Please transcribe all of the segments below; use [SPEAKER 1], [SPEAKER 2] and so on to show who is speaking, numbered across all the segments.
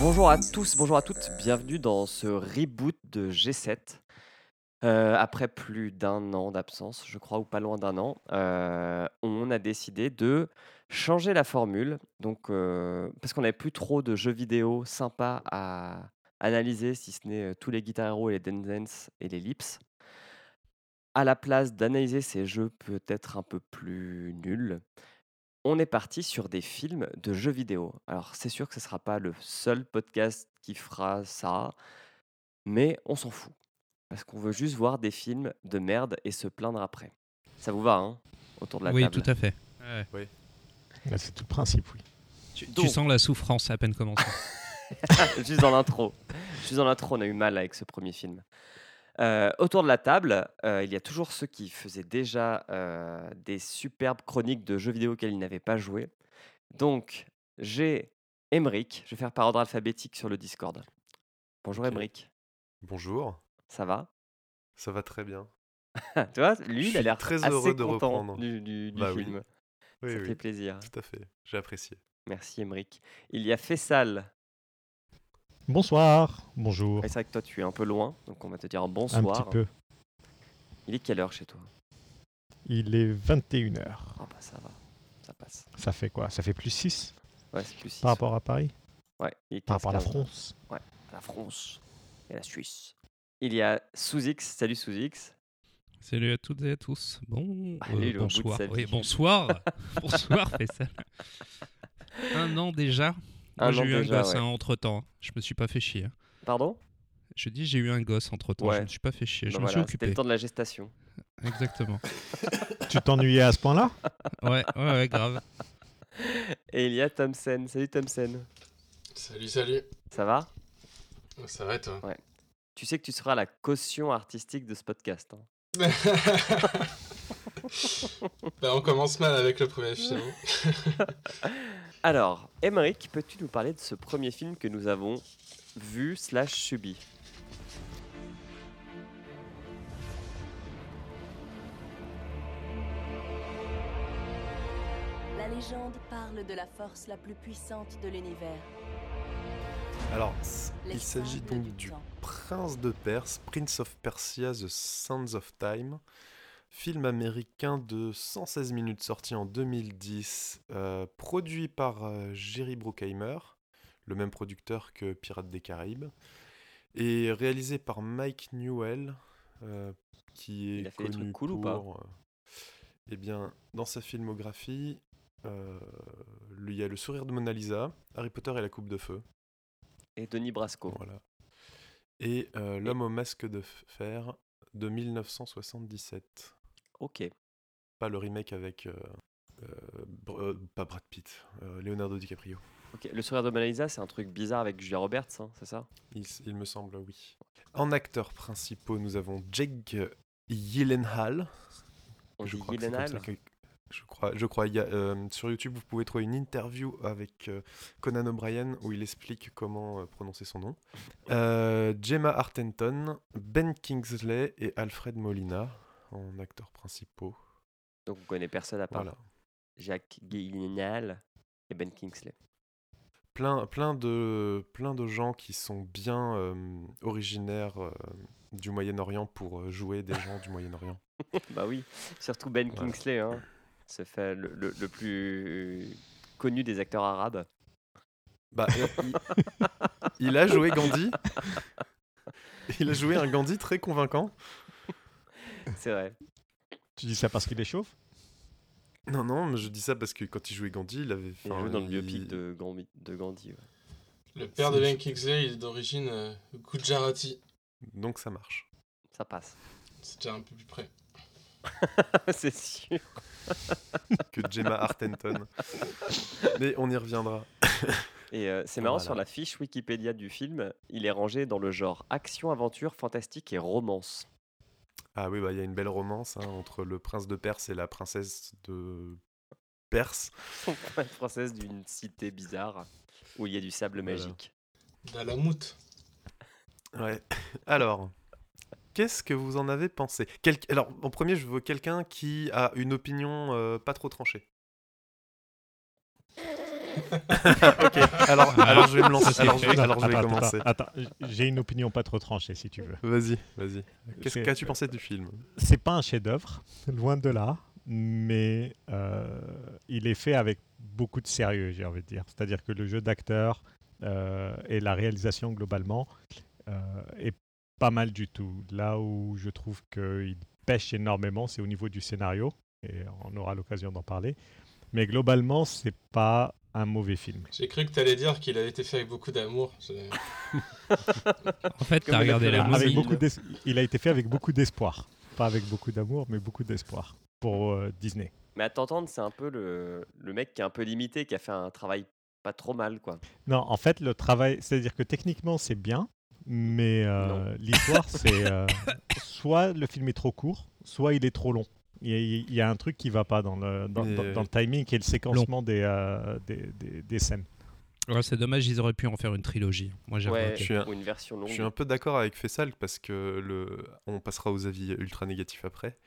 [SPEAKER 1] Bonjour à tous, bonjour à toutes, bienvenue dans ce reboot de G7. Euh, après plus d'un an d'absence, je crois, ou pas loin d'un an, euh, on a décidé de changer la formule. Donc, euh, parce qu'on n'avait plus trop de jeux vidéo sympas à analyser, si ce n'est euh, tous les Guitar Hero et les Dance Dance et les Lips. À la place d'analyser ces jeux peut-être un peu plus nuls, on est parti sur des films de jeux vidéo. Alors, c'est sûr que ce ne sera pas le seul podcast qui fera ça, mais on s'en fout. Parce qu'on veut juste voir des films de merde et se plaindre après. Ça vous va, hein Autour de la
[SPEAKER 2] Oui,
[SPEAKER 1] table.
[SPEAKER 2] tout à fait. Ouais.
[SPEAKER 3] Là, C'est tout le principe, oui.
[SPEAKER 2] Tu, tu
[SPEAKER 1] Donc-
[SPEAKER 2] sens la souffrance à peine commencée.
[SPEAKER 1] Juste dans l'intro. Juste dans l'intro, on a eu mal avec ce premier film. Euh, autour de la table, euh, il y a toujours ceux qui faisaient déjà euh, des superbes chroniques de jeux vidéo auxquels ils n'avaient pas joué. Donc, j'ai Emric. Je vais faire par ordre alphabétique sur le Discord. Bonjour
[SPEAKER 4] Ok.
[SPEAKER 1] Emric.
[SPEAKER 4] Bonjour,
[SPEAKER 1] Ça va Ah,
[SPEAKER 4] ça va très bien.
[SPEAKER 1] Tu vois, lui,
[SPEAKER 4] Je
[SPEAKER 1] il a
[SPEAKER 4] suis
[SPEAKER 1] l'air
[SPEAKER 4] très
[SPEAKER 1] assez
[SPEAKER 4] heureux de
[SPEAKER 1] content
[SPEAKER 4] reprendre.
[SPEAKER 1] du, du- du
[SPEAKER 4] Bah oui.
[SPEAKER 1] film.
[SPEAKER 4] Oui,
[SPEAKER 1] Ça
[SPEAKER 4] oui,
[SPEAKER 1] fait plaisir.
[SPEAKER 4] tout à fait. J'ai apprécié.
[SPEAKER 1] Merci Emric. Il y a Fessal.
[SPEAKER 3] Bonsoir,
[SPEAKER 4] Oh.
[SPEAKER 3] bonjour,
[SPEAKER 1] Ouais, C'est vrai que toi, tu es un peu loin, donc on va te dire
[SPEAKER 3] un
[SPEAKER 1] bonsoir.
[SPEAKER 3] petit peu.
[SPEAKER 1] Il est quelle heure chez toi
[SPEAKER 3] Il est 21h.
[SPEAKER 1] Ah bah ça va, ça passe.
[SPEAKER 3] Ça fait quoi Ça fait plus 6
[SPEAKER 1] Ouais, c'est plus six, Ah,
[SPEAKER 3] par rapport à Paris
[SPEAKER 1] ouais. Ouais, il est
[SPEAKER 3] Par rapport à la
[SPEAKER 1] 15,
[SPEAKER 3] France
[SPEAKER 1] La France et la Suisse. Il y a Souzix. Salut Souzix.
[SPEAKER 2] Salut à toutes et à tous. Bon, euh,
[SPEAKER 1] Ah, lui, il est au bout de
[SPEAKER 2] bonsoir.
[SPEAKER 1] sa
[SPEAKER 2] Oui,
[SPEAKER 1] vie.
[SPEAKER 2] bonsoir. bonsoir, Faisal. Un an déjà. Moi,
[SPEAKER 1] Un
[SPEAKER 2] j'ai
[SPEAKER 1] an
[SPEAKER 2] eu un
[SPEAKER 1] déjà,
[SPEAKER 2] gosse
[SPEAKER 1] ouais.
[SPEAKER 2] entre temps. Je me suis pas fait chier. hein.
[SPEAKER 1] Pardon
[SPEAKER 2] Je dis j'ai eu un gosse entre temps.
[SPEAKER 1] Ouais.
[SPEAKER 2] Je me suis pas fait chier. Je
[SPEAKER 1] Bah
[SPEAKER 2] me suis
[SPEAKER 1] voilà, C'était
[SPEAKER 2] occupé.
[SPEAKER 1] le temps de la gestation.
[SPEAKER 2] Exactement.
[SPEAKER 3] Tu t'ennuyais à ce point-là
[SPEAKER 2] Ouais, ouais, ouais, grave.
[SPEAKER 1] Et il y a Thompson. Salut Thompson.
[SPEAKER 5] Salut, salut.
[SPEAKER 1] Ça va
[SPEAKER 5] Ça va, toi
[SPEAKER 1] Tu sais que tu seras la caution artistique de ce podcast. hein.
[SPEAKER 5] Bah, on commence mal avec le premier film. hein.
[SPEAKER 1] Alors, Emmerich, peux-tu nous parler de ce premier film que nous avons vu slash subi
[SPEAKER 6] La légende parle de la force la plus puissante de l'univers.
[SPEAKER 4] Alors, s- il
[SPEAKER 6] l'espace
[SPEAKER 4] s'agit
[SPEAKER 6] de
[SPEAKER 4] donc
[SPEAKER 6] du
[SPEAKER 4] du
[SPEAKER 6] temps.
[SPEAKER 4] Prince de Perse, Prince of Persia, The Sands of Time, film américain de 116 minutes sorti en 2010, euh, produit par euh, Jerry Bruckheimer, le même producteur que Pirates des Caraïbes, et réalisé par Mike Newell, euh, qui est
[SPEAKER 1] Il a fait des
[SPEAKER 4] connu
[SPEAKER 1] trucs cool ou
[SPEAKER 4] pour,
[SPEAKER 1] pas
[SPEAKER 4] euh, Eh bien, dans sa filmographie, euh, il y a Le Sourire de Mona Lisa, Harry Potter et la Coupe de Feu.
[SPEAKER 1] Et Denis Brasco.
[SPEAKER 4] Voilà. Et euh, L'homme au masque de f- fer de 1977.
[SPEAKER 1] Ok.
[SPEAKER 4] Pas le remake avec. euh, euh, Br- euh, pas Brad Pitt, euh, Leonardo DiCaprio.
[SPEAKER 1] Ok. Le sourire de Mona Lisa, c'est un truc bizarre avec Julia Roberts, hein, c'est ça
[SPEAKER 4] Il, s- il me semble, oui. En acteurs principaux, nous avons Jake Gyllenhaal.
[SPEAKER 1] On
[SPEAKER 4] je
[SPEAKER 1] dit
[SPEAKER 4] crois que c'est comme
[SPEAKER 1] Gyllenhaal.
[SPEAKER 4] ça que- Je crois, je crois. il y a, euh, sur YouTube, vous pouvez trouver une interview avec euh, Conan O'Brien où il explique comment euh, prononcer son nom. Euh, Gemma Artenton, Ben Kingsley et Alfred Molina en acteurs principaux.
[SPEAKER 1] Donc on connaît personne à part
[SPEAKER 4] Voilà.
[SPEAKER 1] Jacques Gyllenhaal et Ben Kingsley.
[SPEAKER 4] Plein, plein, de, plein de gens qui sont bien euh, originaires euh, du Moyen-Orient pour euh, jouer des gens du Moyen-Orient.
[SPEAKER 1] Bah oui, surtout Ben
[SPEAKER 4] Voilà.
[SPEAKER 1] Kingsley, hein. se fait le, le- le plus connu des acteurs arabes.
[SPEAKER 4] Bah, et- il, il a joué Gandhi. Il a joué un Gandhi très convaincant.
[SPEAKER 1] C'est vrai.
[SPEAKER 3] Tu dis ça parce qu'il est chauve
[SPEAKER 4] Non, non, mais je dis ça parce que quand il jouait Gandhi, il avait
[SPEAKER 1] Il
[SPEAKER 4] enfin,
[SPEAKER 1] joue dans le
[SPEAKER 4] il-
[SPEAKER 1] biopic de Gandhi. De Gandhi ouais.
[SPEAKER 5] Le père de Ben Kingsley, il est d'origine euh, Gujarati.
[SPEAKER 4] Donc ça marche.
[SPEAKER 1] Ça passe,
[SPEAKER 5] C'est déjà un peu plus près.
[SPEAKER 1] c'est sûr.
[SPEAKER 4] Que Gemma Artenton. mais on y reviendra.
[SPEAKER 1] Et euh, c'est marrant,
[SPEAKER 4] Voilà.
[SPEAKER 1] sur la fiche Wikipédia du film, il est rangé dans le genre action, aventure, fantastique et romance.
[SPEAKER 4] Ah oui, bah, il y a une belle romance hein, entre le prince de Perse et la princesse de Perse.
[SPEAKER 1] Française d'une cité bizarre où il y a du sable
[SPEAKER 4] Voilà.
[SPEAKER 1] magique.
[SPEAKER 5] D'Alamout.
[SPEAKER 4] Ouais. Alors, qu'est-ce que vous en avez pensé Quel- Alors, en premier, je veux quelqu'un qui a une opinion euh, pas trop tranchée. ok, alors, alors je vais me
[SPEAKER 3] Ça,
[SPEAKER 4] lancer.
[SPEAKER 3] c'est
[SPEAKER 4] Alors je
[SPEAKER 3] fait.
[SPEAKER 4] vais, alors je vais
[SPEAKER 3] Attends, attends,
[SPEAKER 4] commencer.
[SPEAKER 3] attends, attends, j'ai une opinion pas trop tranchée si tu veux.
[SPEAKER 4] Vas-y, vas-y. Qu'est-ce
[SPEAKER 3] C'est-
[SPEAKER 4] qu'as-tu pensé du film
[SPEAKER 3] C'est pas un chef-d'œuvre, loin de là, mais euh, il est fait avec beaucoup de sérieux, j'ai envie de dire. C'est-à-dire que le jeu d'acteur euh, et la réalisation globalement euh, est pas mal du tout. Là où je trouve qu'il pêche énormément, c'est au niveau du scénario, et on aura l'occasion d'en parler. Mais globalement, c'est pas un mauvais film.
[SPEAKER 5] J'ai cru que t'allais dire qu'il avait été fait avec beaucoup d'amour. C'est-
[SPEAKER 2] En fait,
[SPEAKER 1] Comme
[SPEAKER 2] t'as
[SPEAKER 1] il a
[SPEAKER 2] regardé
[SPEAKER 1] fait la
[SPEAKER 2] la
[SPEAKER 1] Ah,
[SPEAKER 3] Avec
[SPEAKER 1] oui.
[SPEAKER 2] momie.
[SPEAKER 3] beaucoup d'es- il a été fait avec beaucoup d'espoir. Pas avec beaucoup d'amour, mais beaucoup d'espoir pour euh, Disney.
[SPEAKER 1] Mais à t'entendre, c'est un peu le, le mec qui est un peu limité, qui a fait un travail pas trop mal, quoi.
[SPEAKER 3] Non, en fait, le travail, c'est-à-dire que techniquement, c'est bien, mais euh,
[SPEAKER 1] Non.
[SPEAKER 3] l'histoire, c'est euh, soit le film est trop court, soit il est trop long. Il y a, il y a un truc qui va pas dans le, dans,
[SPEAKER 4] Mais,
[SPEAKER 3] dans-
[SPEAKER 4] euh,
[SPEAKER 3] dans le timing et le séquencement des, euh, des, des- des scènes.
[SPEAKER 2] Ouais, c'est dommage, ils auraient pu en faire une trilogie. Moi, j'avais
[SPEAKER 1] Ouais,
[SPEAKER 2] voté.
[SPEAKER 4] Je suis un-
[SPEAKER 1] ou une version longue.
[SPEAKER 4] Je suis un peu d'accord avec Fessal parce que le... on passera aux avis ultra négatifs après.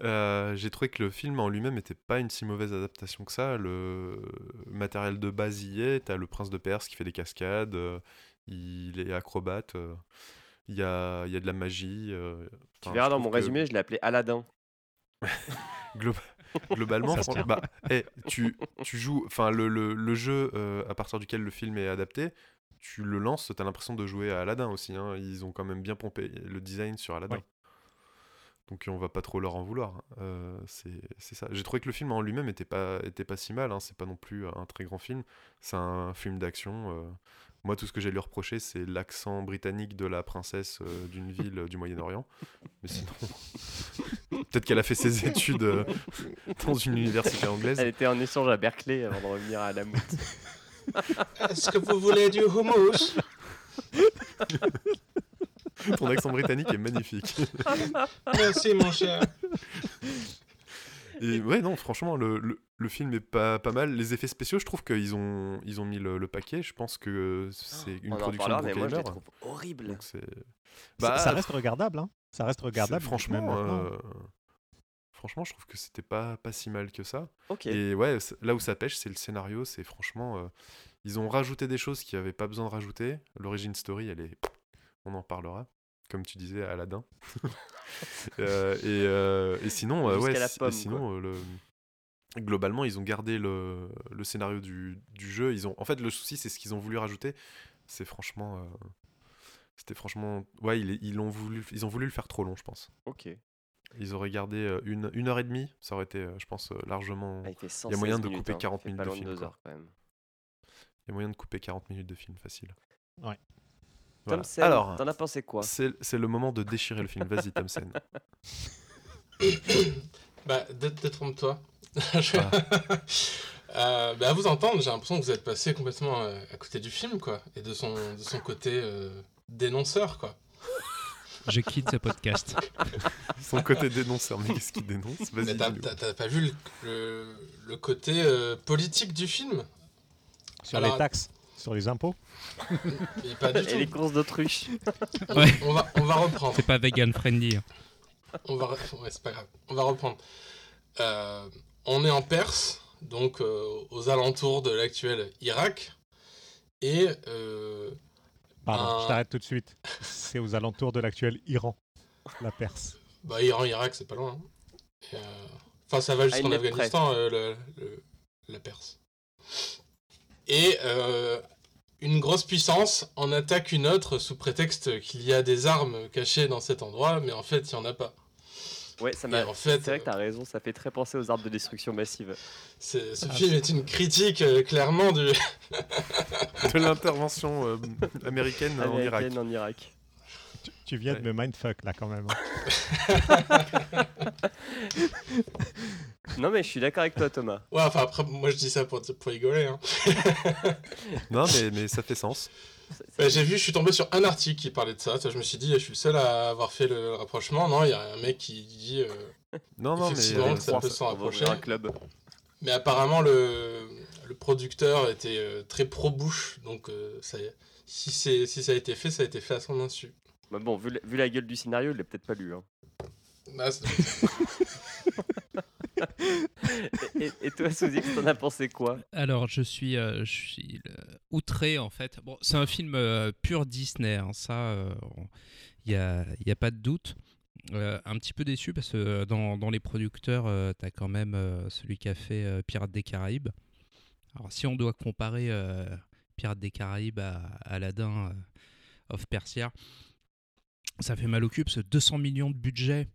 [SPEAKER 4] Euh, J'ai trouvé que le film en lui-même n'était pas une si mauvaise adaptation que ça. Le matériel de base y est. T'as le prince de Perse qui fait des cascades. euh, il est acrobate. euh, Il y, a... il y a de la magie. euh,
[SPEAKER 1] Tu
[SPEAKER 4] enfin,
[SPEAKER 1] verras
[SPEAKER 4] je
[SPEAKER 1] dans
[SPEAKER 4] trouve
[SPEAKER 1] mon
[SPEAKER 4] que
[SPEAKER 1] résumé, je l'ai appelé Aladdin.
[SPEAKER 4] glo- Globalement,
[SPEAKER 3] Ça se
[SPEAKER 4] fran-
[SPEAKER 3] tient.
[SPEAKER 4] bah, eh, tu, tu joues. Enfin, le, le- le jeu euh, à partir duquel le film est adapté. Tu le lances, t'as l'impression de jouer à Aladdin aussi. hein. Ils ont quand même bien pompé le design sur Aladdin.
[SPEAKER 3] Ouais.
[SPEAKER 4] Donc on va pas trop leur en vouloir. Euh, c'est c'est ça. J'ai trouvé que le film en lui-même était pas, était pas si mal. hein. C'est pas non plus un très grand film. C'est un film d'action. euh. Moi, tout ce que j'ai à lui reprocher, c'est l'accent britannique de la princesse euh, d'une ville euh, du Moyen-Orient. Mais sinon, peut-être qu'elle a fait ses études euh, dans une université anglaise.
[SPEAKER 1] Elle était en échange à Berkeley avant de revenir à la
[SPEAKER 5] Est-ce que vous voulez du hummus
[SPEAKER 4] Ton accent britannique est magnifique.
[SPEAKER 5] Merci, mon cher.
[SPEAKER 4] Et ouais, non, franchement, le, le- le film est pas, pas mal. Les effets spéciaux, je trouve qu'ils ont, ils ont mis le, le paquet. Je pense que c'est une
[SPEAKER 1] Ah, On en
[SPEAKER 4] production de
[SPEAKER 1] reparlera, mais moi je les
[SPEAKER 4] Bruckheimer. hein.
[SPEAKER 1] trouve horribles.
[SPEAKER 4] Donc c'est.
[SPEAKER 3] ça, ça reste regardable, hein. Ça reste
[SPEAKER 4] Bah, euh, c'est-
[SPEAKER 3] regardable. même
[SPEAKER 4] Franchement,
[SPEAKER 3] maintenant.
[SPEAKER 4] euh, franchement, je trouve que c'était pas, pas si mal que ça.
[SPEAKER 1] Ok.
[SPEAKER 4] Et ouais, c- là où ça pêche, c'est le scénario. C'est franchement. euh, ils ont rajouté des choses qu'il n'y avait pas besoin de rajouter. L'origine story, elle est. On en parlera. Comme tu disais, Aladdin. Euh, et, euh, et sinon, euh, ouais,
[SPEAKER 1] Jusqu'à la
[SPEAKER 4] si- et
[SPEAKER 1] pomme,
[SPEAKER 4] sinon euh, le- globalement, ils ont gardé le, le scénario du, du jeu. Ils ont, en fait, le souci, c'est ce qu'ils ont voulu rajouter. C'est franchement. euh, C'était franchement. Ouais, ils, ils, ont voulu, ils ont voulu le faire trop long, je pense.
[SPEAKER 1] Ok.
[SPEAKER 4] Ils auraient gardé euh, une, une heure et demie. Ça aurait été, euh, je pense, euh, largement.
[SPEAKER 1] Ah, il fait
[SPEAKER 4] y a moyen
[SPEAKER 1] 116
[SPEAKER 4] de
[SPEAKER 1] minutes,
[SPEAKER 4] couper
[SPEAKER 1] hein.
[SPEAKER 4] 40
[SPEAKER 1] Il fait
[SPEAKER 4] minutes
[SPEAKER 1] pas
[SPEAKER 4] de
[SPEAKER 1] loin
[SPEAKER 4] film,
[SPEAKER 1] deux
[SPEAKER 4] quoi.
[SPEAKER 1] heures quand même.
[SPEAKER 4] Il y a moyen de couper 40 minutes de film facile.
[SPEAKER 3] Ouais.
[SPEAKER 4] Voilà.
[SPEAKER 1] Tom Selleck,
[SPEAKER 4] Alors,
[SPEAKER 1] t'en as pensé quoi
[SPEAKER 4] c'est c'est le moment de déchirer le film. Vas-y, Tom Sen.
[SPEAKER 5] Bah, dé- détrompe-toi. Je- Euh, bah, à vous entendre, j'ai l'impression que vous êtes passé complètement euh, à côté du film, quoi. Et de son, de son côté euh, dénonceur, quoi.
[SPEAKER 2] Je quitte ce podcast.
[SPEAKER 4] Son côté dénonceur, mais qu'est-ce qu'il dénonce
[SPEAKER 5] Mais
[SPEAKER 4] Vas-y.
[SPEAKER 5] t'as-
[SPEAKER 4] dis-nous.
[SPEAKER 5] t'as t'as pas vu le, le- le côté euh, politique du film
[SPEAKER 3] Sur
[SPEAKER 5] alors-
[SPEAKER 3] les taxes, sur les impôts.
[SPEAKER 5] Mais pas du
[SPEAKER 1] Et les
[SPEAKER 5] tout.
[SPEAKER 1] courses d'autruche
[SPEAKER 2] Ouais.
[SPEAKER 5] On va, on va reprendre.
[SPEAKER 2] C'est pas vegan friendly.
[SPEAKER 5] On va, re- ouais, c'est pas grave. On va reprendre. Euh, on est en Perse, donc euh, aux alentours de l'actuel Irak. Et euh,
[SPEAKER 3] Pardon,
[SPEAKER 5] Ah.
[SPEAKER 3] je t'arrête tout de suite. C'est aux alentours de l'actuel Iran, la Perse.
[SPEAKER 5] bah, Iran, Irak, c'est pas loin. hein. Et, euh, Enfin, ça va jusqu'en
[SPEAKER 1] une lettre près.
[SPEAKER 5] Afghanistan, euh, le- le- la Perse. Et euh, une grosse puissance en attaque une autre sous prétexte qu'il y a des armes cachées dans cet endroit, mais en fait, il n'y en a pas.
[SPEAKER 1] Ouais, ça
[SPEAKER 5] Et
[SPEAKER 1] m'a.
[SPEAKER 5] en fait,
[SPEAKER 1] c'est vrai que
[SPEAKER 5] euh,
[SPEAKER 1] t'as raison, ça fait très penser aux arbres de destruction massive.
[SPEAKER 5] C'est- Ce
[SPEAKER 3] Ah,
[SPEAKER 5] film est une critique, euh, clairement, du,
[SPEAKER 4] De l'intervention euh, américaine en Irak.
[SPEAKER 1] Américaine en Irak.
[SPEAKER 3] Tu, tu viens de me mindfuck là quand même. hein.
[SPEAKER 1] Non, mais je suis d'accord avec toi, Thomas.
[SPEAKER 5] Ouais, enfin après, moi je dis ça pour, pour rigoler. Hein.
[SPEAKER 4] Non, mais, mais ça fait sens.
[SPEAKER 1] Ça- ça-
[SPEAKER 5] Bah, j'ai vu, je suis tombé sur un article qui parlait de ça. Ça, Je me suis dit, je suis le seul à avoir fait le rapprochement. Non, il y a un mec qui dit. euh,
[SPEAKER 4] Non, non, mais. euh,
[SPEAKER 5] Effectivement,
[SPEAKER 4] mais
[SPEAKER 5] ça
[SPEAKER 4] bon,
[SPEAKER 5] peut
[SPEAKER 4] ça-
[SPEAKER 5] s'en
[SPEAKER 1] On va
[SPEAKER 5] rapprocher.
[SPEAKER 1] ouvrir un club.
[SPEAKER 5] Mais apparemment, le, le producteur était euh, très pro-Bush. Donc, euh, ça, si, c'est- si ça a été fait, ça a été fait à son insu.
[SPEAKER 1] Bah bon, vu, la- vu la gueule du scénario, il l'a peut-être pas lu. hein.
[SPEAKER 5] Bah, c'est-
[SPEAKER 1] et, et toi, Souzix, t'en as pensé quoi
[SPEAKER 2] Alors, je suis, euh, je suis euh, outré en fait. Bon, c'est un film euh, pur Disney, hein, ça, il n'y a, y a pas de doute. Euh, un petit peu déçu parce que euh, dans, dans les producteurs, tu as quand même euh, celui qui a fait euh, Pirates des Caraïbes. Alors, si on doit comparer euh, Pirates des Caraïbes à à Aladdin euh, of Persia, ça fait mal au cul parce que 200 millions de budget.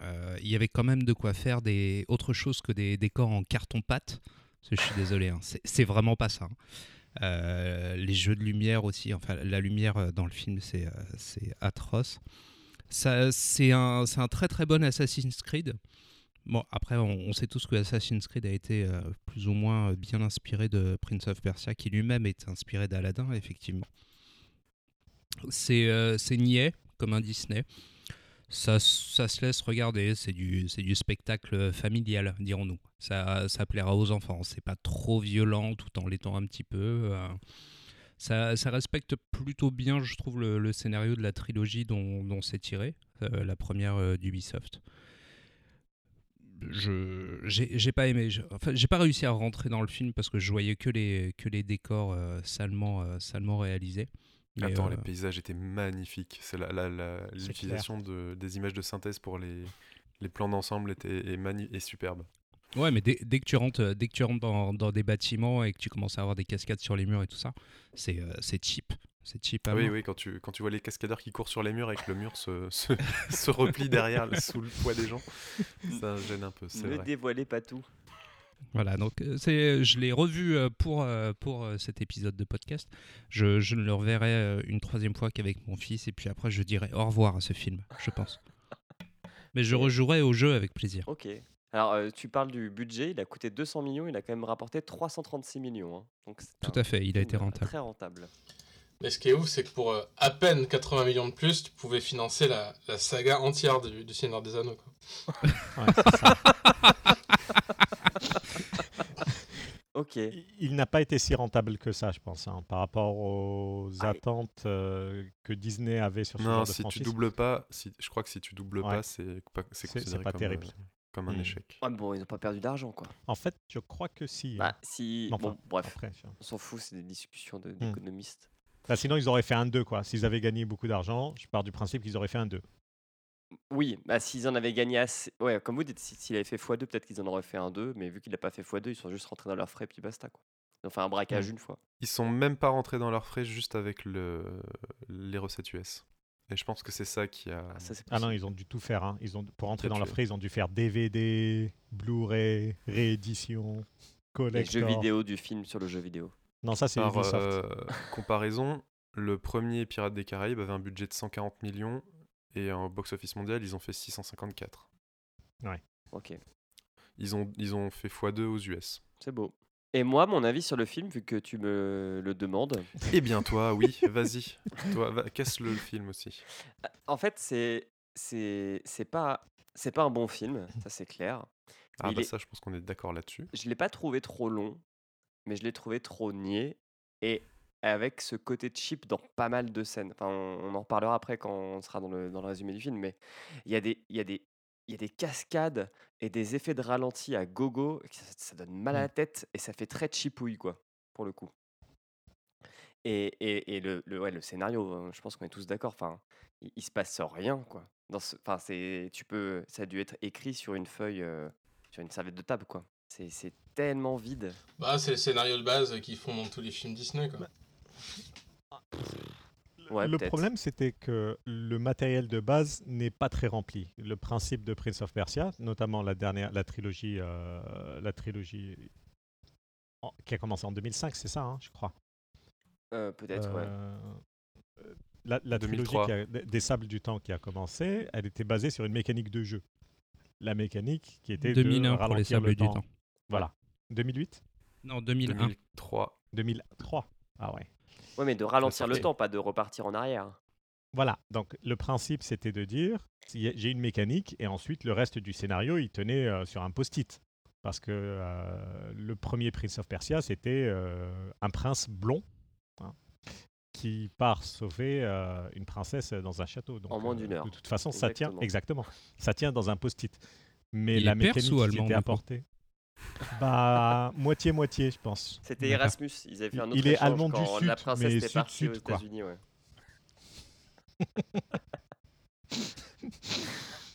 [SPEAKER 2] euh, Il y avait quand même de quoi faire des autre chose que des décors en carton-pâte. Parce que Je suis désolé, hein, c'est- c'est vraiment pas ça. hein. Euh, les jeux de lumière aussi, enfin la lumière euh, dans le film c'est euh, c'est atroce. Ça, C'est un, c'est un très très bon Assassin's Creed. Bon, après, on, on sait tous que Assassin's Creed a été euh, plus ou moins euh, bien inspiré de Prince of Persia, qui lui-même est inspiré d'Aladin, effectivement. C'est euh, c'est niais, comme un Disney. Ça, s- ça se laisse regarder, c'est du, c'est du spectacle familial, dirons-nous. Ça, ça plaira aux enfants, c'est pas trop violent tout en l'étant un petit peu. euh, ça, ça respecte plutôt bien, je trouve, le, le scénario de la trilogie dont, dont c'est tiré, euh, la première euh, d'Ubisoft. Je j'ai j'ai pas aimé, je- enfin j'ai pas réussi à rentrer dans le film parce que je voyais que les que les décors euh, salement euh, salement réalisés. Mais,
[SPEAKER 4] Attends,
[SPEAKER 2] euh,
[SPEAKER 4] les paysages étaient magnifiques. C'est la- la- la-
[SPEAKER 3] C'est
[SPEAKER 4] l'utilisation de, des images de synthèse pour les, les plans d'ensemble était est, magni- est superbe.
[SPEAKER 2] Ouais, mais dès, dès que tu rentres, euh, dès que tu rentres dans, dans des bâtiments et que tu commences à avoir des cascades sur les murs et tout ça, c'est euh, c'est cheap. C'est cheap à
[SPEAKER 4] oui,
[SPEAKER 2] mort.
[SPEAKER 4] oui, quand tu, quand tu vois les cascadeurs qui courent sur les murs et que le mur se, se, se replie derrière le- sous le poids des gens, ça gêne un peu, c'est
[SPEAKER 1] Ne
[SPEAKER 4] vrai.
[SPEAKER 1] dévoilez pas tout.
[SPEAKER 2] Voilà, donc euh, c'est, je l'ai revu euh, pour, euh, pour euh, cet épisode de podcast. Je, je ne le reverrai euh, une troisième fois qu'avec mon fils et puis après je dirai au revoir à ce film, je pense. Mais je rejouerai au jeu avec plaisir.
[SPEAKER 1] Ok. Alors, euh, tu parles du budget, il a coûté 200 millions, il a quand même rapporté 336 millions. hein. Donc, c'est
[SPEAKER 2] Tout
[SPEAKER 1] un
[SPEAKER 2] à fait, il a été
[SPEAKER 1] film, euh,
[SPEAKER 2] rentable.
[SPEAKER 1] Très rentable.
[SPEAKER 5] Mais ce qui est ouf, c'est que pour euh, à peine 80 millions de plus, tu pouvais financer la, la saga entière du, du Seigneur des Anneaux. quoi.
[SPEAKER 3] Ouais, c'est ça.
[SPEAKER 1] Ok.
[SPEAKER 3] Il- Il n'a pas été si rentable que ça, je pense, hein, par rapport aux attentes euh, que Disney avait sur ce genre
[SPEAKER 4] Ah, Non,
[SPEAKER 3] de
[SPEAKER 4] si tu
[SPEAKER 3] franchise.
[SPEAKER 4] doubles pas, si, je crois que si tu doubles
[SPEAKER 3] Ouais.
[SPEAKER 4] pas, c'est pas- c'est
[SPEAKER 3] c'est c'est
[SPEAKER 4] considéré
[SPEAKER 3] pas
[SPEAKER 4] comme,
[SPEAKER 3] terrible.
[SPEAKER 4] euh, comme un
[SPEAKER 3] Mm.
[SPEAKER 4] échec.
[SPEAKER 1] Ah bon, ils n'ont pas perdu d'argent, quoi.
[SPEAKER 3] En fait, je crois que si. hein.
[SPEAKER 1] Bah, si.
[SPEAKER 3] Enfin,
[SPEAKER 1] bon, bref,
[SPEAKER 3] Après, je-
[SPEAKER 1] on s'en fout, c'est des discussions de-
[SPEAKER 2] Hmm.
[SPEAKER 1] d'économistes.
[SPEAKER 3] Bah, sinon, ils auraient fait un 2, quoi. S'ils avaient gagné beaucoup d'argent, je pars du principe qu'ils auraient fait un 2.
[SPEAKER 1] Oui, bah, s'ils en avaient gagné assez. Ouais, comme vous dites, si- s'il avait fait x2, peut-être qu'ils en auraient fait un 2, mais vu qu'il n'a pas fait x2, ils sont juste rentrés dans leurs frais, puis basta, quoi. Ils ont fait un braquage
[SPEAKER 3] Mmh.
[SPEAKER 1] une fois.
[SPEAKER 4] Ils sont même pas rentrés dans leurs frais juste avec le, les recettes US. Et je pense que c'est ça qui a.
[SPEAKER 1] Ah, ça, c'est
[SPEAKER 3] Ah non,
[SPEAKER 1] possible.
[SPEAKER 3] ils ont dû tout faire. hein. Ils ont, pour rentrer dans
[SPEAKER 4] Peut-être
[SPEAKER 3] leur
[SPEAKER 4] que-
[SPEAKER 3] frais, ils ont dû faire DVD, Blu-ray,
[SPEAKER 1] Les
[SPEAKER 3] réédition,
[SPEAKER 1] jeux
[SPEAKER 3] collector.
[SPEAKER 1] vidéo du film sur le jeu vidéo.
[SPEAKER 3] Non, ça, c'est
[SPEAKER 4] Par
[SPEAKER 3] Ubisoft.
[SPEAKER 4] euh, comparaison, le premier Pirates des Caraïbes avait un budget de 140 millions et en box-office mondial, ils ont fait 654.
[SPEAKER 1] Ok,
[SPEAKER 4] Ils ont, ils ont fait x2 aux US.
[SPEAKER 1] c'est beau. Et moi, mon avis sur le film, vu que tu me le demandes,
[SPEAKER 4] Eh bien, toi, oui, vas-y. Toi, va- casse-le le film aussi.
[SPEAKER 1] En fait, c'est c'est c'est pas c'est pas un bon film, ça c'est clair.
[SPEAKER 4] Ah,
[SPEAKER 1] Il
[SPEAKER 4] bah
[SPEAKER 1] est-
[SPEAKER 4] ça, je pense qu'on est d'accord là-dessus.
[SPEAKER 1] Je l'ai pas trouvé trop long, mais je l'ai trouvé trop niais et avec ce côté cheap dans pas mal de scènes. Enfin, on, on en reparlera après quand on sera dans le, dans le résumé du film, mais il y a des il y a des il y a des cascades et des effets de ralenti à gogo, ça, ça donne mal à la tête et ça fait très chipouille quoi pour le coup. Et, et, et le, le- ouais, le scénario, hein, je pense qu'on est tous d'accord. Enfin, il, il se passe rien, quoi. Dans ce, enfin, c'est, tu peux, ça a dû être écrit sur une feuille, euh, sur une serviette de table, quoi. C'est, c'est tellement vide.
[SPEAKER 5] Bah, c'est le scénario de base qu'ils font dans tous les films Disney. Quoi.
[SPEAKER 3] Bah,
[SPEAKER 1] Ouais,
[SPEAKER 3] le
[SPEAKER 1] peut-être.
[SPEAKER 3] problème, c'était que le matériel de base n'est pas très rempli. Le principe de Prince of Persia, notamment la dernière, la trilogie, euh, la trilogie en- qui a commencé en 2005, c'est ça, hein, je crois.
[SPEAKER 1] Euh, peut-être, ouais.
[SPEAKER 3] Euh, La, la trilogie
[SPEAKER 4] 2003.
[SPEAKER 3] qui a- des des Sables du Temps qui a commencé, elle était basée sur une mécanique de jeu. La mécanique qui était
[SPEAKER 2] 2001
[SPEAKER 3] de
[SPEAKER 2] pour les
[SPEAKER 3] ralentir
[SPEAKER 2] sables
[SPEAKER 3] le
[SPEAKER 2] du
[SPEAKER 3] temps.
[SPEAKER 2] temps.
[SPEAKER 3] Voilà. 2008
[SPEAKER 2] Non, 2001.
[SPEAKER 4] 2003.
[SPEAKER 3] 2003 Ah ouais.
[SPEAKER 1] Ouais, mais de ralentir le
[SPEAKER 4] sortait.
[SPEAKER 1] temps, pas de repartir en arrière.
[SPEAKER 3] Voilà, donc le principe c'était de dire s'il y a- j'ai une mécanique et ensuite le reste du scénario il tenait euh, sur un post-it. Parce que euh, le premier Prince of Persia c'était euh, un prince blond hein, qui part sauver euh, une princesse dans un château. Donc,
[SPEAKER 1] En moins d'une
[SPEAKER 3] euh,
[SPEAKER 1] heure.
[SPEAKER 3] De toute façon, ça tient,
[SPEAKER 1] Exactement.
[SPEAKER 3] exactement, ça tient dans un post-it. Mais
[SPEAKER 2] Il
[SPEAKER 3] la
[SPEAKER 2] est perse
[SPEAKER 3] mécanique
[SPEAKER 2] ou
[SPEAKER 3] qui
[SPEAKER 2] allemand, du
[SPEAKER 3] était
[SPEAKER 2] coup
[SPEAKER 3] apportée. Bah, moitié-moitié, je pense.
[SPEAKER 1] C'était
[SPEAKER 2] D'accord.
[SPEAKER 1] Erasmus. Ils avaient fait un
[SPEAKER 3] Il-
[SPEAKER 1] autre
[SPEAKER 3] il est
[SPEAKER 1] échange
[SPEAKER 3] allemand du
[SPEAKER 1] quand la
[SPEAKER 3] Sud,
[SPEAKER 1] princesse
[SPEAKER 3] mais
[SPEAKER 1] était partie aux
[SPEAKER 3] Sud-Sud, quoi.
[SPEAKER 1] États-Unis. Ouais.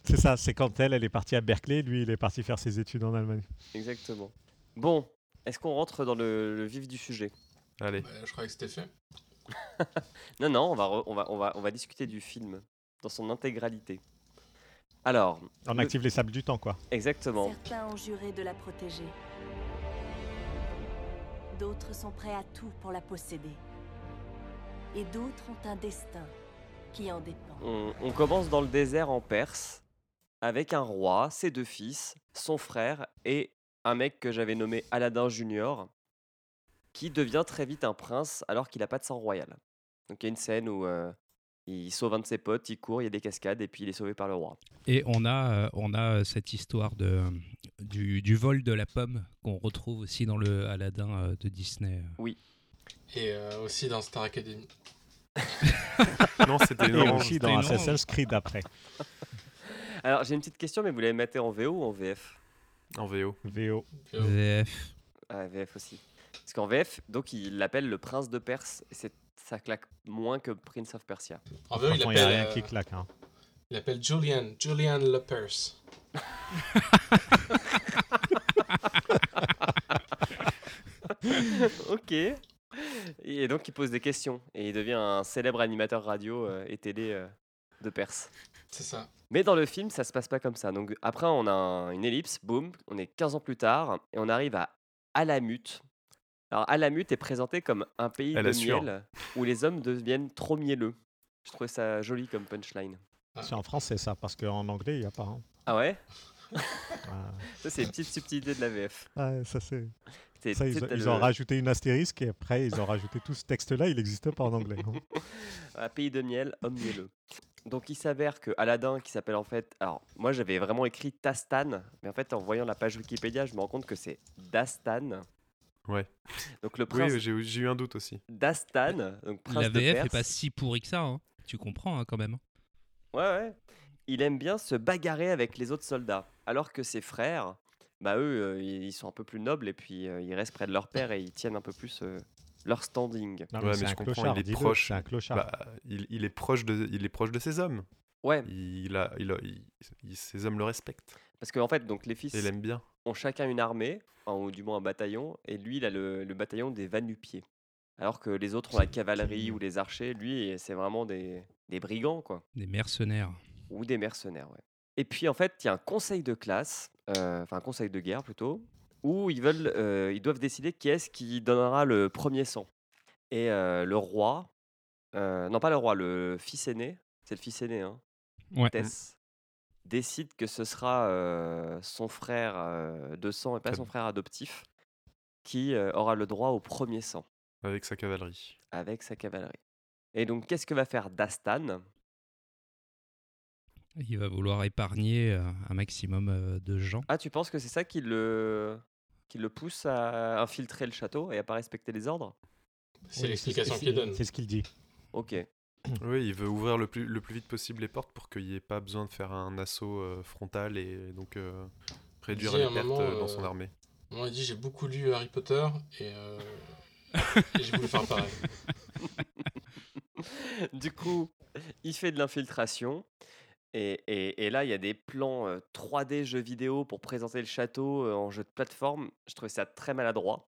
[SPEAKER 3] C'est ça, c'est quand elle, elle est partie à Berkeley, lui, il est parti faire ses études en Allemagne.
[SPEAKER 1] Exactement. Bon, est-ce qu'on rentre dans le, le vif du sujet
[SPEAKER 4] Allez,
[SPEAKER 5] Bah, je croyais que c'était fait.
[SPEAKER 1] Non, non, on va, re- on, va, on, va, on va discuter du film dans son intégralité. Alors,
[SPEAKER 3] On
[SPEAKER 1] Le-
[SPEAKER 3] active les sables du temps, quoi.
[SPEAKER 1] exactement.
[SPEAKER 6] Certains ont juré de la protéger. D'autres sont prêts à tout pour la posséder. Et d'autres ont un destin qui en dépend.
[SPEAKER 1] On, on commence dans le désert en Perse avec un roi, ses deux fils, son frère et un mec que j'avais nommé Aladdin Junior qui devient très vite un prince alors qu'il n'a pas de sang royal. Donc il y a une scène où euh, il sauve un de ses potes, il court, il y a des cascades et puis il est sauvé par le roi.
[SPEAKER 2] Et on a, euh, on a cette histoire de, euh, du, du vol de la pomme qu'on retrouve aussi dans le Aladdin euh, de Disney.
[SPEAKER 5] Et euh, aussi dans Star Academy.
[SPEAKER 4] non, c'était une
[SPEAKER 3] Et
[SPEAKER 4] orange.
[SPEAKER 3] aussi dans
[SPEAKER 2] c'était une
[SPEAKER 3] Assassin's Creed après,
[SPEAKER 1] Alors j'ai une petite question, mais vous l'avez maté en VO ou en VF
[SPEAKER 4] en VO.
[SPEAKER 3] VO.
[SPEAKER 5] Euh,
[SPEAKER 2] VF.
[SPEAKER 1] Ah, VF aussi. Parce qu'en VF, donc il l'appelle le prince de Perse, et c'est- ça claque moins que Prince of Persia.
[SPEAKER 5] En VO, il
[SPEAKER 3] Franchement, il n'y a
[SPEAKER 5] appelle,
[SPEAKER 3] rien
[SPEAKER 5] euh,
[SPEAKER 3] qui claque. hein.
[SPEAKER 5] il appelle Julian, Julian Lepers.
[SPEAKER 1] ok. Et donc il pose des questions, et il devient un célèbre animateur radio euh, et télé euh, de Perse.
[SPEAKER 5] C'est ça.
[SPEAKER 1] Mais dans le film, ça se passe pas comme ça. Donc après, on a un- une ellipse, boum, on est 15 ans plus tard, et on arrive à Alamut. Alors Alamut est présenté comme un pays
[SPEAKER 4] Elle
[SPEAKER 1] de
[SPEAKER 4] assure.
[SPEAKER 1] miel où les hommes deviennent trop mielleux. Je trouvais ça joli comme punchline.
[SPEAKER 5] ah.
[SPEAKER 3] C'est en français, ça, parce qu'en anglais, il n'y a pas. hein.
[SPEAKER 1] Ah ouais
[SPEAKER 3] Ah,
[SPEAKER 1] Ça, c'est une petite subtilité de la VF.
[SPEAKER 3] ah, ça, c'est...
[SPEAKER 1] C'est-
[SPEAKER 3] ça,
[SPEAKER 1] c'est-
[SPEAKER 3] ils, ils
[SPEAKER 1] le-
[SPEAKER 3] ont rajouté une astérisque et après, ils ont rajouté tout ce texte-là, il n'existe pas en anglais. hein.
[SPEAKER 1] Un pays de miel, homme mielleux. Donc il s'avère que Aladdin, qui s'appelle en fait. Alors, moi j'avais vraiment écrit Tastan, mais en fait en voyant la page Wikipédia, je me rends compte que c'est Dastan.
[SPEAKER 4] Ouais.
[SPEAKER 1] Donc le
[SPEAKER 4] Oui,
[SPEAKER 1] prince
[SPEAKER 4] j'ai eu j'ai eu un doute aussi.
[SPEAKER 1] Dastan, donc prince
[SPEAKER 2] La
[SPEAKER 1] de
[SPEAKER 2] VF
[SPEAKER 1] Perse.
[SPEAKER 2] est pas si pourrie que ça. hein. Tu comprends hein, quand même.
[SPEAKER 1] Ouais, ouais. Il aime bien se bagarrer avec les autres soldats, alors que ses frères, bah eux, euh, ils ils sont un peu plus nobles et puis euh, ils restent près de leur père et ils tiennent un peu plus euh, leur standing.
[SPEAKER 3] Non,
[SPEAKER 4] Ouais, mais
[SPEAKER 3] c'est
[SPEAKER 4] je
[SPEAKER 3] un
[SPEAKER 4] comprends,
[SPEAKER 3] clochard,
[SPEAKER 4] il est
[SPEAKER 3] dis-le,
[SPEAKER 4] proche.
[SPEAKER 3] C'est un clochard.
[SPEAKER 4] Bah, il, il est proche de, il est proche de ses hommes.
[SPEAKER 1] Ouais,
[SPEAKER 4] Il a, il a- il- il- ses hommes le respectent
[SPEAKER 1] parce qu'en en fait, donc les fils.
[SPEAKER 4] et l'aiment bien.
[SPEAKER 1] ont chacun une armée, enfin, ou du moins un bataillon, et lui, il a le, le bataillon des vanupiers. Alors que les autres ont la cavalerie
[SPEAKER 3] mignon.
[SPEAKER 1] ou les archers, lui, c'est vraiment des, des brigands, quoi.
[SPEAKER 2] Des mercenaires.
[SPEAKER 1] Ou des mercenaires, ouais. Et puis, en fait, il y a un conseil de classe, euh, enfin, un conseil de guerre plutôt, où ils, veulent, euh, ils doivent décider qui est-ce qui donnera le premier sang. Et euh, le roi, euh, non pas le roi, le fils aîné, c'est le fils aîné, hein,
[SPEAKER 4] Mmh
[SPEAKER 2] Ouais.
[SPEAKER 1] Tess décide que ce sera euh, son frère euh, de sang et pas
[SPEAKER 4] Très
[SPEAKER 1] son
[SPEAKER 4] bien.
[SPEAKER 1] frère adoptif qui euh, aura le droit au premier sang
[SPEAKER 4] Avec sa cavalerie.
[SPEAKER 1] avec sa cavalerie. Et donc, qu'est-ce que va faire Dastan
[SPEAKER 2] Il va vouloir épargner euh, un maximum euh, de gens.
[SPEAKER 1] Ah, tu penses que c'est ça qui le, qui le pousse à infiltrer le château et à pas respecter les ordres
[SPEAKER 5] C'est
[SPEAKER 3] Oui,
[SPEAKER 5] l'explication
[SPEAKER 3] ce que-
[SPEAKER 5] qu'il donne.
[SPEAKER 3] C'est ce qu'il dit.
[SPEAKER 1] Ok.
[SPEAKER 4] Oui, il veut ouvrir le plus, le plus vite possible les portes pour qu'il n'y ait pas besoin de faire un assaut euh, frontal et donc euh, réduire
[SPEAKER 5] J'ai
[SPEAKER 4] les
[SPEAKER 5] un
[SPEAKER 4] pertes
[SPEAKER 5] moment,
[SPEAKER 4] euh, dans
[SPEAKER 5] euh,
[SPEAKER 4] son armée.
[SPEAKER 5] Moi, il dit j'ai beaucoup lu Harry Potter et, euh, et j'ai voulu faire pareil.
[SPEAKER 1] du coup, il fait de l'infiltration. Et, et- et là, il y a des plans euh, 3D jeux vidéo pour présenter le château euh, en jeu de plateforme. Je trouvais ça très maladroit.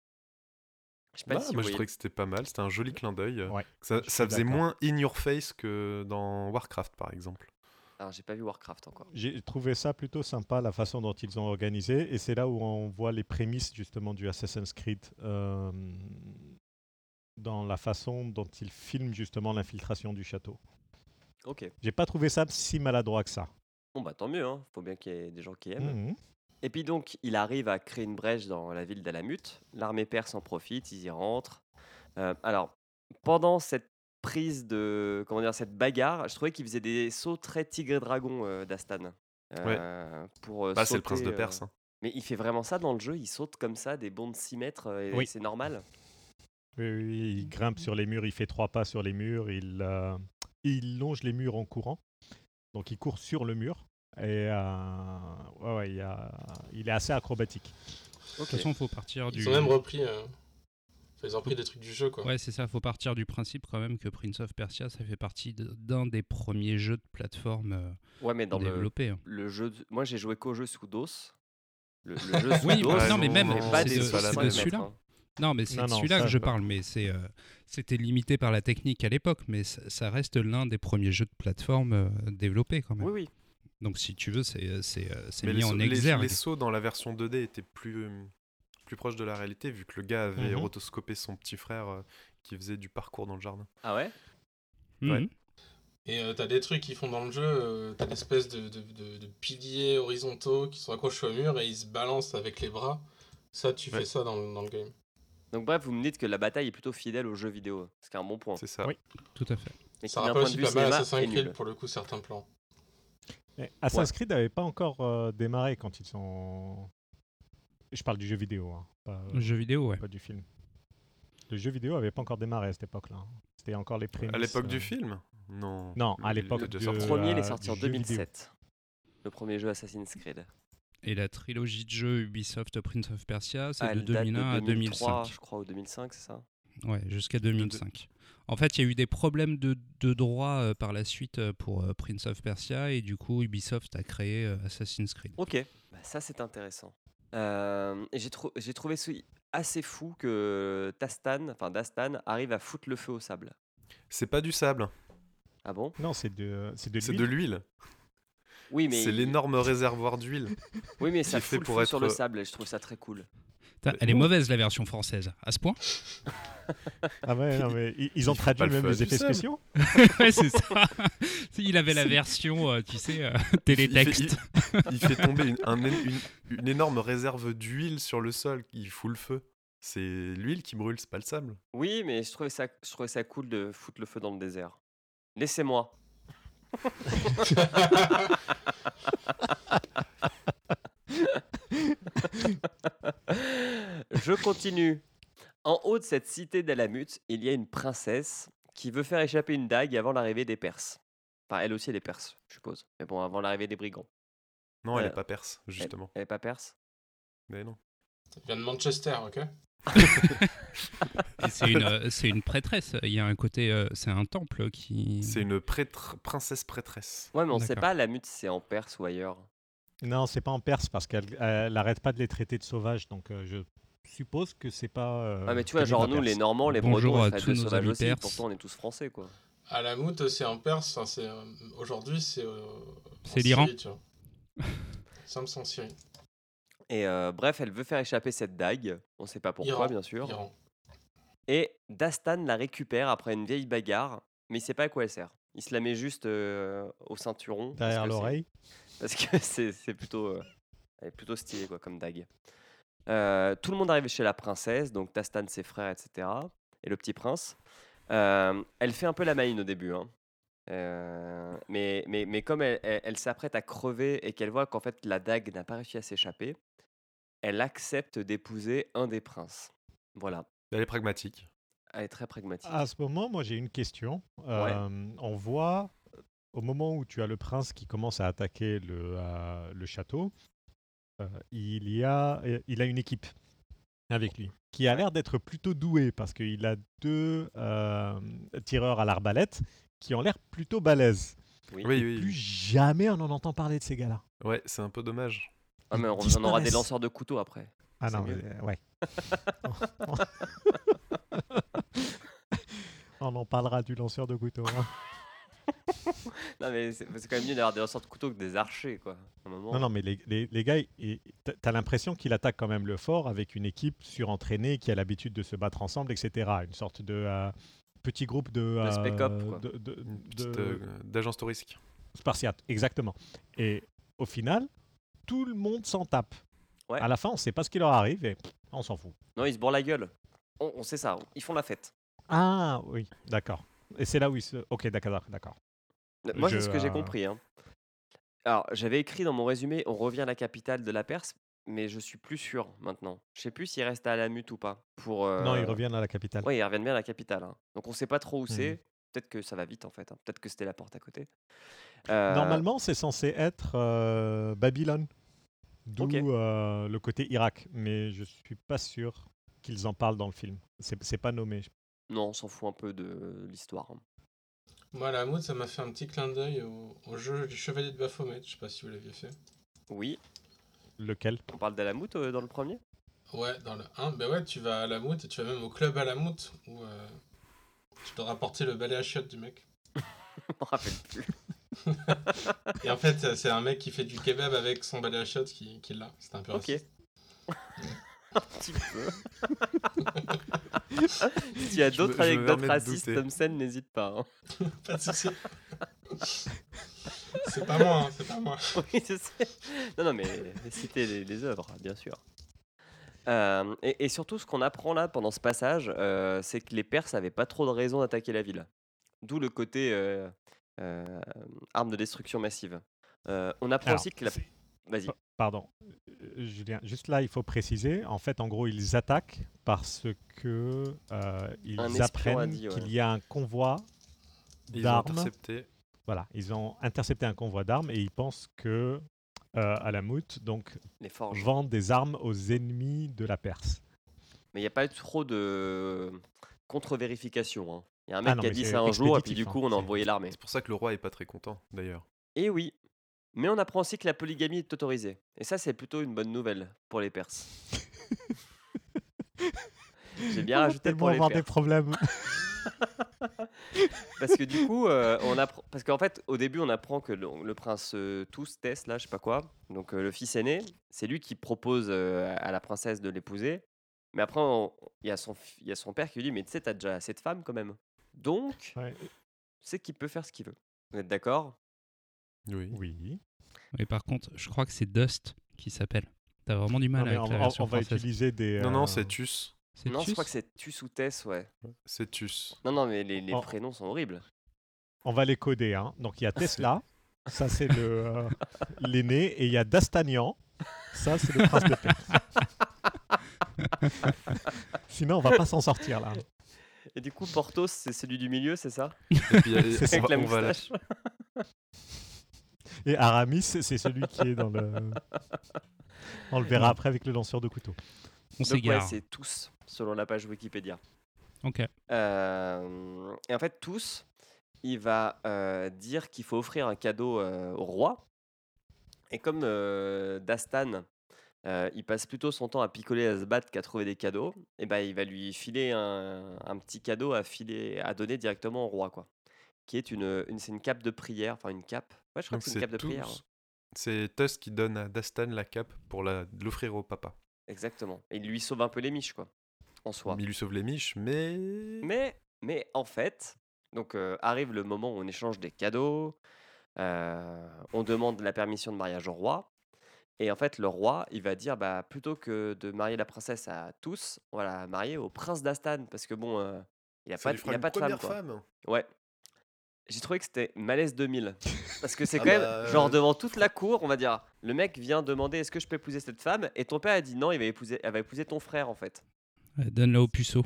[SPEAKER 1] Je sais pas
[SPEAKER 4] Ah,
[SPEAKER 1] si
[SPEAKER 4] moi,
[SPEAKER 1] vous
[SPEAKER 4] je
[SPEAKER 1] voyez.
[SPEAKER 4] trouvais que c'était pas mal. C'était un joli clin d'œil.
[SPEAKER 3] Ouais,
[SPEAKER 4] ça
[SPEAKER 3] je
[SPEAKER 4] ça
[SPEAKER 3] suis
[SPEAKER 4] faisait
[SPEAKER 3] d'accord.
[SPEAKER 4] moins in your face que dans Warcraft, par exemple.
[SPEAKER 1] Alors, ah, j'ai pas vu Warcraft encore.
[SPEAKER 3] J'ai trouvé ça plutôt sympa la façon dont ils ont organisé et c'est là où on voit les prémices justement du Assassin's Creed euh, dans la façon dont ils filment justement l'infiltration du château.
[SPEAKER 1] Ok.
[SPEAKER 3] J'ai pas trouvé ça si maladroit que ça.
[SPEAKER 1] Bon, bah tant mieux. Hein. Faut bien qu'il y ait des gens qui aiment.
[SPEAKER 3] Mhm.
[SPEAKER 1] Et puis donc, il arrive à créer une brèche dans la ville d'Alamut. L'armée perse en profite, ils y rentrent. Euh, alors, pendant cette prise de... Comment dire Cette bagarre, je trouvais qu'il faisait des sauts très tigre et dragon, euh, d'Astan. Euh, Pour, euh,
[SPEAKER 4] Bah, c'est le prince de
[SPEAKER 1] sauter, euh,
[SPEAKER 4] Perse. hein.
[SPEAKER 1] Mais il fait vraiment ça dans le jeu, il saute comme ça des bonds de 6 mètres euh, et
[SPEAKER 3] Oui.
[SPEAKER 1] c'est normal.
[SPEAKER 3] Oui, oui, il grimpe sur les murs, il fait trois pas sur les murs, il, euh, il longe les murs en courant. Donc il court sur le mur Et euh, ouais, ouais, il, y a- il est assez acrobatique.
[SPEAKER 2] toute façon, faut partir du.
[SPEAKER 5] Ils ont même repris. euh, enfin, ils ont repris des trucs du jeu, quoi.
[SPEAKER 2] Ouais, c'est ça. Faut partir du principe quand même que Prince of Persia, ça fait partie de- d'un des premiers jeux de plateforme euh,
[SPEAKER 1] Ouais, mais dans le,
[SPEAKER 2] développés. hein.
[SPEAKER 1] le jeu. de- Moi, j'ai joué qu'au jeu Soudos. Le, le jeu Soudos.
[SPEAKER 2] Oui, bah, non, mais
[SPEAKER 1] on
[SPEAKER 2] même,
[SPEAKER 1] fait pas
[SPEAKER 2] c'est
[SPEAKER 1] des
[SPEAKER 2] de-
[SPEAKER 1] sauts à la
[SPEAKER 2] c'est de
[SPEAKER 1] manette,
[SPEAKER 2] celui-là.
[SPEAKER 1] hein.
[SPEAKER 2] Non, mais c'est
[SPEAKER 3] Non,
[SPEAKER 2] de
[SPEAKER 3] non,
[SPEAKER 2] celui-là
[SPEAKER 3] ça,
[SPEAKER 2] que je
[SPEAKER 3] pas-
[SPEAKER 2] parle. Mais c'est, euh, c'était limité par la technique à l'époque, mais ça, ça reste l'un des premiers jeux de plateforme euh, développés quand même.
[SPEAKER 1] Oui, oui.
[SPEAKER 2] Donc si tu veux, c'est, c'est, euh, c'est
[SPEAKER 4] Mais
[SPEAKER 2] mis
[SPEAKER 4] les,
[SPEAKER 2] en
[SPEAKER 4] les-
[SPEAKER 2] exergue.
[SPEAKER 4] les sauts dans la version 2D étaient plus, euh, plus proches de la réalité, vu que le gars avait
[SPEAKER 3] Mhm.
[SPEAKER 4] rotoscopé son petit frère euh, qui faisait du parcours dans le jardin.
[SPEAKER 1] Ah ouais
[SPEAKER 2] Mhm.
[SPEAKER 4] ouais.
[SPEAKER 5] Et euh, t'as des trucs qu'ils font dans le jeu, euh, t'as des espèces de, de- de- de piliers horizontaux qui sont accrochés au mur et ils se balancent avec les bras. Ça, tu
[SPEAKER 4] Ouais.
[SPEAKER 5] fais ça dans, le- dans le game.
[SPEAKER 1] Donc, bref, vous me dites que la bataille est plutôt fidèle au jeu vidéo. Ce qui est un bon point.
[SPEAKER 4] C'est ça.
[SPEAKER 3] Oui.
[SPEAKER 2] Tout à fait.
[SPEAKER 1] Mais qui,
[SPEAKER 5] Ça
[SPEAKER 1] d'un point
[SPEAKER 5] rappelle
[SPEAKER 1] de
[SPEAKER 5] aussi
[SPEAKER 1] vue
[SPEAKER 5] pas mal
[SPEAKER 1] cinéma, est
[SPEAKER 5] Assassin's Creed
[SPEAKER 1] nul.
[SPEAKER 5] pour le coup, certains plans.
[SPEAKER 3] Mais Assassin's Creed n'avait pas encore euh, démarré quand ils sont. Je parle du jeu vidéo, hein, pas, euh,
[SPEAKER 2] Jeu vidéo, ouais.
[SPEAKER 3] pas du film. Le jeu vidéo avait pas encore démarré à cette époque-là. hein. C'était encore les prémices.
[SPEAKER 4] À l'époque
[SPEAKER 3] euh,
[SPEAKER 4] du film Non.
[SPEAKER 3] Non, à
[SPEAKER 4] Il est
[SPEAKER 3] l'époque
[SPEAKER 4] déjà
[SPEAKER 3] de-
[SPEAKER 1] Le
[SPEAKER 4] sorti.
[SPEAKER 1] premier, il est
[SPEAKER 3] euh,
[SPEAKER 1] sorti en
[SPEAKER 3] du jeu vidéo.
[SPEAKER 1] 2007. Le premier jeu Assassin's Creed.
[SPEAKER 2] Et la trilogie de jeux Ubisoft Prince of Persia, c'est de
[SPEAKER 1] Ah, Elle date
[SPEAKER 2] 2001 à
[SPEAKER 1] 2003,
[SPEAKER 2] 2005.
[SPEAKER 1] je crois, ou 2005, c'est ça
[SPEAKER 2] Ouais, jusqu'à 2005. En fait, il y a eu des problèmes de, de droit euh, par la suite euh, pour euh, Prince of Persia et du coup, Ubisoft a créé euh, Assassin's Creed.
[SPEAKER 1] Ok, Bah, ça c'est intéressant. Euh, et j'ai trou- j'ai trouvé ce- assez fou que Tastan, enfin Dastan, arrive à foutre le feu au sable.
[SPEAKER 4] C'est pas du sable,
[SPEAKER 1] Ah bon
[SPEAKER 3] Non, c'est de, c'est de
[SPEAKER 4] c'est
[SPEAKER 3] l'huile.
[SPEAKER 4] de l'huile.
[SPEAKER 1] Oui, mais
[SPEAKER 4] C'est
[SPEAKER 1] il-
[SPEAKER 4] l'énorme réservoir d'huile.
[SPEAKER 1] Oui, mais
[SPEAKER 4] qui
[SPEAKER 1] ça
[SPEAKER 4] est fait
[SPEAKER 1] fout le
[SPEAKER 4] pour
[SPEAKER 1] feu sur le
[SPEAKER 4] être-
[SPEAKER 1] sable. et Je trouve ça très cool.
[SPEAKER 2] Putain, Elle est mauvaise la version française, à ce point
[SPEAKER 3] Ah ouais, non, mais ils, ils ont
[SPEAKER 4] Ils font
[SPEAKER 3] traduit
[SPEAKER 4] pas le
[SPEAKER 3] même
[SPEAKER 4] feu à
[SPEAKER 3] les
[SPEAKER 4] tout
[SPEAKER 3] effets
[SPEAKER 4] seul.
[SPEAKER 3] spéciaux.
[SPEAKER 2] Ouais, c'est ça. Si, il avait la version, euh, tu sais, euh,
[SPEAKER 4] Il fait-
[SPEAKER 2] télétexte.
[SPEAKER 4] Il, il fait tomber une, un é- une- une énorme réserve d'huile sur le sol. Il fout le feu. C'est l'huile qui brûle, c'est pas le sable.
[SPEAKER 1] Oui, mais je trouvais ça, je trouvais ça cool de foutre le feu dans le désert. Laissez-moi. Je continue. En haut de cette cité d'Alamut, il y a une princesse qui veut faire échapper une dague avant l'arrivée des Perses. Enfin, elle aussi, elle est perse, je suppose. Mais bon, avant l'arrivée des brigands.
[SPEAKER 4] Non, elle
[SPEAKER 1] Euh,
[SPEAKER 4] est pas perse,
[SPEAKER 1] Elle-
[SPEAKER 4] justement.
[SPEAKER 1] Elle n'est pas perse
[SPEAKER 4] Mais non.
[SPEAKER 5] Ça vient de Manchester, ok
[SPEAKER 2] Et C'est une, euh, c'est une prêtresse. Il y a un côté, euh, c'est un temple qui.
[SPEAKER 4] C'est une prêtre, princesse prêtresse.
[SPEAKER 1] Ouais, mais on sait
[SPEAKER 2] D'accord.
[SPEAKER 1] pas Alamut si c'est en Perse ou ailleurs.
[SPEAKER 3] Non, c'est pas en Perse parce qu'elle elle arrête pas de les traiter de sauvages. Donc euh, je suppose que c'est pas. euh,
[SPEAKER 1] ah, mais tu vois,
[SPEAKER 3] connu de la
[SPEAKER 1] genre nous, les
[SPEAKER 3] Perse.
[SPEAKER 1] Normands, les
[SPEAKER 2] Bonjour
[SPEAKER 1] Bretons,
[SPEAKER 2] à
[SPEAKER 1] on serait
[SPEAKER 2] tous
[SPEAKER 1] deux
[SPEAKER 2] nos
[SPEAKER 1] sauvages
[SPEAKER 2] amis
[SPEAKER 1] aussi.
[SPEAKER 2] perses.
[SPEAKER 1] Pourtant, on est tous français, quoi.
[SPEAKER 5] À la moute, c'est en Perse. enfin, c'est, euh, Aujourd'hui, c'est. euh, en
[SPEAKER 2] C'est l'Iran.
[SPEAKER 5] Syrie, tu vois. Ça me semble Syrie.
[SPEAKER 1] Et euh, bref, elle veut faire échapper cette dague. On sait pas pourquoi,
[SPEAKER 5] Iran.
[SPEAKER 1] bien sûr.
[SPEAKER 5] Iran.
[SPEAKER 1] Et Dastan la récupère après une vieille bagarre, mais il sait pas à quoi elle sert. Il se la met juste euh, au ceinturon. parce
[SPEAKER 3] Derrière
[SPEAKER 1] que c'est-
[SPEAKER 3] l'oreille.
[SPEAKER 1] Parce que c'est c'est plutôt, euh, elle est plutôt stylée quoi, comme dague. Euh, tout le monde arrive chez la princesse, donc Tastan, ses frères, etc. Et le petit prince. Euh, elle fait un peu la maline au début. hein. Euh, mais, mais, mais comme elle, elle- elle s'apprête à crever et qu'elle voit qu'en fait la dague n'a pas réussi à s'échapper, elle accepte d'épouser un des princes. Voilà,
[SPEAKER 4] Elle est pragmatique.
[SPEAKER 1] elle est très pragmatique.
[SPEAKER 3] À ce moment, moi j'ai une question. Euh, On voit au moment où tu as le prince qui commence à attaquer le, euh, le château, euh, il y a euh, il a une équipe avec lui qui a l'air d'être plutôt doué parce qu'il a deux euh, tireurs à l'arbalète qui ont l'air plutôt balèzes.
[SPEAKER 1] Oui.
[SPEAKER 4] Oui,
[SPEAKER 3] Et
[SPEAKER 4] oui.
[SPEAKER 3] Plus jamais on en entend parler de ces gars-là.
[SPEAKER 4] Ouais, c'est un peu dommage.
[SPEAKER 1] Ah, mais
[SPEAKER 3] ils
[SPEAKER 1] on, on aura des
[SPEAKER 3] disparaissent.
[SPEAKER 1] lanceurs de couteaux après.
[SPEAKER 3] Ah
[SPEAKER 1] C'est
[SPEAKER 3] non,
[SPEAKER 1] mieux.
[SPEAKER 3] mais, euh, ouais. on en parlera du lanceur de couteau. hein.
[SPEAKER 1] Non, mais c'est c'est quand même mieux d'avoir des lanceurs de couteaux que des archers, quoi. À un moment.
[SPEAKER 3] Non, non, mais les, les- les gars, ils- t'as- t'as l'impression qu'il attaque quand même le fort avec une équipe surentraînée qui a l'habitude de se battre ensemble, etc. Une sorte de euh, petit groupe de. euh,
[SPEAKER 1] spec op, quoi.
[SPEAKER 3] de- de-
[SPEAKER 4] Une
[SPEAKER 3] de-
[SPEAKER 4] petite, euh, D'agence touristique.
[SPEAKER 3] Spartiate, exactement. Et au final, tout le monde s'en tape.
[SPEAKER 1] Ouais.
[SPEAKER 3] À la fin, on sait pas ce qui leur arrive et pff, on s'en fout.
[SPEAKER 1] Non, ils se bourrent la gueule. On, on sait ça, ils font la fête.
[SPEAKER 3] Ah oui, d'accord. Et c'est là où ils se. Ok, d'accord, d'accord.
[SPEAKER 1] Euh, Moi, c'est
[SPEAKER 3] Je-
[SPEAKER 1] ce que j'ai
[SPEAKER 3] euh,
[SPEAKER 1] compris. hein. Alors, j'avais écrit dans mon résumé on revient à la capitale de la Perse, mais je suis plus sûr maintenant. Je sais plus s'ils restent à la mute ou pas. Pour,
[SPEAKER 3] Non,
[SPEAKER 1] euh,
[SPEAKER 3] ils reviennent à la capitale.
[SPEAKER 1] Ouais, ils reviennent bien à la capitale. hein. Donc, on sait pas trop où
[SPEAKER 3] Mhm.
[SPEAKER 1] c'est. Peut-être que ça va vite en fait. hein. Peut-être que c'était la porte à côté. euh,
[SPEAKER 3] Normalement, c'est censé être euh, Babylone, d'où
[SPEAKER 1] Ok.
[SPEAKER 3] euh, le côté Irak, mais je suis pas sûr qu'ils en parlent dans le film. C'est c'est pas nommé.
[SPEAKER 1] Euh, Non, on s'en fout un peu de l'histoire. hein.
[SPEAKER 5] Moi, la mode, ça m'a fait un petit clin d'œil au, au jeu du Chevalier de Baphomet. Je sais pas si vous l'aviez fait.
[SPEAKER 1] Oui,
[SPEAKER 3] Lequel
[SPEAKER 1] on parle d'Alamout euh, dans le premier
[SPEAKER 5] Ouais, dans le 1, ben ouais, tu vas à la moute et tu vas même au club à la moute où euh, tu dois rapporter le balai à chiottes du mec.
[SPEAKER 1] Je m'en rappelle plus.
[SPEAKER 5] Et en fait, euh, c'est un mec qui fait du kebab avec son balai à chiottes qui, qui l'a. C'était un peu
[SPEAKER 1] Ok.
[SPEAKER 5] raciste.
[SPEAKER 1] un petit peu. si tu as
[SPEAKER 4] Je me-
[SPEAKER 1] d'autres
[SPEAKER 4] je me
[SPEAKER 1] anecdotes
[SPEAKER 4] permets de
[SPEAKER 1] racistes,
[SPEAKER 4] douter.
[SPEAKER 1] Thompson, n'hésite pas. hein.
[SPEAKER 5] Pas de soucis. c'est pas moi, hein, c'est pas moi.
[SPEAKER 1] Oui, je sais. Non, non, mais citer les, les œuvres, bien sûr. Euh, et, et surtout, ce qu'on apprend là pendant ce passage, euh, c'est que les Perses n'avaient pas trop de raison d'attaquer la ville. D'où le côté euh, euh, arme de destruction massive. Euh, on apprend
[SPEAKER 3] Alors,
[SPEAKER 1] aussi que la.
[SPEAKER 3] c'est-
[SPEAKER 1] Vas-y.
[SPEAKER 3] pa- Pardon, Euh, Julien. Juste là, il faut préciser. En fait, en gros, ils attaquent parce que euh, ils
[SPEAKER 1] espion a
[SPEAKER 3] apprennent
[SPEAKER 1] dit, ouais.
[SPEAKER 3] qu'il y a un convoi
[SPEAKER 4] Ils ont
[SPEAKER 3] d'armes.
[SPEAKER 4] intercepté.
[SPEAKER 3] Voilà, ils ont intercepté un convoi d'armes et ils pensent que euh, Alamout donc
[SPEAKER 1] Les forges.
[SPEAKER 3] vend des armes aux ennemis de la Perse.
[SPEAKER 1] Mais il n'y a pas eu trop de contre-vérification. hein. Il y a un mec
[SPEAKER 3] Ah non,
[SPEAKER 1] qui a
[SPEAKER 3] mais
[SPEAKER 1] dit
[SPEAKER 3] c'est
[SPEAKER 1] ça un jour, et puis du
[SPEAKER 3] expéditif, hein,
[SPEAKER 1] coup, on a
[SPEAKER 3] c'est-
[SPEAKER 1] envoyé l'armée.
[SPEAKER 4] C'est pour ça que le roi est pas très content, d'ailleurs.
[SPEAKER 1] Et oui. Mais on apprend aussi que la polygamie est autorisée. Et ça, c'est plutôt une bonne nouvelle pour les Perses. J'ai bien
[SPEAKER 3] On va
[SPEAKER 1] rajouté
[SPEAKER 3] tellement
[SPEAKER 1] pour les
[SPEAKER 3] avoir des
[SPEAKER 1] Perses.
[SPEAKER 3] problèmes.
[SPEAKER 1] Parce que du coup, euh, on apprend... parce qu'en fait, au début, on apprend que le, le prince euh, Toustès, là, je sais pas quoi, donc euh, le fils aîné, c'est lui qui propose euh, à la princesse de l'épouser. Mais après, on- il y, a son fi- il y a son père qui lui dit Mais tu sais, t'as déjà assez de femmes quand même. Donc,
[SPEAKER 3] Ouais.
[SPEAKER 1] c'est qu'il peut faire ce qu'il veut. Vous êtes d'accord
[SPEAKER 4] Oui.
[SPEAKER 3] Oui.
[SPEAKER 2] Mais par contre, je crois que c'est Dust qui s'appelle. T'as vraiment du mal
[SPEAKER 3] Non, mais
[SPEAKER 2] avec
[SPEAKER 3] on,
[SPEAKER 2] la
[SPEAKER 3] on-
[SPEAKER 2] version
[SPEAKER 3] on va
[SPEAKER 2] française.
[SPEAKER 3] utiliser des.
[SPEAKER 4] Non, non,
[SPEAKER 3] euh,
[SPEAKER 4] c'est Tus.
[SPEAKER 2] C'est
[SPEAKER 1] Non, je
[SPEAKER 2] Tus
[SPEAKER 1] crois que c'est Tus ou Tess, ouais.
[SPEAKER 4] C'est Tus.
[SPEAKER 1] Non, non, mais les, les
[SPEAKER 3] Oh.
[SPEAKER 1] prénoms sont horribles.
[SPEAKER 3] On va les coder. hein. Donc il y a Tesla, ça c'est le euh, l'aîné, et il y a Dastanian, ça c'est le prince de Perse. Sinon on va pas s'en sortir là.
[SPEAKER 1] Et du coup, Portos, c'est celui du milieu, c'est ça
[SPEAKER 4] Et puis, allez,
[SPEAKER 3] C'est ça.
[SPEAKER 4] on,
[SPEAKER 1] Avec
[SPEAKER 4] va,
[SPEAKER 1] la
[SPEAKER 4] on va la-
[SPEAKER 1] moustache.
[SPEAKER 3] Et Aramis, c'est celui qui est dans le. On le verra après avec le lanceur de couteau.
[SPEAKER 2] On
[SPEAKER 1] Donc, ouais,
[SPEAKER 2] s'égare.
[SPEAKER 1] c'est tous, selon la page Wikipédia.
[SPEAKER 2] ok.
[SPEAKER 1] Euh, et en fait, tous, il va euh, dire qu'il faut offrir un cadeau euh, au roi. Et comme euh, Dastan, euh, il passe plutôt son temps à picoler, à se battre qu'à trouver des cadeaux, et ben il va lui filer un, un petit cadeau à, filer, à donner directement au roi, quoi. Qui est une, une, c'est une cape de prière, enfin une cape. Ouais, je crois
[SPEAKER 4] Donc,
[SPEAKER 1] que c'est une cape de
[SPEAKER 4] Tus.
[SPEAKER 1] prière. hein. ouais.
[SPEAKER 4] C'est Tus qui donne à Dastan la cape pour la- l'offrir au papa.
[SPEAKER 1] Exactement. Et il lui sauve un peu les miches, quoi, en soi.
[SPEAKER 4] Il lui sauve les miches, mais.
[SPEAKER 1] Mais, mais en fait, donc euh, arrive le moment où on échange des cadeaux, euh, on demande la permission de mariage au roi, et en fait le roi, il va dire bah plutôt que de marier la princesse à tous, on va la marier au prince d'Astan parce que bon, euh, il a
[SPEAKER 4] Ça
[SPEAKER 1] pas,
[SPEAKER 4] lui
[SPEAKER 1] de-
[SPEAKER 4] fera
[SPEAKER 1] il a
[SPEAKER 4] une
[SPEAKER 1] pas de femme,
[SPEAKER 4] première
[SPEAKER 1] quoi.
[SPEAKER 4] femme.
[SPEAKER 1] Ouais. J'ai trouvé que c'était malaise 2000 parce que c'est
[SPEAKER 4] Ah
[SPEAKER 1] quand même
[SPEAKER 4] bah,
[SPEAKER 1] genre
[SPEAKER 4] euh,
[SPEAKER 1] devant toute la cour, on va dire le mec vient demander est-ce que je peux épouser cette femme et ton père a dit non, il va épouser, elle va épouser ton frère en fait.
[SPEAKER 2] Ouais, Donne-la au puceau.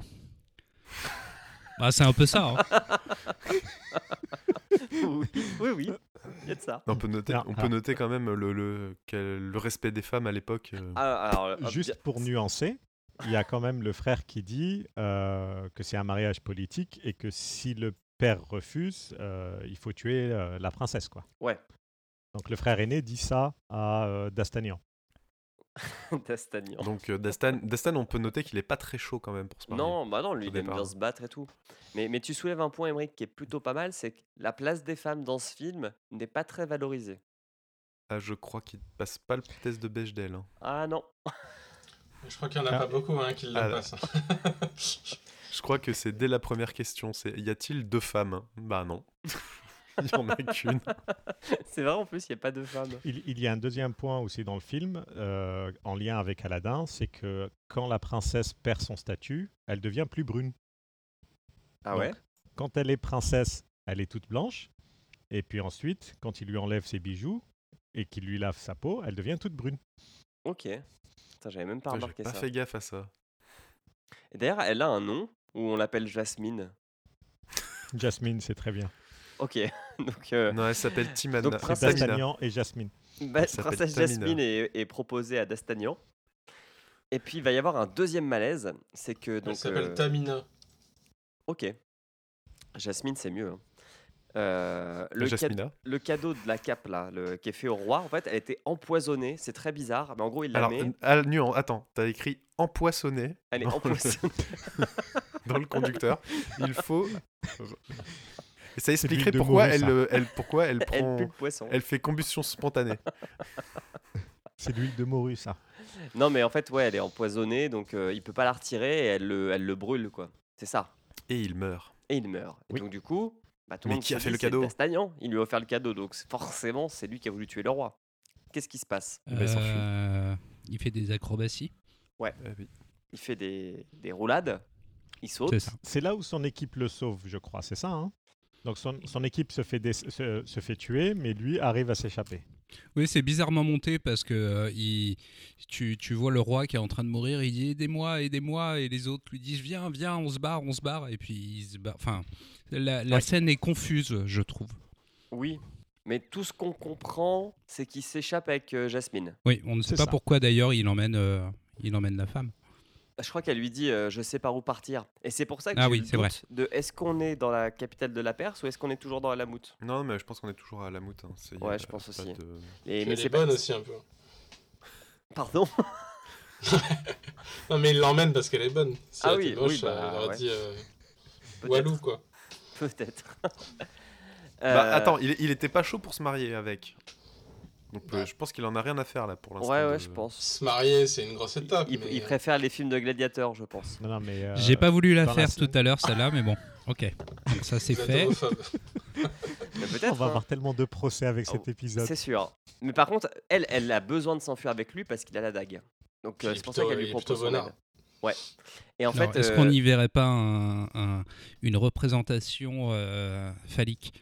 [SPEAKER 2] bah, c'est un peu ça. hein.
[SPEAKER 1] oui, oui, oui, il y a de ça.
[SPEAKER 4] On peut noter,
[SPEAKER 3] Ah,
[SPEAKER 4] on
[SPEAKER 3] ah.
[SPEAKER 4] peut noter quand même le, le, quel- le respect des femmes à l'époque. euh,
[SPEAKER 1] Ah, alors, hop,
[SPEAKER 3] Juste
[SPEAKER 1] bien-
[SPEAKER 3] pour nuancer, il y a quand même le frère qui dit euh, que c'est un mariage politique et que si le père refuse, euh, il faut tuer euh, la princesse quoi.
[SPEAKER 1] Ouais.
[SPEAKER 3] Donc le frère aîné dit ça à euh, Dastanian.
[SPEAKER 1] D'Astagnan.
[SPEAKER 4] Donc euh, Dastan, Dastan, on peut noter qu'il est pas très chaud quand même pour se marier.
[SPEAKER 1] Non, bah non, lui,
[SPEAKER 4] au
[SPEAKER 1] il aime bien
[SPEAKER 4] départ.
[SPEAKER 1] se battre et tout. Mais, mais tu soulèves un point, Émeric, qui est plutôt pas mal, c'est que la place des femmes dans ce film n'est pas très valorisée.
[SPEAKER 4] Ah, je crois qu'il passe pas le test de Bechdel. hein.
[SPEAKER 1] Ah non,
[SPEAKER 5] Je crois qu'il y en a
[SPEAKER 3] Ah.
[SPEAKER 5] pas beaucoup hein, qui le
[SPEAKER 4] Ah, là.
[SPEAKER 5] passent.
[SPEAKER 4] Je crois que c'est dès la première question. C'est y a-t-il deux femmes Bah non. Il y en a qu'une.
[SPEAKER 1] c'est vrai en plus, il n'y a pas de femmes.
[SPEAKER 3] Il, il y a un deuxième point aussi dans le film, euh, en lien avec Aladdin, c'est que quand la princesse perd son statut, elle devient plus brune.
[SPEAKER 1] Ah
[SPEAKER 3] Donc,
[SPEAKER 1] ouais
[SPEAKER 3] Quand elle est princesse, elle est toute blanche. Et puis ensuite, quand il lui enlève ses bijoux et qu'il lui lave sa peau, elle devient toute brune.
[SPEAKER 1] Ok. Putain, j'avais même pas
[SPEAKER 4] J'ai
[SPEAKER 1] remarqué
[SPEAKER 4] pas
[SPEAKER 1] ça.
[SPEAKER 4] fait gaffe à ça.
[SPEAKER 1] Et d'ailleurs, elle a un nom où on l'appelle Jasmine.
[SPEAKER 3] Jasmine, c'est très bien.
[SPEAKER 1] Ok, donc, euh,
[SPEAKER 4] Non, elle s'appelle Timana.
[SPEAKER 1] Donc,
[SPEAKER 3] C'est
[SPEAKER 1] Prince
[SPEAKER 4] Tamina.
[SPEAKER 3] D'Artagnan et Jasmine.
[SPEAKER 1] bah,
[SPEAKER 4] Elle s'appelle
[SPEAKER 1] Princesse
[SPEAKER 4] Tamina.
[SPEAKER 1] Jasmine est, est proposée à D'Astagnan. Et puis il va y avoir un deuxième malaise, c'est que
[SPEAKER 5] Elle
[SPEAKER 1] donc.
[SPEAKER 5] s'appelle
[SPEAKER 1] euh,
[SPEAKER 5] Tamina.
[SPEAKER 1] ok, Jasmine c'est mieux. hein. Euh, le, cad-
[SPEAKER 4] Jasmina.
[SPEAKER 1] le cadeau de la cape là, le, qui est fait au roi, en fait, elle était empoisonnée. C'est très bizarre, mais en gros il la
[SPEAKER 4] Alors,
[SPEAKER 1] met.
[SPEAKER 4] euh, ah, nuance, attends, t'as écrit empoisonné
[SPEAKER 1] Elle est
[SPEAKER 4] dans le-
[SPEAKER 1] empoisonnée.
[SPEAKER 4] dans le conducteur. Il faut. Et ça
[SPEAKER 3] C'est de l'huile
[SPEAKER 4] expliquerait
[SPEAKER 3] de
[SPEAKER 4] pourquoi
[SPEAKER 3] morue,
[SPEAKER 4] elle,
[SPEAKER 3] ça.
[SPEAKER 4] euh, elle, pourquoi elle
[SPEAKER 1] elle pue
[SPEAKER 4] prend.
[SPEAKER 1] le poisson.
[SPEAKER 4] Elle fait combustion spontanée.
[SPEAKER 3] C'est de l'huile de morue, ça.
[SPEAKER 1] Non, mais en fait, ouais, elle est empoisonnée, donc euh, il peut pas la retirer et elle le, elle le brûle, quoi. C'est ça.
[SPEAKER 4] Et il meurt.
[SPEAKER 1] Et il meurt. Et
[SPEAKER 3] Oui.
[SPEAKER 1] donc, du coup, bah, tout le
[SPEAKER 4] Mais
[SPEAKER 1] monde
[SPEAKER 4] qui a
[SPEAKER 1] se
[SPEAKER 4] fait
[SPEAKER 1] dit,
[SPEAKER 4] le
[SPEAKER 1] c'est
[SPEAKER 4] cadeau
[SPEAKER 1] D'Artagnan. Il lui a offert le cadeau, donc c'est- forcément, c'est lui qui a voulu tuer le roi. Qu'est-ce qui se passe
[SPEAKER 4] Eh ben, il s'enfuit.
[SPEAKER 2] Euh, il fait des acrobaties.
[SPEAKER 1] Il fait des, des roulades, il saute.
[SPEAKER 2] C'est ça.
[SPEAKER 3] C'est là où son équipe le sauve, je crois, c'est ça. hein Donc son, son équipe se fait, dé- se, se fait tuer, mais lui arrive à s'échapper.
[SPEAKER 2] Oui, c'est bizarrement monté parce que euh, il, tu, tu vois le roi qui est en train de mourir, il dit aidez-moi, aidez-moi, et les autres lui disent viens, viens, on se barre, on se barre, et puis il se barre. Enfin, la, la scène est confuse, je trouve.
[SPEAKER 1] Oui. Mais tout ce qu'on comprend, c'est qu'il s'échappe avec euh, Jasmine.
[SPEAKER 2] Oui, on ne sait
[SPEAKER 3] C'est
[SPEAKER 2] pas
[SPEAKER 3] ça.
[SPEAKER 2] pourquoi d'ailleurs il emmène, euh, il emmène la femme.
[SPEAKER 1] Je crois qu'elle lui dit euh, Je sais par où partir. Et c'est pour ça que
[SPEAKER 2] Ah
[SPEAKER 1] j'ai
[SPEAKER 2] oui,
[SPEAKER 1] le
[SPEAKER 2] c'est vrai.
[SPEAKER 1] doute de est-ce qu'on est dans la capitale de la Perse ou est-ce qu'on est toujours dans Alamout
[SPEAKER 4] Non, mais je pense qu'on est toujours à la moute. hein. C'est- y a
[SPEAKER 1] Ouais,
[SPEAKER 4] pas-
[SPEAKER 1] je pense
[SPEAKER 4] pas
[SPEAKER 1] aussi.
[SPEAKER 4] de-
[SPEAKER 1] Et-
[SPEAKER 5] Elle
[SPEAKER 1] mais
[SPEAKER 5] est
[SPEAKER 1] c'est pas-
[SPEAKER 5] bonne aussi un peu.
[SPEAKER 1] Pardon
[SPEAKER 5] Non, mais il l'emmène parce qu'elle est bonne. Si
[SPEAKER 1] Ah
[SPEAKER 5] elle
[SPEAKER 1] oui,
[SPEAKER 5] était moche,
[SPEAKER 1] oui, bah,
[SPEAKER 5] il aurait
[SPEAKER 1] ouais.
[SPEAKER 5] dit euh,
[SPEAKER 1] Peut-être.
[SPEAKER 5] Walou, quoi.
[SPEAKER 1] Peut-être.
[SPEAKER 4] Bah,
[SPEAKER 1] Euh,
[SPEAKER 4] attends, il, il était pas chaud pour se marier avec. Donc euh,
[SPEAKER 5] Bah.
[SPEAKER 4] je pense qu'il en a rien à faire là pour l'instant.
[SPEAKER 1] Ouais,
[SPEAKER 4] de-
[SPEAKER 1] ouais, je pense.
[SPEAKER 5] Se marier, c'est une grosse
[SPEAKER 1] Il,
[SPEAKER 5] étape.
[SPEAKER 1] il-
[SPEAKER 5] mais- euh,
[SPEAKER 1] il préfère les films de gladiateurs, je pense.
[SPEAKER 3] Non, non, mais, euh,
[SPEAKER 2] J'ai pas voulu la
[SPEAKER 3] dans la
[SPEAKER 2] faire
[SPEAKER 3] scène-
[SPEAKER 2] tout à l'heure, celle-là, mais bon, ok. Donc ça c'est
[SPEAKER 5] vous êtes
[SPEAKER 2] fait.
[SPEAKER 5] homophobe.
[SPEAKER 1] Mais
[SPEAKER 3] on
[SPEAKER 1] peut-être.
[SPEAKER 3] va
[SPEAKER 1] hein.
[SPEAKER 3] avoir tellement de procès avec cet
[SPEAKER 1] Oh,
[SPEAKER 3] épisode.
[SPEAKER 1] C'est sûr. Mais par contre, elle, elle a besoin de s'enfuir avec lui parce qu'il a la dague. Donc
[SPEAKER 5] Il
[SPEAKER 1] euh,
[SPEAKER 5] est
[SPEAKER 1] c'est pour ça qu'elle
[SPEAKER 5] plutôt-
[SPEAKER 1] lui
[SPEAKER 5] il est
[SPEAKER 1] propose
[SPEAKER 5] plutôt
[SPEAKER 1] son
[SPEAKER 5] bonnard.
[SPEAKER 1] aide. Ouais. Et en
[SPEAKER 2] Alors,
[SPEAKER 1] fait,
[SPEAKER 2] Est-ce
[SPEAKER 1] euh,
[SPEAKER 2] qu'on n'y verrait pas un- un- une représentation euh, phallique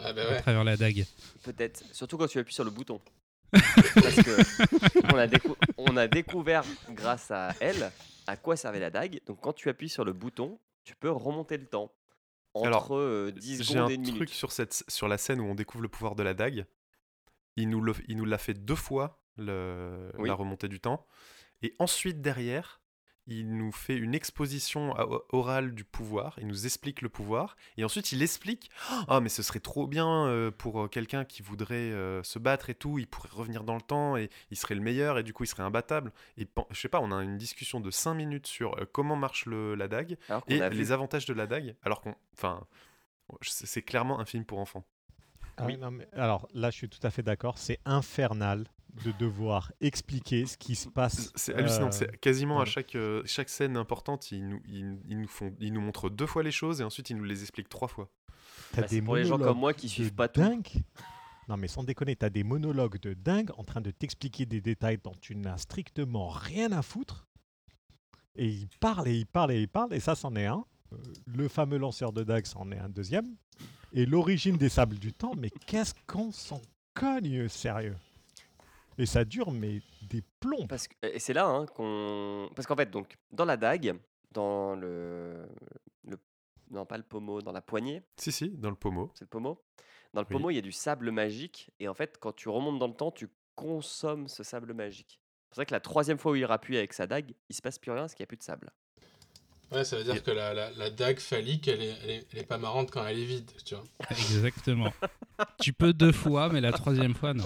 [SPEAKER 5] Ah
[SPEAKER 1] Euh,
[SPEAKER 5] bah
[SPEAKER 2] à
[SPEAKER 5] ouais.
[SPEAKER 2] travers la dague
[SPEAKER 1] peut-être, surtout quand tu appuies sur le bouton. parce que on a, décou- on a découvert grâce à elle à quoi servait la dague. Donc quand tu appuies sur le bouton, tu peux remonter le temps. Entre
[SPEAKER 4] Alors,
[SPEAKER 1] euh, 10
[SPEAKER 4] J'ai
[SPEAKER 1] secondes
[SPEAKER 4] un
[SPEAKER 1] et une
[SPEAKER 4] truc
[SPEAKER 1] minute.
[SPEAKER 4] sur, cette, sur la scène où on découvre le pouvoir de la dague. Il nous, le- il nous l'a fait deux fois, le-
[SPEAKER 1] Oui.
[SPEAKER 4] la remontée du temps. Et ensuite, derrière, il nous fait une exposition a- orale du pouvoir. Il nous explique le pouvoir. Et ensuite, il explique Ah, mais ce serait trop bien euh, pour euh, quelqu'un qui voudrait euh, se battre et tout. Il pourrait revenir dans le temps et il serait le meilleur et du coup, il serait imbattable. Et pen- je sais pas, on a une discussion de 5 minutes sur euh, comment marche le- la dague
[SPEAKER 1] Alors qu'on
[SPEAKER 4] et
[SPEAKER 1] a vu-
[SPEAKER 4] les avantages de la dague, alors qu'on. Enfin. C'est c'est clairement un film pour enfants.
[SPEAKER 3] Ah oui, non, mais- alors là, je suis tout à fait d'accord. C'est infernal de devoir expliquer ce qui se passe.
[SPEAKER 4] C'est hallucinant.
[SPEAKER 3] euh,
[SPEAKER 4] c'est quasiment à
[SPEAKER 3] ouais.
[SPEAKER 4] chaque, euh, chaque scène importante, ils nous, ils, ils nous font, ils nous montrent deux fois les choses et ensuite ils nous les expliquent trois fois.
[SPEAKER 3] t'as
[SPEAKER 1] Bah, c'est
[SPEAKER 3] des
[SPEAKER 1] pour les gens comme
[SPEAKER 3] monologues
[SPEAKER 1] moi qui
[SPEAKER 3] de
[SPEAKER 1] suivent pas tout.
[SPEAKER 3] dingue. Non mais sans déconner, t'as des monologues de dingue en train de t'expliquer des détails dont tu n'as strictement rien à foutre. Et il parle et il parle et il parle et ça c'en est un. Euh, Le fameux lanceur de dague c'en est un deuxième. Et l'origine des sables du temps, mais qu'est-ce qu'on s'en cogne sérieux Et ça dure mais des plombs.
[SPEAKER 1] Parce que, et c'est là hein, qu'on. Parce qu'en fait, donc, dans la dague, dans le, le. Non, pas le pommeau, dans la poignée,
[SPEAKER 4] Si, si, dans le pommeau.
[SPEAKER 1] c'est le pommeau. Dans le
[SPEAKER 4] Oui.
[SPEAKER 1] pommeau, il y a du sable magique. Et en fait, quand tu remontes dans le temps, tu consommes ce sable magique. C'est vrai que la troisième fois où il rappuie avec sa dague, il se passe plus rien parce qu'il n'y a plus de sable.
[SPEAKER 5] Ouais, ça veut dire que la, la, la dague phallique, elle est, elle, est, elle est pas marrante quand elle est vide, tu vois.
[SPEAKER 2] Exactement. tu peux deux fois, mais la troisième fois, non.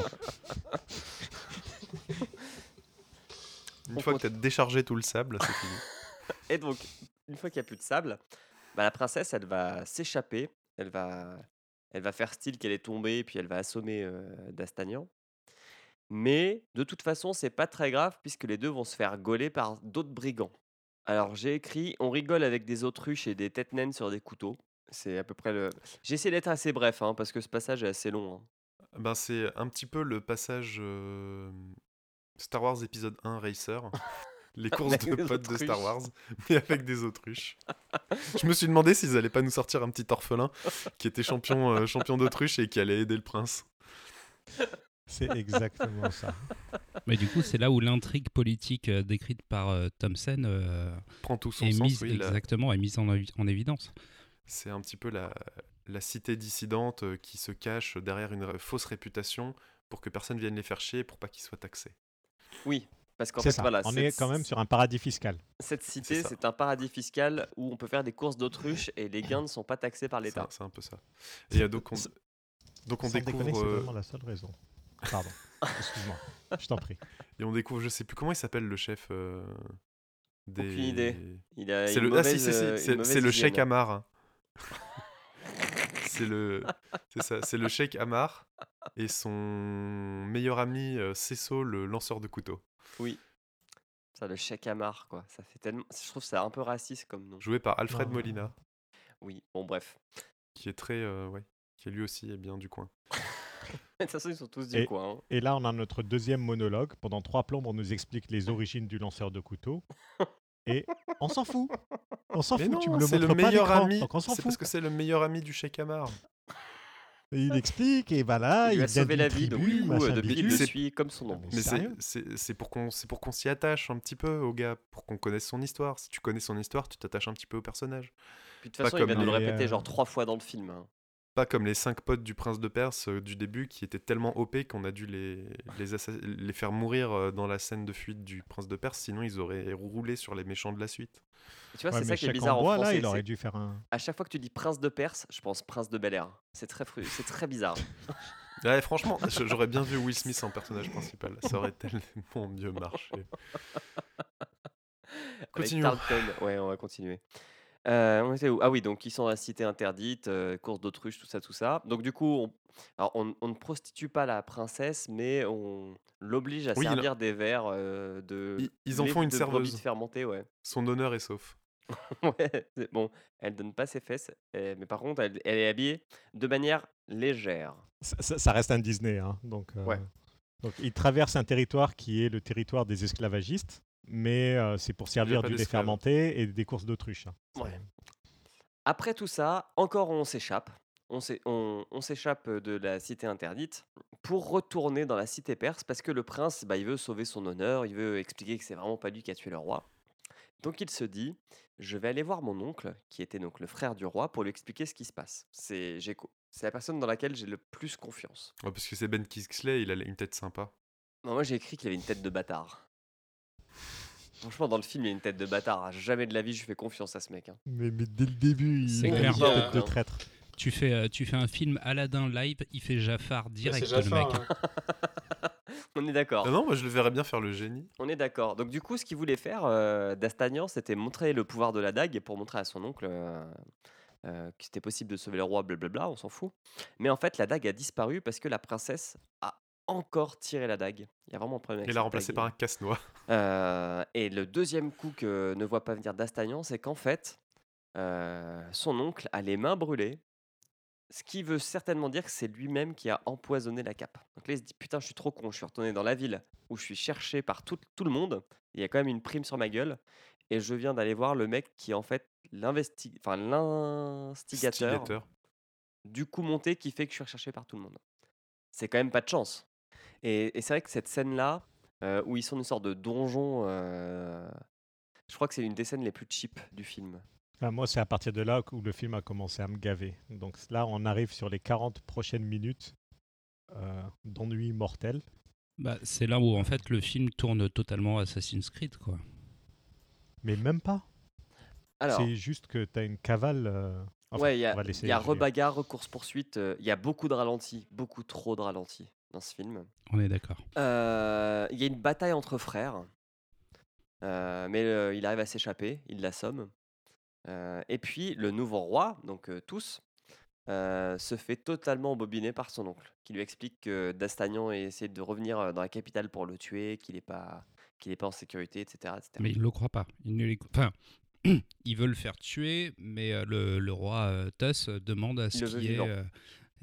[SPEAKER 4] Une
[SPEAKER 1] On
[SPEAKER 4] fois que tu as déchargé tout le sable, c'est fini.
[SPEAKER 1] Et donc, une fois qu'il n'y a plus de sable, bah, la princesse, elle va s'échapper. Elle va, elle va faire style qu'elle est tombée, puis elle va assommer euh, D'Astagnan. Mais de toute façon, c'est pas très grave puisque les deux vont se faire gauler par d'autres brigands. Alors j'ai écrit On rigole avec des autruches et des têtes naines sur des couteaux. C'est à peu près le. J'essaie d'être assez bref hein, parce que ce passage est assez long. hein.
[SPEAKER 4] Ben, c'est un petit peu le passage euh, Star Wars épisode 1 Racer. Les courses
[SPEAKER 1] Avec
[SPEAKER 4] de
[SPEAKER 1] des
[SPEAKER 4] potes de Star
[SPEAKER 1] autruches.
[SPEAKER 4] Wars, mais avec des autruches. Je me suis demandé s'ils allaient pas nous sortir un petit orphelin qui était champion, euh, champion d'autruche et qui allait aider le prince.
[SPEAKER 3] C'est exactement ça.
[SPEAKER 2] Mais du coup, c'est là où l'intrigue politique euh, décrite par euh, Thomson euh,
[SPEAKER 4] Prend tout son
[SPEAKER 2] est
[SPEAKER 4] sens.
[SPEAKER 2] mise
[SPEAKER 4] oui, la-
[SPEAKER 2] exactement est mise en, évi- en évidence.
[SPEAKER 4] C'est un petit peu la, la cité dissidente euh, qui se cache derrière une ré- fausse réputation pour que personne vienne les faire chier pour pas qu'ils soient taxés.
[SPEAKER 1] Oui, parce qu'en
[SPEAKER 3] C'est
[SPEAKER 1] fait,
[SPEAKER 3] ça.
[SPEAKER 1] voilà,
[SPEAKER 3] on
[SPEAKER 1] cette-
[SPEAKER 3] est quand même sur un paradis fiscal.
[SPEAKER 1] cette cité,
[SPEAKER 4] ça.
[SPEAKER 1] c'est un paradis fiscal où on peut faire des courses d'autruche et les gains ne sont pas taxés par l'État.
[SPEAKER 4] C'est c'est un peu ça. Et euh, donc on, donc on
[SPEAKER 3] Sans
[SPEAKER 4] découvre
[SPEAKER 3] déconner, c'est
[SPEAKER 4] euh,
[SPEAKER 3] vraiment la seule raison. Pardon. Excuse-moi. Je t'en prie.
[SPEAKER 4] et on découvre je sais plus comment il s'appelle le chef euh, des
[SPEAKER 1] Aucune idée. Il a
[SPEAKER 4] C'est
[SPEAKER 1] une
[SPEAKER 4] le ah, si,
[SPEAKER 1] mauvaise,
[SPEAKER 4] si, si,
[SPEAKER 1] euh, une
[SPEAKER 4] c'est-
[SPEAKER 1] mauvaise
[SPEAKER 4] c'est le
[SPEAKER 1] hygiène.
[SPEAKER 4] Sheikh Amar. hein. c'est le c'est ça, c'est le Sheikh Amar et son meilleur ami euh, Cesso le lanceur de couteau,
[SPEAKER 1] Ça, le chèque Amar, quoi. Ça fait tellement. Je trouve ça un peu raciste comme nom.
[SPEAKER 4] joué par Alfred
[SPEAKER 1] Ah.
[SPEAKER 3] Non.
[SPEAKER 4] Molina
[SPEAKER 1] Oui, bon, bref.
[SPEAKER 4] qui est très euh, ouais, qui est lui aussi eh bien du coin.
[SPEAKER 1] De toute façon, ils sont tous du
[SPEAKER 3] Et-
[SPEAKER 1] coin. hein.
[SPEAKER 3] Et là, on a notre deuxième monologue. Pendant trois plombes, on nous explique les origines du lanceur de couteau. Et on s'en fout. On s'en
[SPEAKER 4] Mais
[SPEAKER 3] fout. tu me
[SPEAKER 4] non,
[SPEAKER 3] le
[SPEAKER 4] c'est
[SPEAKER 3] montres
[SPEAKER 4] le
[SPEAKER 3] pas à
[SPEAKER 4] meilleur
[SPEAKER 3] l'écran,
[SPEAKER 4] ami.
[SPEAKER 3] Donc on s'en
[SPEAKER 4] C'est parce
[SPEAKER 3] fout.
[SPEAKER 4] que c'est le meilleur ami du Sheikh Amar.
[SPEAKER 3] Et il explique. Et
[SPEAKER 1] il
[SPEAKER 3] voilà, Ah, il,
[SPEAKER 1] lui a
[SPEAKER 3] vient
[SPEAKER 1] sauvé
[SPEAKER 3] d'une
[SPEAKER 1] la vie, donc
[SPEAKER 3] tribu,
[SPEAKER 1] du coup,
[SPEAKER 3] machin
[SPEAKER 1] euh, depuis, il
[SPEAKER 3] bidule.
[SPEAKER 1] le
[SPEAKER 4] C'est-
[SPEAKER 1] suit comme son nom.
[SPEAKER 3] Ah,
[SPEAKER 4] Mais c'est-
[SPEAKER 3] Sérieux
[SPEAKER 4] c'est c'est pour qu'on c'est pour qu'on s'y attache un petit peu au gars, pour qu'on connaisse son histoire. Si tu connais son histoire, tu t'attaches un petit peu au personnage.
[SPEAKER 1] Puis de toute
[SPEAKER 4] pas
[SPEAKER 1] façon, il
[SPEAKER 4] comme
[SPEAKER 1] va nous le
[SPEAKER 3] les,
[SPEAKER 1] répéter
[SPEAKER 3] euh,
[SPEAKER 1] genre trois fois dans le film. hein.
[SPEAKER 4] Pas comme les cinq potes du prince de Perse euh, du début qui étaient tellement OP qu'on a dû les, les, assa- les faire mourir euh, dans la scène de fuite du prince de Perse, sinon ils auraient roulé sur les méchants de la suite.
[SPEAKER 1] Et tu vois,
[SPEAKER 3] Ouais,
[SPEAKER 1] c'est
[SPEAKER 3] mais
[SPEAKER 1] ça qui est
[SPEAKER 3] chaque
[SPEAKER 1] bizarre en
[SPEAKER 3] endroit,
[SPEAKER 1] français.
[SPEAKER 3] là, il aurait
[SPEAKER 1] c'est-
[SPEAKER 3] dû faire un.
[SPEAKER 1] À chaque fois que tu dis prince de Perse, je pense prince de Bel Air. C'est très, fru- c'est très bizarre.
[SPEAKER 4] Ouais, franchement, je- j'aurais bien vu Will Smith en personnage principal. Ça aurait tellement mieux marché.
[SPEAKER 1] Avec
[SPEAKER 4] Continuons.
[SPEAKER 1] Tarleton. Ouais, on va continuer. Euh, on était où Ah oui, donc ils sont à la cité interdite, euh, course d'autruche, tout ça, tout ça. Donc du coup, on, alors, on, on ne prostitue pas la princesse, mais on l'oblige à
[SPEAKER 4] Oui, il-
[SPEAKER 1] servir des verres euh, de.
[SPEAKER 4] Ils- ils en
[SPEAKER 1] lait
[SPEAKER 4] font une
[SPEAKER 1] de brebis
[SPEAKER 4] serveuse.
[SPEAKER 1] fermentée, ouais.
[SPEAKER 4] Son honneur est sauf.
[SPEAKER 1] ouais c'est- bon, elle donne pas ses fesses, euh, mais par contre, elle, elle est habillée de manière légère.
[SPEAKER 3] Ça, ça- ça reste un Disney, hein, donc. euh,
[SPEAKER 1] Ouais.
[SPEAKER 3] Donc, il traverse un territoire qui est le territoire des esclavagistes, mais euh, c'est pour servir
[SPEAKER 4] pas
[SPEAKER 3] du lait
[SPEAKER 4] d'esclaves.
[SPEAKER 3] fermenté et des courses d'autruche. hein. Ça-
[SPEAKER 1] Ouais. Après tout ça, encore on s'échappe. On s'é- on- on s'échappe de la cité interdite pour retourner dans la cité perse parce que le prince, bah, il veut sauver son honneur, il veut expliquer que c'est vraiment pas lui qui a tué le roi. Donc il se dit, je vais aller voir mon oncle, qui était donc le frère du roi, pour lui expliquer ce qui se passe. C'est j'ai co- c'est la personne dans laquelle j'ai le plus confiance.
[SPEAKER 4] Ouais, parce que c'est Ben Kingsley, il a une tête sympa.
[SPEAKER 1] Non, moi j'ai écrit qu'il avait une tête de bâtard. Franchement, dans le film, il a une tête de bâtard. Jamais de la vie, je fais confiance à ce mec. hein.
[SPEAKER 3] Mais, mais dès le début, il
[SPEAKER 2] C'est
[SPEAKER 3] il a
[SPEAKER 2] clair.
[SPEAKER 3] une tête
[SPEAKER 5] Il y a-
[SPEAKER 3] de traître.
[SPEAKER 2] Tu fais, euh, tu fais un film Aladdin live, il fait Jafar direct
[SPEAKER 5] C'est
[SPEAKER 2] le
[SPEAKER 5] Jafar,
[SPEAKER 2] mec.
[SPEAKER 5] hein.
[SPEAKER 1] On est
[SPEAKER 5] Oh.
[SPEAKER 1] d'accord.
[SPEAKER 4] Ah non, moi je le verrais bien faire le génie.
[SPEAKER 1] On est d'accord. Donc du coup, ce qu'il voulait faire, euh, D'Astagnan, c'était montrer le pouvoir de la dague et pour montrer à son oncle euh, euh, que c'était possible de sauver le roi, blablabla, on s'en fout. Mais en fait, la dague a disparu parce que la princesse a encore tiré la dague. Il y a vraiment un problème avec
[SPEAKER 4] Et la
[SPEAKER 1] cette
[SPEAKER 4] remplacer
[SPEAKER 1] dague.
[SPEAKER 4] par un casse-noix.
[SPEAKER 1] Euh, et le deuxième coup que ne voit pas venir D'Astagnan, c'est qu'en fait, euh, son oncle a les mains brûlées, ce qui veut certainement dire que c'est lui-même qui a empoisonné la cape. Donc là, il se dit Putain, je suis trop con, je suis retourné dans la ville où je suis cherché par tout, tout le monde, il y a quand même une prime sur ma gueule, et je viens d'aller voir le mec qui est en fait l'investi- enfin, l'instigateur
[SPEAKER 4] Stigateur.
[SPEAKER 1] du coup monté qui fait que je suis recherché par tout le monde. C'est quand même pas de chance. Et, et c'est vrai que cette scène-là, euh, où ils sont dans une sorte de donjon, euh, je crois que c'est une des scènes les plus cheap du film.
[SPEAKER 3] Enfin, Ah, moi, c'est à partir de là où le film a commencé à me gaver. Donc là, on arrive sur les 40 prochaines minutes euh, d'ennui mortel.
[SPEAKER 2] Bah, c'est là où en fait le film tourne totalement Assassin's Creed quoi.
[SPEAKER 3] Mais même pas.
[SPEAKER 1] Alors,
[SPEAKER 3] C'est juste que tu as une cavale. euh, enfin,
[SPEAKER 1] ouais, il y
[SPEAKER 3] on
[SPEAKER 1] a,
[SPEAKER 3] va laisser
[SPEAKER 1] il y a
[SPEAKER 3] Julien.
[SPEAKER 1] rebagarre, recourse-poursuite, euh, il y a beaucoup de ralentis, beaucoup trop de ralentis dans ce film.
[SPEAKER 2] On est d'accord.
[SPEAKER 1] Euh, Il y a une bataille entre frères, Euh, mais euh, il arrive à s'échapper, il l'assomme. Euh, et puis le nouveau roi, donc euh, tous, euh, se fait totalement embobiner par son oncle, qui lui explique que D'Astagnan essaie de revenir euh, dans la capitale pour le tuer, qu'il n'est pas, qu'il est pas en sécurité, etc. etc.
[SPEAKER 2] Mais il le croit pas. Il ne les- Enfin, ils veulent le faire tuer, mais euh, le, le roi euh, Tuss euh, demande à
[SPEAKER 1] Il
[SPEAKER 2] ce
[SPEAKER 1] le veut
[SPEAKER 2] qu'il y ait.
[SPEAKER 1] vivant.
[SPEAKER 2] euh,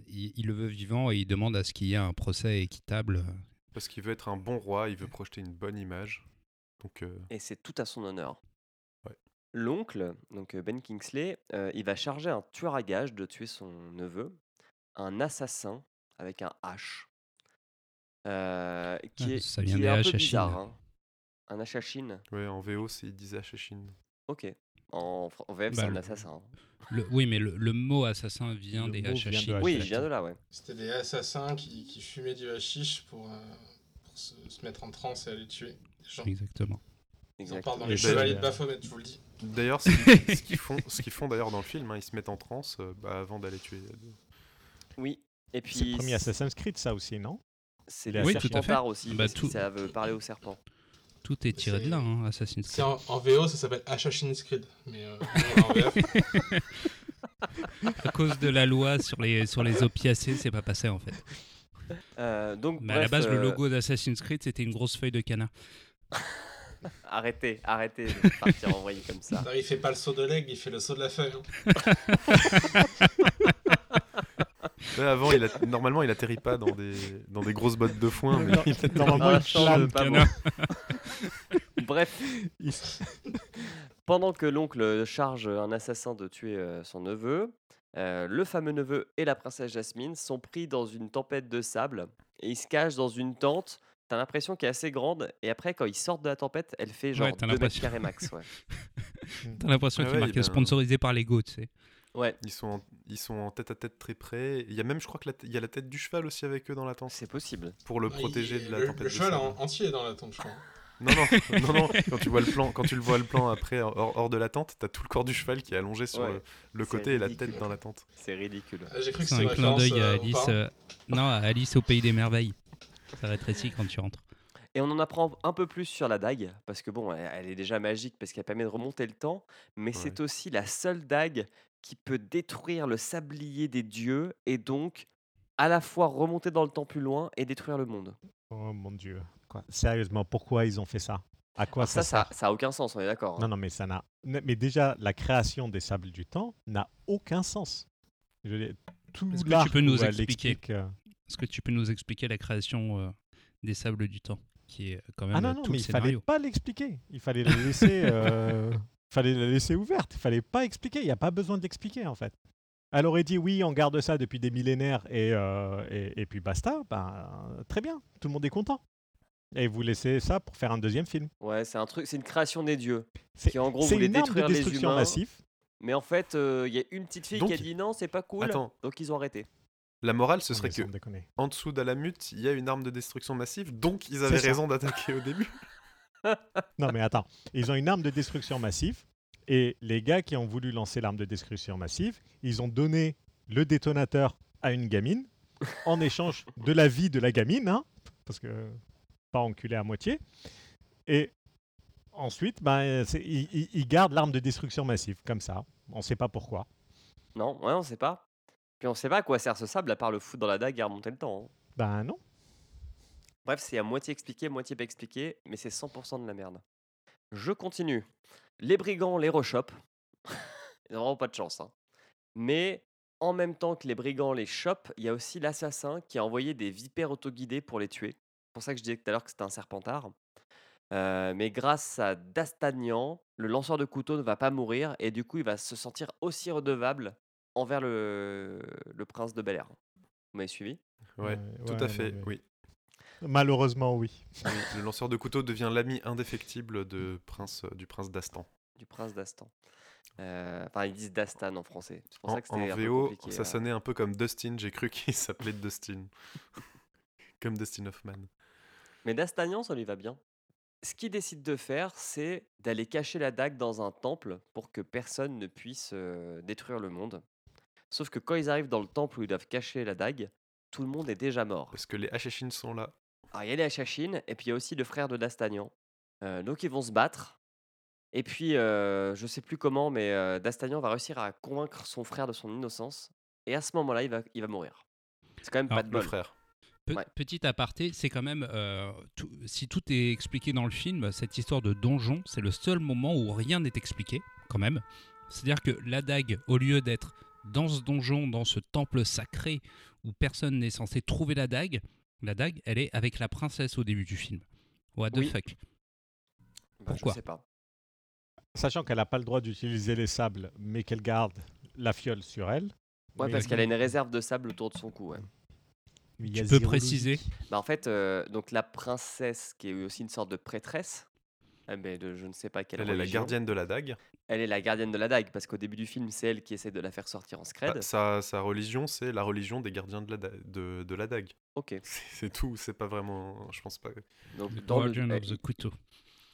[SPEAKER 2] il, il le veut vivant et il demande à ce qu'il y ait un procès équitable.
[SPEAKER 4] Parce qu'il veut être un bon roi, il veut projeter une bonne image. Donc, euh,
[SPEAKER 1] Et c'est tout à son honneur.
[SPEAKER 4] Ouais.
[SPEAKER 1] L'oncle, donc euh, Ben Kingsley, euh, il va charger un tueur à gage de tuer son neveu, un assassin avec un H, euh, qui,
[SPEAKER 2] Ah,
[SPEAKER 1] est,
[SPEAKER 2] ça vient
[SPEAKER 1] qui
[SPEAKER 2] des
[SPEAKER 1] est un
[SPEAKER 2] haches
[SPEAKER 1] peu
[SPEAKER 2] à Chine.
[SPEAKER 1] bizarre. hein. Un H à Chine
[SPEAKER 4] ouais, en VO, c'est, il disait Chine.
[SPEAKER 1] Ok. En, fr- en VF,
[SPEAKER 2] Bah,
[SPEAKER 1] c'est un
[SPEAKER 2] le-
[SPEAKER 1] assassin. hein.
[SPEAKER 2] Le- oui, mais le, le mot assassin vient
[SPEAKER 3] Le
[SPEAKER 2] des
[SPEAKER 3] mot vient
[SPEAKER 2] Hachashi.
[SPEAKER 3] de Ouais,
[SPEAKER 1] oui,
[SPEAKER 3] c'est
[SPEAKER 1] je viens de là, ouais.
[SPEAKER 5] C'était des assassins qui, qui fumaient du hashish pour, euh, pour se, se mettre en transe et aller tuer des gens.
[SPEAKER 2] Exactement.
[SPEAKER 5] Ils en
[SPEAKER 1] Exact.
[SPEAKER 5] parlent dans
[SPEAKER 4] Et
[SPEAKER 5] les
[SPEAKER 4] ben-
[SPEAKER 5] Chevaliers de Baphomet, je vous le dis.
[SPEAKER 4] D'ailleurs, ce qu'ils ce qu'ils font, ce qu'ils font d'ailleurs dans le film, hein, ils se mettent en transe euh, bah, avant d'aller tuer.
[SPEAKER 1] Oui. Et
[SPEAKER 3] C'est
[SPEAKER 1] puis,
[SPEAKER 3] le premier Assassin's Creed, ça aussi, non
[SPEAKER 1] c'est
[SPEAKER 3] Il a
[SPEAKER 1] des
[SPEAKER 3] Oui,
[SPEAKER 2] tout à fait.
[SPEAKER 1] serpentards aussi.
[SPEAKER 2] Bah,
[SPEAKER 1] parce qu'ils
[SPEAKER 2] tout-
[SPEAKER 1] savent parler aux serpents.
[SPEAKER 2] Tout est tiré de là, hein, Assassin's
[SPEAKER 5] C'est
[SPEAKER 2] Creed.
[SPEAKER 5] en, en VO, ça s'appelle Assassin's Creed. Mais euh, en VF,
[SPEAKER 2] À cause de la loi sur les, sur les opiacés, c'est pas passé en fait.
[SPEAKER 1] Euh, donc,
[SPEAKER 2] Mais à la
[SPEAKER 1] bref,
[SPEAKER 2] base, le
[SPEAKER 1] euh,
[SPEAKER 2] logo d'Assassin's Creed, c'était une grosse feuille de canard.
[SPEAKER 1] Arrêtez, arrêtez de partir en vrille comme ça.
[SPEAKER 5] non, il fait pas le saut de l'aigle, il fait le saut de la feuille. hein.
[SPEAKER 4] Là, avant, il a- normalement, il atterrit pas dans des, dans des grosses bottes de foin, mais il atterrit-
[SPEAKER 3] Normalement,
[SPEAKER 1] Ah,
[SPEAKER 3] il
[SPEAKER 1] change
[SPEAKER 3] plane.
[SPEAKER 1] de pas
[SPEAKER 2] canard.
[SPEAKER 1] bon. Bref, pendant que l'oncle charge un assassin de tuer euh, son neveu, euh, le fameux neveu et la princesse Jasmine sont pris dans une tempête de sable et ils se cachent dans une tente. T'as l'impression qu'elle est assez grande et après quand ils sortent de la tempête, elle fait genre
[SPEAKER 2] Ouais, t'as
[SPEAKER 1] 2 mètres
[SPEAKER 2] l'impression.
[SPEAKER 1] carrés max. Ouais.
[SPEAKER 2] T'as l'impression
[SPEAKER 4] Ah
[SPEAKER 2] qu'il
[SPEAKER 4] ouais,
[SPEAKER 2] marquait
[SPEAKER 4] ben-
[SPEAKER 2] sponsorisé par Lego, tu sais.
[SPEAKER 1] Ouais,
[SPEAKER 4] ils, sont en, ils sont en tête à tête très près. Il y a même, je crois, que la t- il y a la tête du cheval aussi avec eux dans la tente
[SPEAKER 1] c'est possible.
[SPEAKER 4] pour le
[SPEAKER 5] Ouais,
[SPEAKER 4] protéger
[SPEAKER 5] il-
[SPEAKER 4] de la
[SPEAKER 5] le-
[SPEAKER 4] tempête.
[SPEAKER 5] Le
[SPEAKER 4] de
[SPEAKER 5] cheval
[SPEAKER 4] sable.
[SPEAKER 5] en- entier est dans la tente, je crois.
[SPEAKER 4] Non, non, non, non, quand tu vois le plan, quand tu le vois le plan après hors, hors de la tente, t'as tout le corps du cheval qui est allongé sur
[SPEAKER 1] Ouais,
[SPEAKER 4] le, le
[SPEAKER 1] c'est
[SPEAKER 4] côté et la
[SPEAKER 1] ridicule.
[SPEAKER 4] tête dans la tente.
[SPEAKER 1] C'est ridicule.
[SPEAKER 5] Ah, J'ai cru que
[SPEAKER 2] C'est
[SPEAKER 5] c'était
[SPEAKER 2] un
[SPEAKER 5] une
[SPEAKER 2] clin
[SPEAKER 5] référence
[SPEAKER 2] d'œil à
[SPEAKER 5] euh, aux
[SPEAKER 2] Alice.
[SPEAKER 5] parents.
[SPEAKER 2] euh, Non, à Alice au pays des merveilles. Ça rétrécit quand tu rentres.
[SPEAKER 1] Et on en apprend un peu plus sur la dague, parce que bon, elle, elle est déjà magique, parce qu'elle permet de remonter le temps, mais c'est aussi la seule dague qui peut détruire le sablier des dieux, et donc à la fois remonter dans le temps plus loin et détruire le monde.
[SPEAKER 3] Oh mon dieu. Quoi Sérieusement, pourquoi ils ont fait ça À quoi
[SPEAKER 1] Alors Ah, ça,
[SPEAKER 3] ça,
[SPEAKER 1] ça,
[SPEAKER 3] sert
[SPEAKER 1] ça a aucun sens, on est d'accord. hein.
[SPEAKER 3] Non, non, mais ça n'a. Mais mais déjà, la création des sables du temps n'a aucun sens. Je veux dire, tout
[SPEAKER 2] Est-ce que
[SPEAKER 3] l'art
[SPEAKER 2] tu peux nous
[SPEAKER 3] où elle
[SPEAKER 2] expliquer
[SPEAKER 3] explique, euh,
[SPEAKER 2] Est-ce que tu peux nous expliquer la création euh, des sables du temps Qui est quand même
[SPEAKER 3] Ah non,
[SPEAKER 2] euh,
[SPEAKER 3] non,
[SPEAKER 2] tout
[SPEAKER 3] mais
[SPEAKER 2] le
[SPEAKER 3] il fallait
[SPEAKER 2] scénario.
[SPEAKER 3] pas l'expliquer. Il fallait la laisser, euh, fallait la laisser ouverte. Il fallait pas expliquer. Il n'y a pas besoin de l'expliquer, en fait. Elle aurait dit oui, on garde ça depuis des millénaires et, euh, et, et puis basta. Ben, très bien, tout le monde est content. Et vous laissez ça pour faire un deuxième film.
[SPEAKER 1] Ouais, c'est un truc, c'est une création des dieux,
[SPEAKER 3] C'est-
[SPEAKER 1] qui en gros
[SPEAKER 3] C'est
[SPEAKER 1] voulait
[SPEAKER 3] une arme de
[SPEAKER 1] détruire les
[SPEAKER 3] destruction
[SPEAKER 1] humains.
[SPEAKER 3] massive.
[SPEAKER 1] Mais en fait, euh, il y a une petite fille
[SPEAKER 4] Donc-
[SPEAKER 1] qui a dit non, c'est pas cool,
[SPEAKER 4] Attends.
[SPEAKER 1] donc ils ont arrêté.
[SPEAKER 4] La morale, ce
[SPEAKER 3] Non,
[SPEAKER 4] serait
[SPEAKER 3] mais
[SPEAKER 4] que
[SPEAKER 3] sans déconner.
[SPEAKER 4] en dessous d'Alamut, il y a une arme de destruction massive, donc ils avaient
[SPEAKER 3] ça.
[SPEAKER 4] raison d'attaquer au début.
[SPEAKER 3] Non, mais attends. Ils ont une arme de destruction massive. Et les gars qui ont voulu lancer l'arme de destruction massive, ils ont donné le détonateur à une gamine en échange de la vie de la gamine, hein, parce que pas enculé à moitié. Et ensuite, ben, c'est- ils, ils- ils gardent l'arme de destruction massive, comme ça. On ne sait pas pourquoi.
[SPEAKER 1] Non, ouais, on sait pas. Puis on sait pas à quoi sert ce sable, à part le foutre dans la dague et remonter le temps. hein.
[SPEAKER 3] Ben non.
[SPEAKER 1] Bref, c'est à moitié expliqué, moitié pas expliqué, mais c'est 100% de la merde. Je continue. Les brigands les rechopent. Ils n'ont vraiment pas de chance. hein. Mais en même temps que les brigands les chopent, il y a aussi l'assassin qui a envoyé des vipères autoguidées pour les tuer. C'est pour ça que je disais tout à l'heure que c'était un serpentard. Euh, mais grâce à Dastagnan, le lanceur de couteau ne va pas mourir et du coup il va se sentir aussi redevable envers le, le prince de Bel Air. Vous m'avez suivi
[SPEAKER 4] Ouais,
[SPEAKER 3] Ouais,
[SPEAKER 4] tout
[SPEAKER 3] Euh, ouais,
[SPEAKER 4] à fait,
[SPEAKER 3] non, mais-
[SPEAKER 4] oui.
[SPEAKER 3] Malheureusement, oui.
[SPEAKER 4] Oui, Le lanceur de couteau devient l'ami indéfectible de prince, euh, du prince d'Astan.
[SPEAKER 1] du prince d'Astan. Euh, Enfin, ils disent d'Astan en français. C'est pour
[SPEAKER 4] En,
[SPEAKER 1] ça que c'était
[SPEAKER 4] en
[SPEAKER 1] un peu
[SPEAKER 4] VO,
[SPEAKER 1] compliqué,
[SPEAKER 4] ça
[SPEAKER 1] euh.
[SPEAKER 4] sonnait un peu comme Dustin, j'ai cru qu'il s'appelait Dustin. comme Dustin Hoffman.
[SPEAKER 1] Mais d'Astagnan, ça lui va bien. Ce qu'il décide de faire, c'est d'aller cacher la dague dans un temple pour que personne ne puisse euh, détruire le monde. Sauf que quand ils arrivent dans le temple où ils doivent cacher la dague, tout le monde est déjà mort.
[SPEAKER 4] Parce que les Hachachines sont là.
[SPEAKER 1] Alors, il y a les Hachachines, et puis il y a aussi le frère de Dastagnan. Euh, donc, ils vont se battre. Et puis, euh, je sais plus comment, mais euh, Dastagnan va réussir à convaincre son frère de son innocence. Et à ce moment-là, il va, il va mourir. C'est quand même
[SPEAKER 2] Alors,
[SPEAKER 1] pas de
[SPEAKER 4] Le
[SPEAKER 1] bol.
[SPEAKER 4] frère.
[SPEAKER 2] Pe-
[SPEAKER 1] Ouais.
[SPEAKER 2] Petit aparté, c'est quand même. euh, tout- si tout est expliqué dans le film, cette histoire de donjon, c'est le seul moment où rien n'est expliqué, quand même. C'est-à-dire que la dague, au lieu d'être dans ce donjon, dans ce temple sacré où personne n'est censé trouver la dague, la dague, elle est avec la princesse au début du film. What the
[SPEAKER 1] Oui.
[SPEAKER 2] fuck
[SPEAKER 1] Bah,
[SPEAKER 2] Pourquoi
[SPEAKER 1] Je sais pas.
[SPEAKER 3] Sachant qu'elle n'a pas le droit d'utiliser les sables, mais qu'elle garde la fiole sur elle.
[SPEAKER 1] Ouais,
[SPEAKER 3] Mais
[SPEAKER 1] parce qu'elle a une réserve de sable autour de son cou.
[SPEAKER 4] Mmh.
[SPEAKER 1] ouais.
[SPEAKER 3] il y
[SPEAKER 2] Tu
[SPEAKER 3] a
[SPEAKER 2] peux
[SPEAKER 3] zéro
[SPEAKER 2] préciser
[SPEAKER 3] logique.
[SPEAKER 1] Bah, en fait, euh, donc la princesse, qui est aussi une sorte de prêtresse, Ah, mais de je ne sais pas quelle
[SPEAKER 4] Elle est la
[SPEAKER 1] religion.
[SPEAKER 4] gardienne de la dague.
[SPEAKER 1] Elle est la gardienne de la dague, parce qu'au début du film, c'est elle qui essaie de la faire sortir en scred.
[SPEAKER 4] Bah, sa, sa religion, c'est la religion des gardiens de la, da- de, de la dague.
[SPEAKER 1] ok.
[SPEAKER 4] C'est c'est tout, c'est pas vraiment. Je pense pas.
[SPEAKER 1] Donc,
[SPEAKER 2] The
[SPEAKER 1] dans le-
[SPEAKER 2] Guardian
[SPEAKER 1] euh,
[SPEAKER 2] of the Couteau.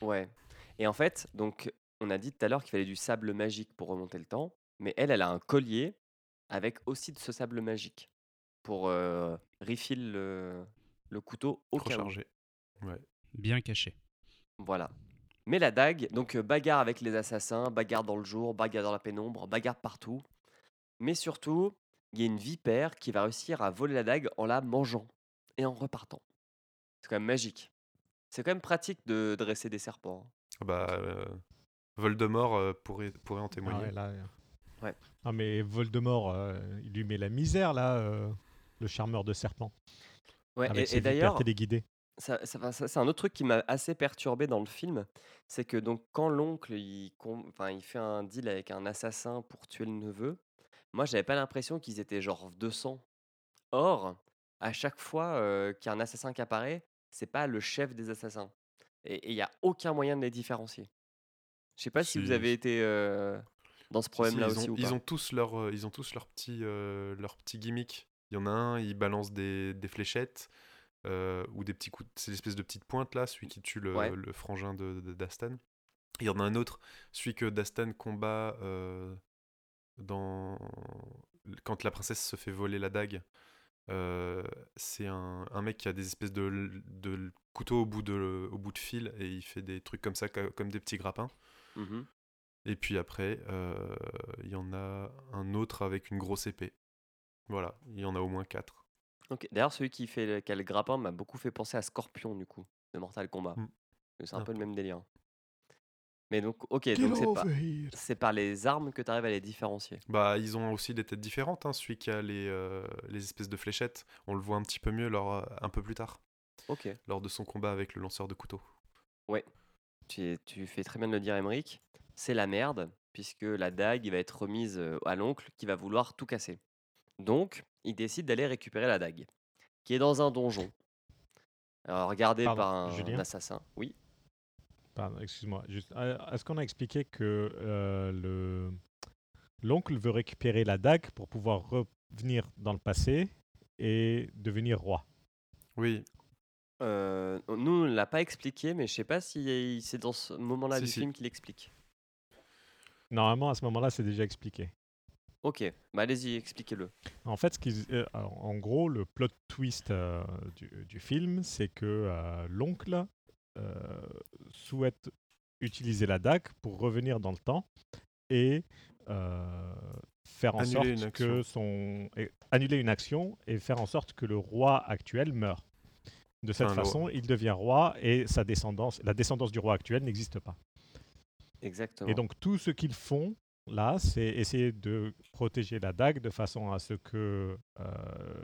[SPEAKER 1] Ouais. Et en fait, donc, on a dit tout à l'heure qu'il fallait du sable magique pour remonter le temps, mais elle, elle a un collier avec aussi de ce sable magique pour euh, refill le, le couteau au cas où.
[SPEAKER 4] rechargé.
[SPEAKER 2] Bien caché.
[SPEAKER 1] Voilà. Mais la dague, donc euh, bagarre avec les assassins, bagarre dans le jour, bagarre dans la pénombre, bagarre partout. Mais surtout, il y a une vipère qui va réussir à voler la dague en la mangeant et en repartant. C'est quand même magique. C'est quand même pratique de dresser des serpents. hein.
[SPEAKER 4] Ah Bah, euh, Voldemort euh, pourrait, pourrait en témoigner.
[SPEAKER 3] Ah ouais, là, euh.
[SPEAKER 1] Ouais.
[SPEAKER 3] Ah, mais Voldemort, euh, il lui met la misère là, euh, le charmeur de serpent.
[SPEAKER 1] Ouais,
[SPEAKER 3] avec
[SPEAKER 1] et- et
[SPEAKER 3] ses
[SPEAKER 1] d'ailleurs,
[SPEAKER 3] vipères téléguidées.
[SPEAKER 1] ça, ça- enfin, ça- c'est un autre truc qui m'a assez perturbé dans le film, c'est que donc quand l'oncle il, com- enfin, il fait un deal avec un assassin pour tuer le neveu, moi j'avais pas l'impression qu'ils étaient genre 200. Or, à chaque fois euh, qu'il y a un assassin qui apparaît, c'est pas le chef des assassins. Et il y a aucun moyen de les différencier. Je sais pas si, vous
[SPEAKER 4] Si.
[SPEAKER 1] avez été euh, dans ce
[SPEAKER 4] Si, si,
[SPEAKER 1] problème-là
[SPEAKER 4] ils ont-
[SPEAKER 1] aussi ou
[SPEAKER 4] ils
[SPEAKER 1] pas.
[SPEAKER 4] Ont tous leur, euh, ils ont tous leur petit, euh, leur petit gimmick. Il y en a un, il balance des, des fléchettes euh, ou des petits coups, ces espèces de petites pointes là, celui qui tue le,
[SPEAKER 1] Ouais.
[SPEAKER 4] le frangin de, de- d'Astan. Il y en a un autre, celui que Dastan combat euh, dans quand la princesse se fait voler la dague. Euh, c'est un, un mec qui a des espèces de, l- de l- couteaux au bout de, au bout de fil et il fait des trucs comme ça, co- comme des petits grappins.
[SPEAKER 1] Mhm.
[SPEAKER 4] Et puis après, euh, il y en a un autre avec une grosse épée. Voilà, il y en a au moins quatre.
[SPEAKER 1] Ok. D'ailleurs, celui qui fait le, qui a le grappin m'a beaucoup fait penser à Scorpion, du coup, de Mortal Kombat.
[SPEAKER 3] Mmh.
[SPEAKER 4] Mm.
[SPEAKER 1] C'est un
[SPEAKER 4] Ah.
[SPEAKER 1] peu le même délire. Mais donc, ok, donc c'est pas- c'est par les armes que tu arrives à les différencier.
[SPEAKER 4] Bah, ils ont aussi des têtes différentes, hein, celui qui a les, euh, les espèces de fléchettes. On le voit un petit peu mieux lors, euh, un peu plus tard,
[SPEAKER 1] Ok.
[SPEAKER 4] lors de son combat avec le lanceur de couteau.
[SPEAKER 1] Tu, tu fais très bien de le dire, Emmerich. C'est la merde, puisque la dague va être remise euh, à l'oncle qui va vouloir tout casser. Donc, il décide d'aller récupérer la dague, qui est dans un donjon. Alors, regardé
[SPEAKER 3] Pardon,
[SPEAKER 1] par un
[SPEAKER 3] Julien
[SPEAKER 1] assassin. Oui.
[SPEAKER 3] Pardon, excuse-moi. juste, euh, Est-ce qu'on a expliqué que euh, le l'oncle veut récupérer la dague pour pouvoir revenir dans le passé et devenir roi
[SPEAKER 4] Oui,
[SPEAKER 1] Euh, nous, on ne l'a pas expliqué, mais je sais pas si c'est dans ce moment-là
[SPEAKER 4] Si,
[SPEAKER 1] du
[SPEAKER 4] si.
[SPEAKER 1] film qu'il explique.
[SPEAKER 3] Normalement, à ce moment-là, c'est déjà expliqué.
[SPEAKER 1] Ok, bah allez-y, expliquez-le.
[SPEAKER 3] En fait, ce qu'ils- euh, alors, en gros, le plot twist euh, du, du film, c'est que euh, l'oncle euh, souhaite utiliser la DAC pour revenir dans le temps et euh, faire en
[SPEAKER 4] Annuler
[SPEAKER 3] sorte
[SPEAKER 4] une action.
[SPEAKER 3] que son et- annuler une action et faire en sorte que le roi actuel meure. De cette
[SPEAKER 4] Enfin, le roi.
[SPEAKER 3] façon, il devient roi et sa descendance, la descendance du roi actuel n'existe pas.
[SPEAKER 1] Exactement.
[SPEAKER 3] Et donc tout ce qu'ils font là, c'est essayer de protéger la dague de façon à ce que euh,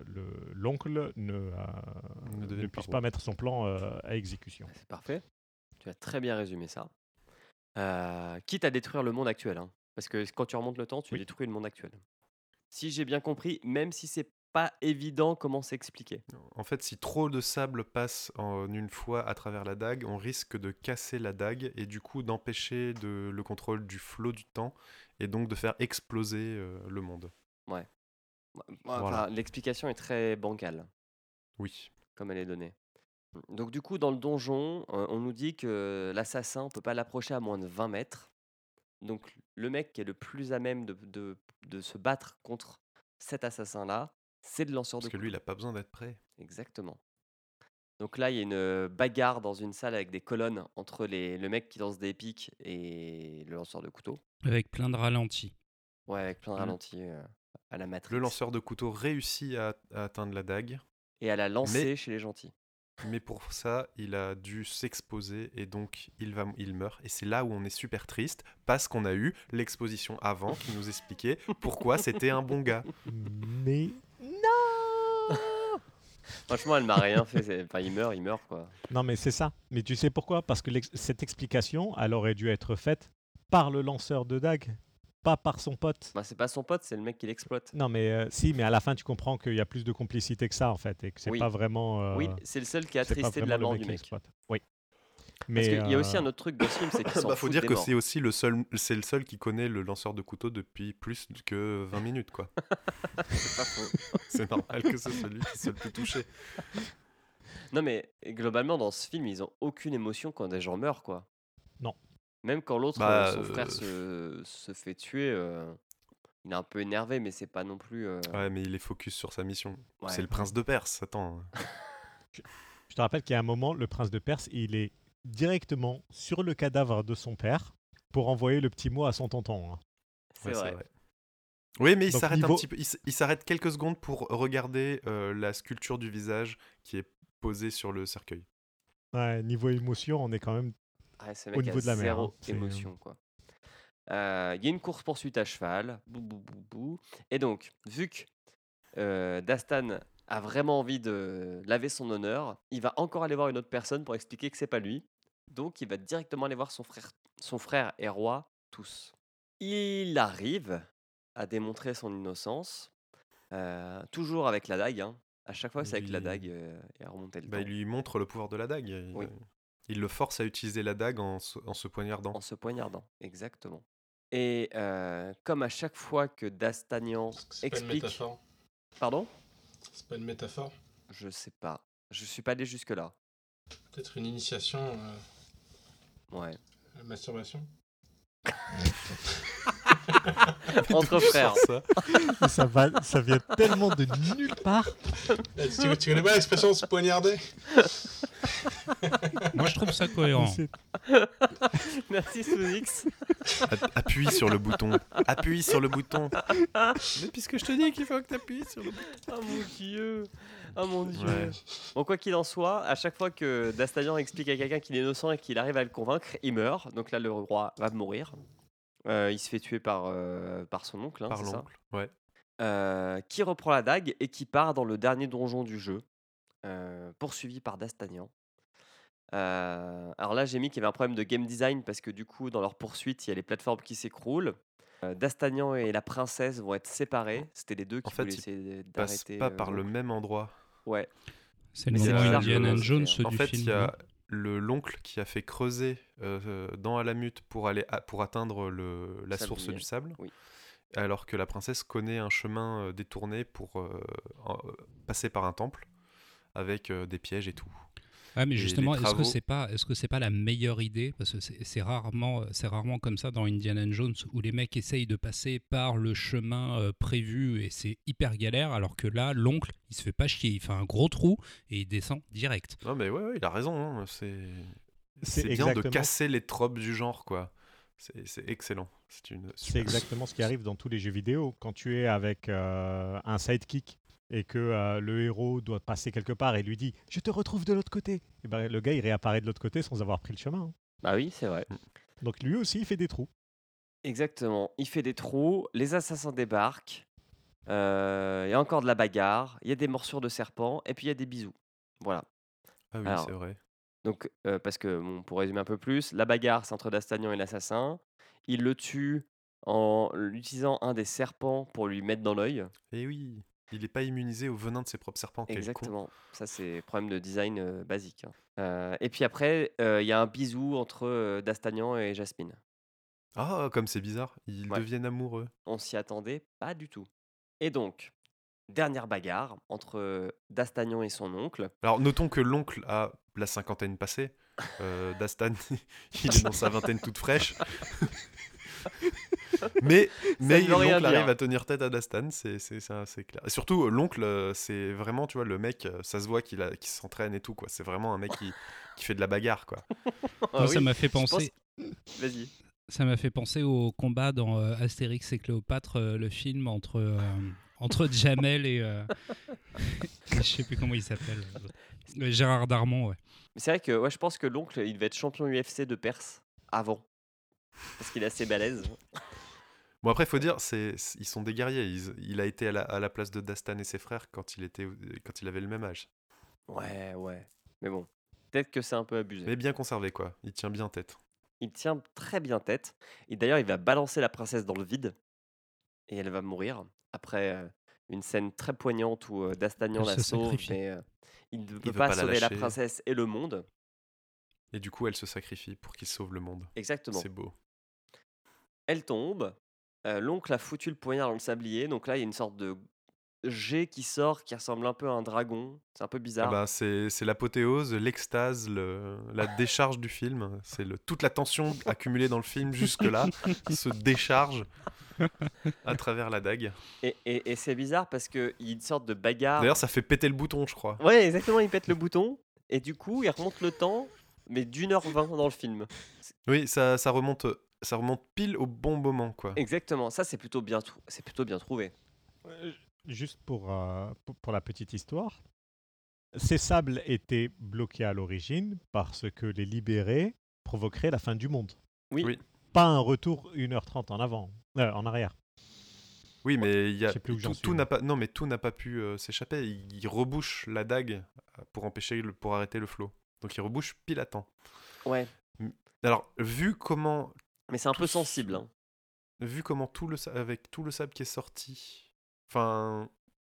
[SPEAKER 3] le- l'oncle ne, euh,
[SPEAKER 4] Ne
[SPEAKER 3] ne,
[SPEAKER 4] devienne pas
[SPEAKER 3] puisse
[SPEAKER 4] roi.
[SPEAKER 3] pas mettre son plan euh, à exécution.
[SPEAKER 1] C'est parfait. Tu as très bien résumé ça. Euh, quitte à détruire le monde actuel. hein. Parce que quand tu remontes le temps, tu
[SPEAKER 3] Oui.
[SPEAKER 1] détruis le monde actuel. Si j'ai bien compris, même si c'est pas évident comment s'expliquer.
[SPEAKER 4] en fait, si trop de sable passe en une fois à travers la dague, on risque de casser la dague et du coup d'empêcher de- le contrôle du flot du temps et donc de faire exploser euh, le monde.
[SPEAKER 1] Enfin,
[SPEAKER 4] Voilà.
[SPEAKER 1] L'explication est très bancale.
[SPEAKER 4] Oui.
[SPEAKER 1] comme elle est donnée. Donc du coup, dans le donjon, euh, on nous dit que l'assassin ne peut pas l'approcher à moins de 20 mètres. Donc le mec qui est le plus à même de, de- de se battre contre cet assassin-là, c'est le lanceur
[SPEAKER 4] Parce
[SPEAKER 1] de
[SPEAKER 4] que
[SPEAKER 1] couteau.
[SPEAKER 4] lui, il a pas besoin d'être prêt.
[SPEAKER 1] Exactement. Donc là, il y a une euh, bagarre dans une salle avec des colonnes entre les, le mec qui lance des piques et le lanceur de couteau.
[SPEAKER 2] Avec plein de ralentis.
[SPEAKER 1] Ouais, avec plein de
[SPEAKER 4] Mm.
[SPEAKER 1] ralentis euh, à la matrice.
[SPEAKER 4] Le lanceur de couteau réussit à, à atteindre la dague,
[SPEAKER 1] Et à la lancer
[SPEAKER 4] Mais-
[SPEAKER 1] chez les gentils.
[SPEAKER 4] mais pour ça, il a dû s'exposer et donc il, va, il meurt. Et c'est là où on est super triste parce qu'on a eu l'exposition avant qui nous expliquait pourquoi c'était un bon gars.
[SPEAKER 3] Mais non
[SPEAKER 1] Franchement, elle m'a rien fait. c'est- Enfin, il meurt, il meurt, quoi.
[SPEAKER 3] Non mais c'est ça. Mais tu sais pourquoi Parce que l'ex- cette explication, elle aurait dû être faite par le lanceur de dague, pas par son pote.
[SPEAKER 1] Bah, c'est pas son pote, c'est le mec qui l'exploite.
[SPEAKER 3] Non mais euh, si, mais à la fin tu comprends qu'il y a plus de complicité que ça en fait et que c'est
[SPEAKER 1] Oui.
[SPEAKER 3] pas vraiment. euh,
[SPEAKER 1] Oui, c'est le seul qui est
[SPEAKER 3] c'est pas
[SPEAKER 1] attristé de
[SPEAKER 3] vraiment
[SPEAKER 1] la
[SPEAKER 3] le
[SPEAKER 1] mort du
[SPEAKER 3] qui
[SPEAKER 1] mec.
[SPEAKER 3] exploite. Oui.
[SPEAKER 1] Parce
[SPEAKER 3] Mais
[SPEAKER 1] qu'il y a
[SPEAKER 3] euh,
[SPEAKER 1] aussi un autre truc dans ce film, c'est qu'il
[SPEAKER 4] Il
[SPEAKER 1] s'en
[SPEAKER 4] Bah, faut
[SPEAKER 1] fout
[SPEAKER 4] dire
[SPEAKER 1] des
[SPEAKER 4] que
[SPEAKER 1] morts.
[SPEAKER 4] c'est aussi le seul, c'est le seul qui connaît le lanceur de couteau depuis plus que 20 minutes, quoi.
[SPEAKER 1] C'est pas faux.
[SPEAKER 4] C'est normal que c'est celui qui soit le plus touché.
[SPEAKER 1] Non, mais eh, globalement, dans ce film, ils ont aucune émotion quand des gens meurent, quoi.
[SPEAKER 3] Non.
[SPEAKER 1] Même quand l'autre,
[SPEAKER 4] Bah,
[SPEAKER 1] euh, son frère, se, se fait tuer, euh, il est un peu énervé, mais c'est pas non plus. euh,
[SPEAKER 4] Ouais, mais il est focus sur sa mission.
[SPEAKER 1] ouais.
[SPEAKER 4] C'est le prince de Perse, attends.
[SPEAKER 3] Je te rappelle qu'il y a un moment, le prince de Perse, il est directement sur le cadavre de son père pour envoyer le petit mot à son tonton. hein.
[SPEAKER 1] C'est
[SPEAKER 4] Ouais,
[SPEAKER 1] vrai.
[SPEAKER 4] Oui, mais il
[SPEAKER 3] Donc,
[SPEAKER 4] s'arrête un
[SPEAKER 3] niveau-
[SPEAKER 4] petit peu. Il, s- il s'arrête quelques secondes pour regarder euh, la sculpture du visage qui est posée sur le cercueil.
[SPEAKER 3] Ouais, niveau émotion, on est quand même.
[SPEAKER 1] Ouais, Ah, ce
[SPEAKER 3] Au
[SPEAKER 1] mec
[SPEAKER 3] niveau
[SPEAKER 1] a
[SPEAKER 3] de la mer,
[SPEAKER 1] zéro
[SPEAKER 3] hein, c'est, euh,
[SPEAKER 1] émotion, quoi. Euh, Il y a une course poursuite à cheval, bou, bou, bou, bou. et donc vu que euh, Dastan a vraiment envie de laver son honneur, il va encore aller voir une autre personne pour expliquer que c'est pas lui. Donc il va directement aller voir son frère, son frère et roi tous. Il arrive à démontrer son innocence, euh, toujours avec la dague. hein. À chaque fois, c'est avec la
[SPEAKER 4] Il-
[SPEAKER 1] dague euh, et à remonter le
[SPEAKER 4] Bah,
[SPEAKER 1] temps.
[SPEAKER 4] il lui montre le pouvoir de la dague. Il,
[SPEAKER 1] Oui.
[SPEAKER 4] il le force à utiliser la dague en, se- en se poignardant.
[SPEAKER 1] En se poignardant, exactement. Et euh, comme à chaque fois que D'Astagnan.
[SPEAKER 5] Parce que C'est pas une
[SPEAKER 1] Explique.
[SPEAKER 5] métaphore.
[SPEAKER 1] Pardon
[SPEAKER 5] C'est pas une métaphore.
[SPEAKER 1] Je sais pas. Je suis pas allé jusque-là.
[SPEAKER 5] Peut-être une initiation euh,
[SPEAKER 1] Ouais.
[SPEAKER 5] à la masturbation.
[SPEAKER 1] Entre frères.
[SPEAKER 4] Ça,
[SPEAKER 3] Mais ça, va, ça vient tellement de nulle part.
[SPEAKER 5] Eh, tu, tu connais pas l'expression se poignarder
[SPEAKER 2] Moi, je trouve ça cohérent.
[SPEAKER 3] C'est-
[SPEAKER 1] Merci Sounix.
[SPEAKER 4] app- appuie sur le bouton. Appuie sur le bouton. Mais puisque je te dis qu'il faut que t'appuies sur le bouton.
[SPEAKER 1] Oh mon dieu. Oh mon dieu.
[SPEAKER 4] Ouais.
[SPEAKER 1] Bon, quoi qu'il en soit, à chaque fois que D'Astagnan explique à quelqu'un qu'il est innocent et qu'il arrive à le convaincre, il meurt. Donc là, le roi va mourir. Euh, il se fait tuer par, euh, par son oncle, hein,
[SPEAKER 4] Par
[SPEAKER 1] c'est ça
[SPEAKER 4] l'oncle. Ouais.
[SPEAKER 1] euh, qui reprend la dague et qui part dans le dernier donjon du jeu, euh, poursuivi par D'Astagnan. Euh, alors là, j'ai mis qu'il y avait un problème de game design parce que du coup, dans leur poursuite, il y a les plateformes qui s'écroulent. Euh, D'Astagnan et la princesse vont être séparés. C'était les deux qui
[SPEAKER 4] En fait,
[SPEAKER 1] voulaient
[SPEAKER 4] ils
[SPEAKER 1] essayer
[SPEAKER 4] Passe
[SPEAKER 1] d'arrêter.
[SPEAKER 4] pas
[SPEAKER 1] euh,
[SPEAKER 4] par le
[SPEAKER 1] donc.
[SPEAKER 4] même endroit.
[SPEAKER 1] Ouais,
[SPEAKER 2] C'est le
[SPEAKER 1] Mais c'est
[SPEAKER 2] moment
[SPEAKER 1] bizarre,
[SPEAKER 2] Indiana
[SPEAKER 1] je-
[SPEAKER 2] Jones
[SPEAKER 1] c'est-
[SPEAKER 4] En
[SPEAKER 2] du
[SPEAKER 4] fait,
[SPEAKER 2] film.
[SPEAKER 4] il y a le l'oncle qui a fait creuser euh, dans Alamut pour aller à- pour atteindre le, la
[SPEAKER 1] Sablier.
[SPEAKER 4] source du sable,
[SPEAKER 1] Oui.
[SPEAKER 4] alors que la princesse connaît un chemin euh, détourné pour euh, en- euh, passer par un temple avec euh, des pièges et tout.
[SPEAKER 2] Ah mais
[SPEAKER 4] Et
[SPEAKER 2] justement,
[SPEAKER 4] les
[SPEAKER 2] est-ce que
[SPEAKER 4] travaux-
[SPEAKER 2] c'est pas, est-ce que c'est pas la meilleure idée Parce que c'est c'est rarement, c'est rarement comme ça dans Indiana Jones où les mecs essayent de passer par le chemin euh, prévu et c'est hyper galère. Alors que là, l'oncle, il se fait pas chier, il fait un gros trou et il descend direct.
[SPEAKER 4] Non mais ouais, ouais, il a raison. hein, c'est
[SPEAKER 3] C'est
[SPEAKER 4] c'est bien de
[SPEAKER 3] exactement-
[SPEAKER 4] casser les tropes du genre quoi. C'est c'est excellent. C'est une.
[SPEAKER 3] C'est
[SPEAKER 4] super-
[SPEAKER 3] exactement ce qui arrive dans tous les jeux vidéo. Quand tu es avec euh, un sidekick et que euh, le héros doit passer quelque part et lui dit Je te retrouve de l'autre côté, et ben, le gars il réapparaît de l'autre côté sans avoir pris le chemin. hein.
[SPEAKER 1] bah oui, c'est vrai.
[SPEAKER 3] Donc lui aussi il fait des trous.
[SPEAKER 1] Exactement. Il fait des trous, les assassins débarquent, euh, il y a encore de la bagarre, il y a des morsures de serpent, et puis il y a des bisous. Voilà.
[SPEAKER 4] Ah oui,
[SPEAKER 1] Alors,
[SPEAKER 4] c'est vrai.
[SPEAKER 1] Donc, euh, parce que, bon, pour résumer un peu plus, la bagarre, c'est entre D'Astagnan et l'assassin. Il le tue en utilisant un des serpents pour lui mettre dans l'œil.
[SPEAKER 4] Et Eh oui, il n'est pas immunisé au venin de ses propres serpents. quel con.
[SPEAKER 1] Exactement. Ça, c'est problème de design euh, basique. hein. Euh, et puis après, euh, il y a un bisou entre euh, D'Astagnan et Jasmine.
[SPEAKER 4] Ah, comme c'est bizarre. Ils
[SPEAKER 1] Ouais.
[SPEAKER 4] deviennent amoureux.
[SPEAKER 1] On s'y attendait pas du tout. Et donc, dernière bagarre entre euh, D'Astagnan et son oncle.
[SPEAKER 4] Alors, notons que l'oncle a la cinquantaine passée. Euh, Dastan, il est dans sa vingtaine toute fraîche. mais mais
[SPEAKER 1] ne veut rien
[SPEAKER 4] l'oncle
[SPEAKER 1] dire.
[SPEAKER 4] arrive à tenir tête à Dastan, c'est c'est- ça, c'est clair. Et surtout, euh, l'oncle, euh, c'est vraiment, tu vois, le mec, euh, ça se voit qu'il a- qu'il s'entraîne et tout, quoi. C'est vraiment un mec qui, qui fait de la bagarre, quoi.
[SPEAKER 1] Ah
[SPEAKER 2] Moi,
[SPEAKER 1] oui,
[SPEAKER 2] ça m'a fait
[SPEAKER 1] je pense-
[SPEAKER 2] penser,
[SPEAKER 1] Vas-y.
[SPEAKER 2] ça m'a fait penser au combat dans euh, Astérix et Cléopâtre, euh, le film entre euh, entre Jamel et euh, je sais plus comment il s'appelle. Euh, Gérard Darmon, ouais.
[SPEAKER 1] Mais c'est vrai que ouais, je pense que l'oncle, il devait être champion UFC de Perse avant. Parce qu'il est assez balèze.
[SPEAKER 4] Bon, après, faut dire, c'est c'est- ils sont des guerriers. Ils- il a été à la, à la place de Dastan et ses frères quand il, était, quand il avait le même âge.
[SPEAKER 1] Ouais, ouais. Mais bon, peut-être que c'est un peu abusé.
[SPEAKER 4] Mais bien conservé, quoi. Il tient bien tête.
[SPEAKER 1] Il tient très bien tête. Et d'ailleurs, il va balancer la princesse dans le vide. Et elle va mourir. Après euh, une scène très poignante où euh, D'Astagnan
[SPEAKER 2] Elle
[SPEAKER 1] la
[SPEAKER 2] se
[SPEAKER 1] sauve.
[SPEAKER 2] sacrifie.
[SPEAKER 1] Mais euh, il ne peut
[SPEAKER 4] veut
[SPEAKER 1] pas,
[SPEAKER 4] pas la
[SPEAKER 1] sauver la
[SPEAKER 4] lâcher.
[SPEAKER 1] princesse et le monde.
[SPEAKER 4] Et du coup, elle se sacrifie pour qu'il sauve le monde.
[SPEAKER 1] Exactement.
[SPEAKER 4] C'est beau.
[SPEAKER 1] Elle tombe. euh, L'oncle a foutu le poignard dans le sablier. Donc là, il y a une sorte de jet qui sort qui ressemble un peu à un dragon. C'est un peu
[SPEAKER 4] Ah
[SPEAKER 1] bizarre.
[SPEAKER 4] bah, c'est c'est l'apothéose, l'extase, le- la décharge du film. C'est le- toute la tension accumulée dans le film jusque-là se décharge à travers la dague.
[SPEAKER 1] Et, et- et c'est bizarre parce qu'il y a une sorte de bagarre.
[SPEAKER 4] D'ailleurs, ça fait péter le bouton, je crois.
[SPEAKER 1] Ouais, exactement. Il pète le bouton. Et du coup, il remonte le temps, mais d'une heure vingt dans le film.
[SPEAKER 4] Oui, ça, ça remonte, ça remonte pile au bon moment, quoi.
[SPEAKER 1] Exactement. Ça, c'est plutôt, bien trou- c'est plutôt bien trouvé.
[SPEAKER 3] Euh, Juste pour, euh, pour, pour la petite histoire, ces sables étaient bloqués à l'origine parce que les libérer provoquerait la fin du monde.
[SPEAKER 1] Oui.
[SPEAKER 4] Oui.
[SPEAKER 3] Pas un retour 1h30 en avant, euh, en arrière.
[SPEAKER 4] Oui, mais il y
[SPEAKER 3] Je
[SPEAKER 4] a
[SPEAKER 3] sais plus où j'en
[SPEAKER 4] tout,
[SPEAKER 3] suis,
[SPEAKER 4] tout
[SPEAKER 3] moi.
[SPEAKER 4] n'a pas. Non, mais tout n'a pas pu euh, s'échapper. Il, il rebouche la dague pour empêcher, le- pour arrêter le flot. Donc il rebouche pile à temps.
[SPEAKER 1] Ouais.
[SPEAKER 4] Alors vu comment,
[SPEAKER 1] Mais c'est un peu
[SPEAKER 4] Tous-
[SPEAKER 1] sensible. hein.
[SPEAKER 4] vu comment tout le sa- avec tout le sable qui est sorti, enfin,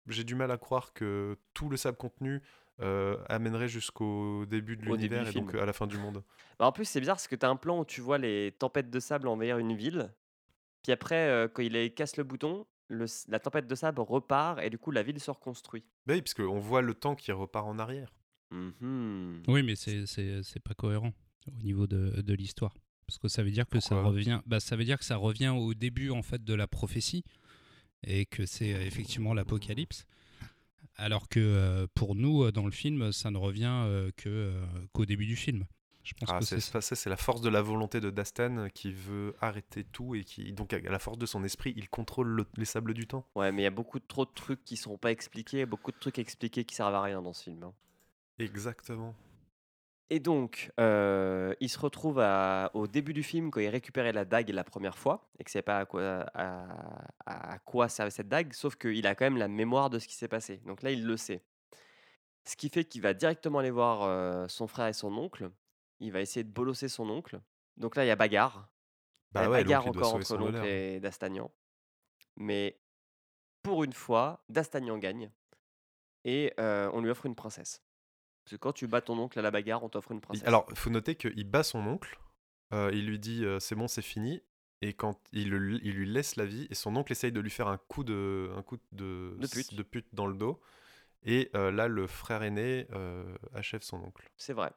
[SPEAKER 4] j'ai du mal à croire que tout le sable contenu euh, amènerait jusqu'au début de
[SPEAKER 1] Au début
[SPEAKER 4] l'univers
[SPEAKER 1] du
[SPEAKER 4] et donc euh,
[SPEAKER 1] film.
[SPEAKER 4] à la fin du monde.
[SPEAKER 1] Bah, en plus, c'est bizarre parce que t'as un plan où tu vois les tempêtes de sable envahir une ville. Puis après, euh, quand il les casse le bouton, le s- la tempête de sable repart et du coup, la ville se reconstruit.
[SPEAKER 4] Bah oui, parce qu'on voit le temps qui repart en arrière.
[SPEAKER 1] Mhm.
[SPEAKER 2] Oui, mais c'est- c'est c'est pas cohérent au niveau de, de l'histoire. Parce que ça veut dire que ça
[SPEAKER 4] Pourquoi
[SPEAKER 2] revient, bah, ça veut dire que ça revient au début en fait de la prophétie et que c'est euh, effectivement l'apocalypse. Alors que euh, pour nous euh, dans le film, ça ne revient euh, que euh, qu'au début du film. Je pense
[SPEAKER 4] Ah,
[SPEAKER 2] que
[SPEAKER 4] c'est
[SPEAKER 2] c'est ça.
[SPEAKER 4] ça, ça, c'est la force de la volonté de Dastan qui veut arrêter tout et qui, donc, à la force de son esprit, il contrôle le- les sables du temps.
[SPEAKER 1] Ouais, mais il y a beaucoup de, trop de trucs qui sont pas expliqués, beaucoup de trucs expliqués qui servent à rien dans ce film. hein.
[SPEAKER 4] Exactement.
[SPEAKER 1] Et donc, euh, il se retrouve à- au début du film quand il récupérait la dague la première fois et que c'est pas à quoi, à, à- à quoi servait cette dague, sauf qu'il a quand même la mémoire de ce qui s'est passé. Donc là, il le sait. Ce qui fait qu'il va directement aller voir euh, son frère et son oncle. Il va essayer de bolosser son oncle. Donc là, il y a bagarre.
[SPEAKER 4] Bah
[SPEAKER 1] la
[SPEAKER 4] ouais,
[SPEAKER 1] bagarre
[SPEAKER 4] l'oncle, il doit
[SPEAKER 1] encore
[SPEAKER 4] sauver
[SPEAKER 1] entre
[SPEAKER 4] son
[SPEAKER 1] l'oncle
[SPEAKER 4] honneur. hein.
[SPEAKER 1] et D'Astagnan. Mais pour une fois, D'Astagnan gagne et euh, on lui offre une princesse. Parce que quand tu bats ton oncle à la bagarre, on t'offre une
[SPEAKER 4] Il-
[SPEAKER 1] princesse.
[SPEAKER 4] Alors, faut noter qu'il bat son oncle, euh, il lui dit euh, c'est bon, c'est fini, et quand il, le- il lui laisse la vie, et son oncle essaye de lui faire un coup de, un coup de,
[SPEAKER 1] De pute.
[SPEAKER 4] dans le dos, et euh, là, le frère aîné euh, achève son oncle.
[SPEAKER 1] C'est vrai.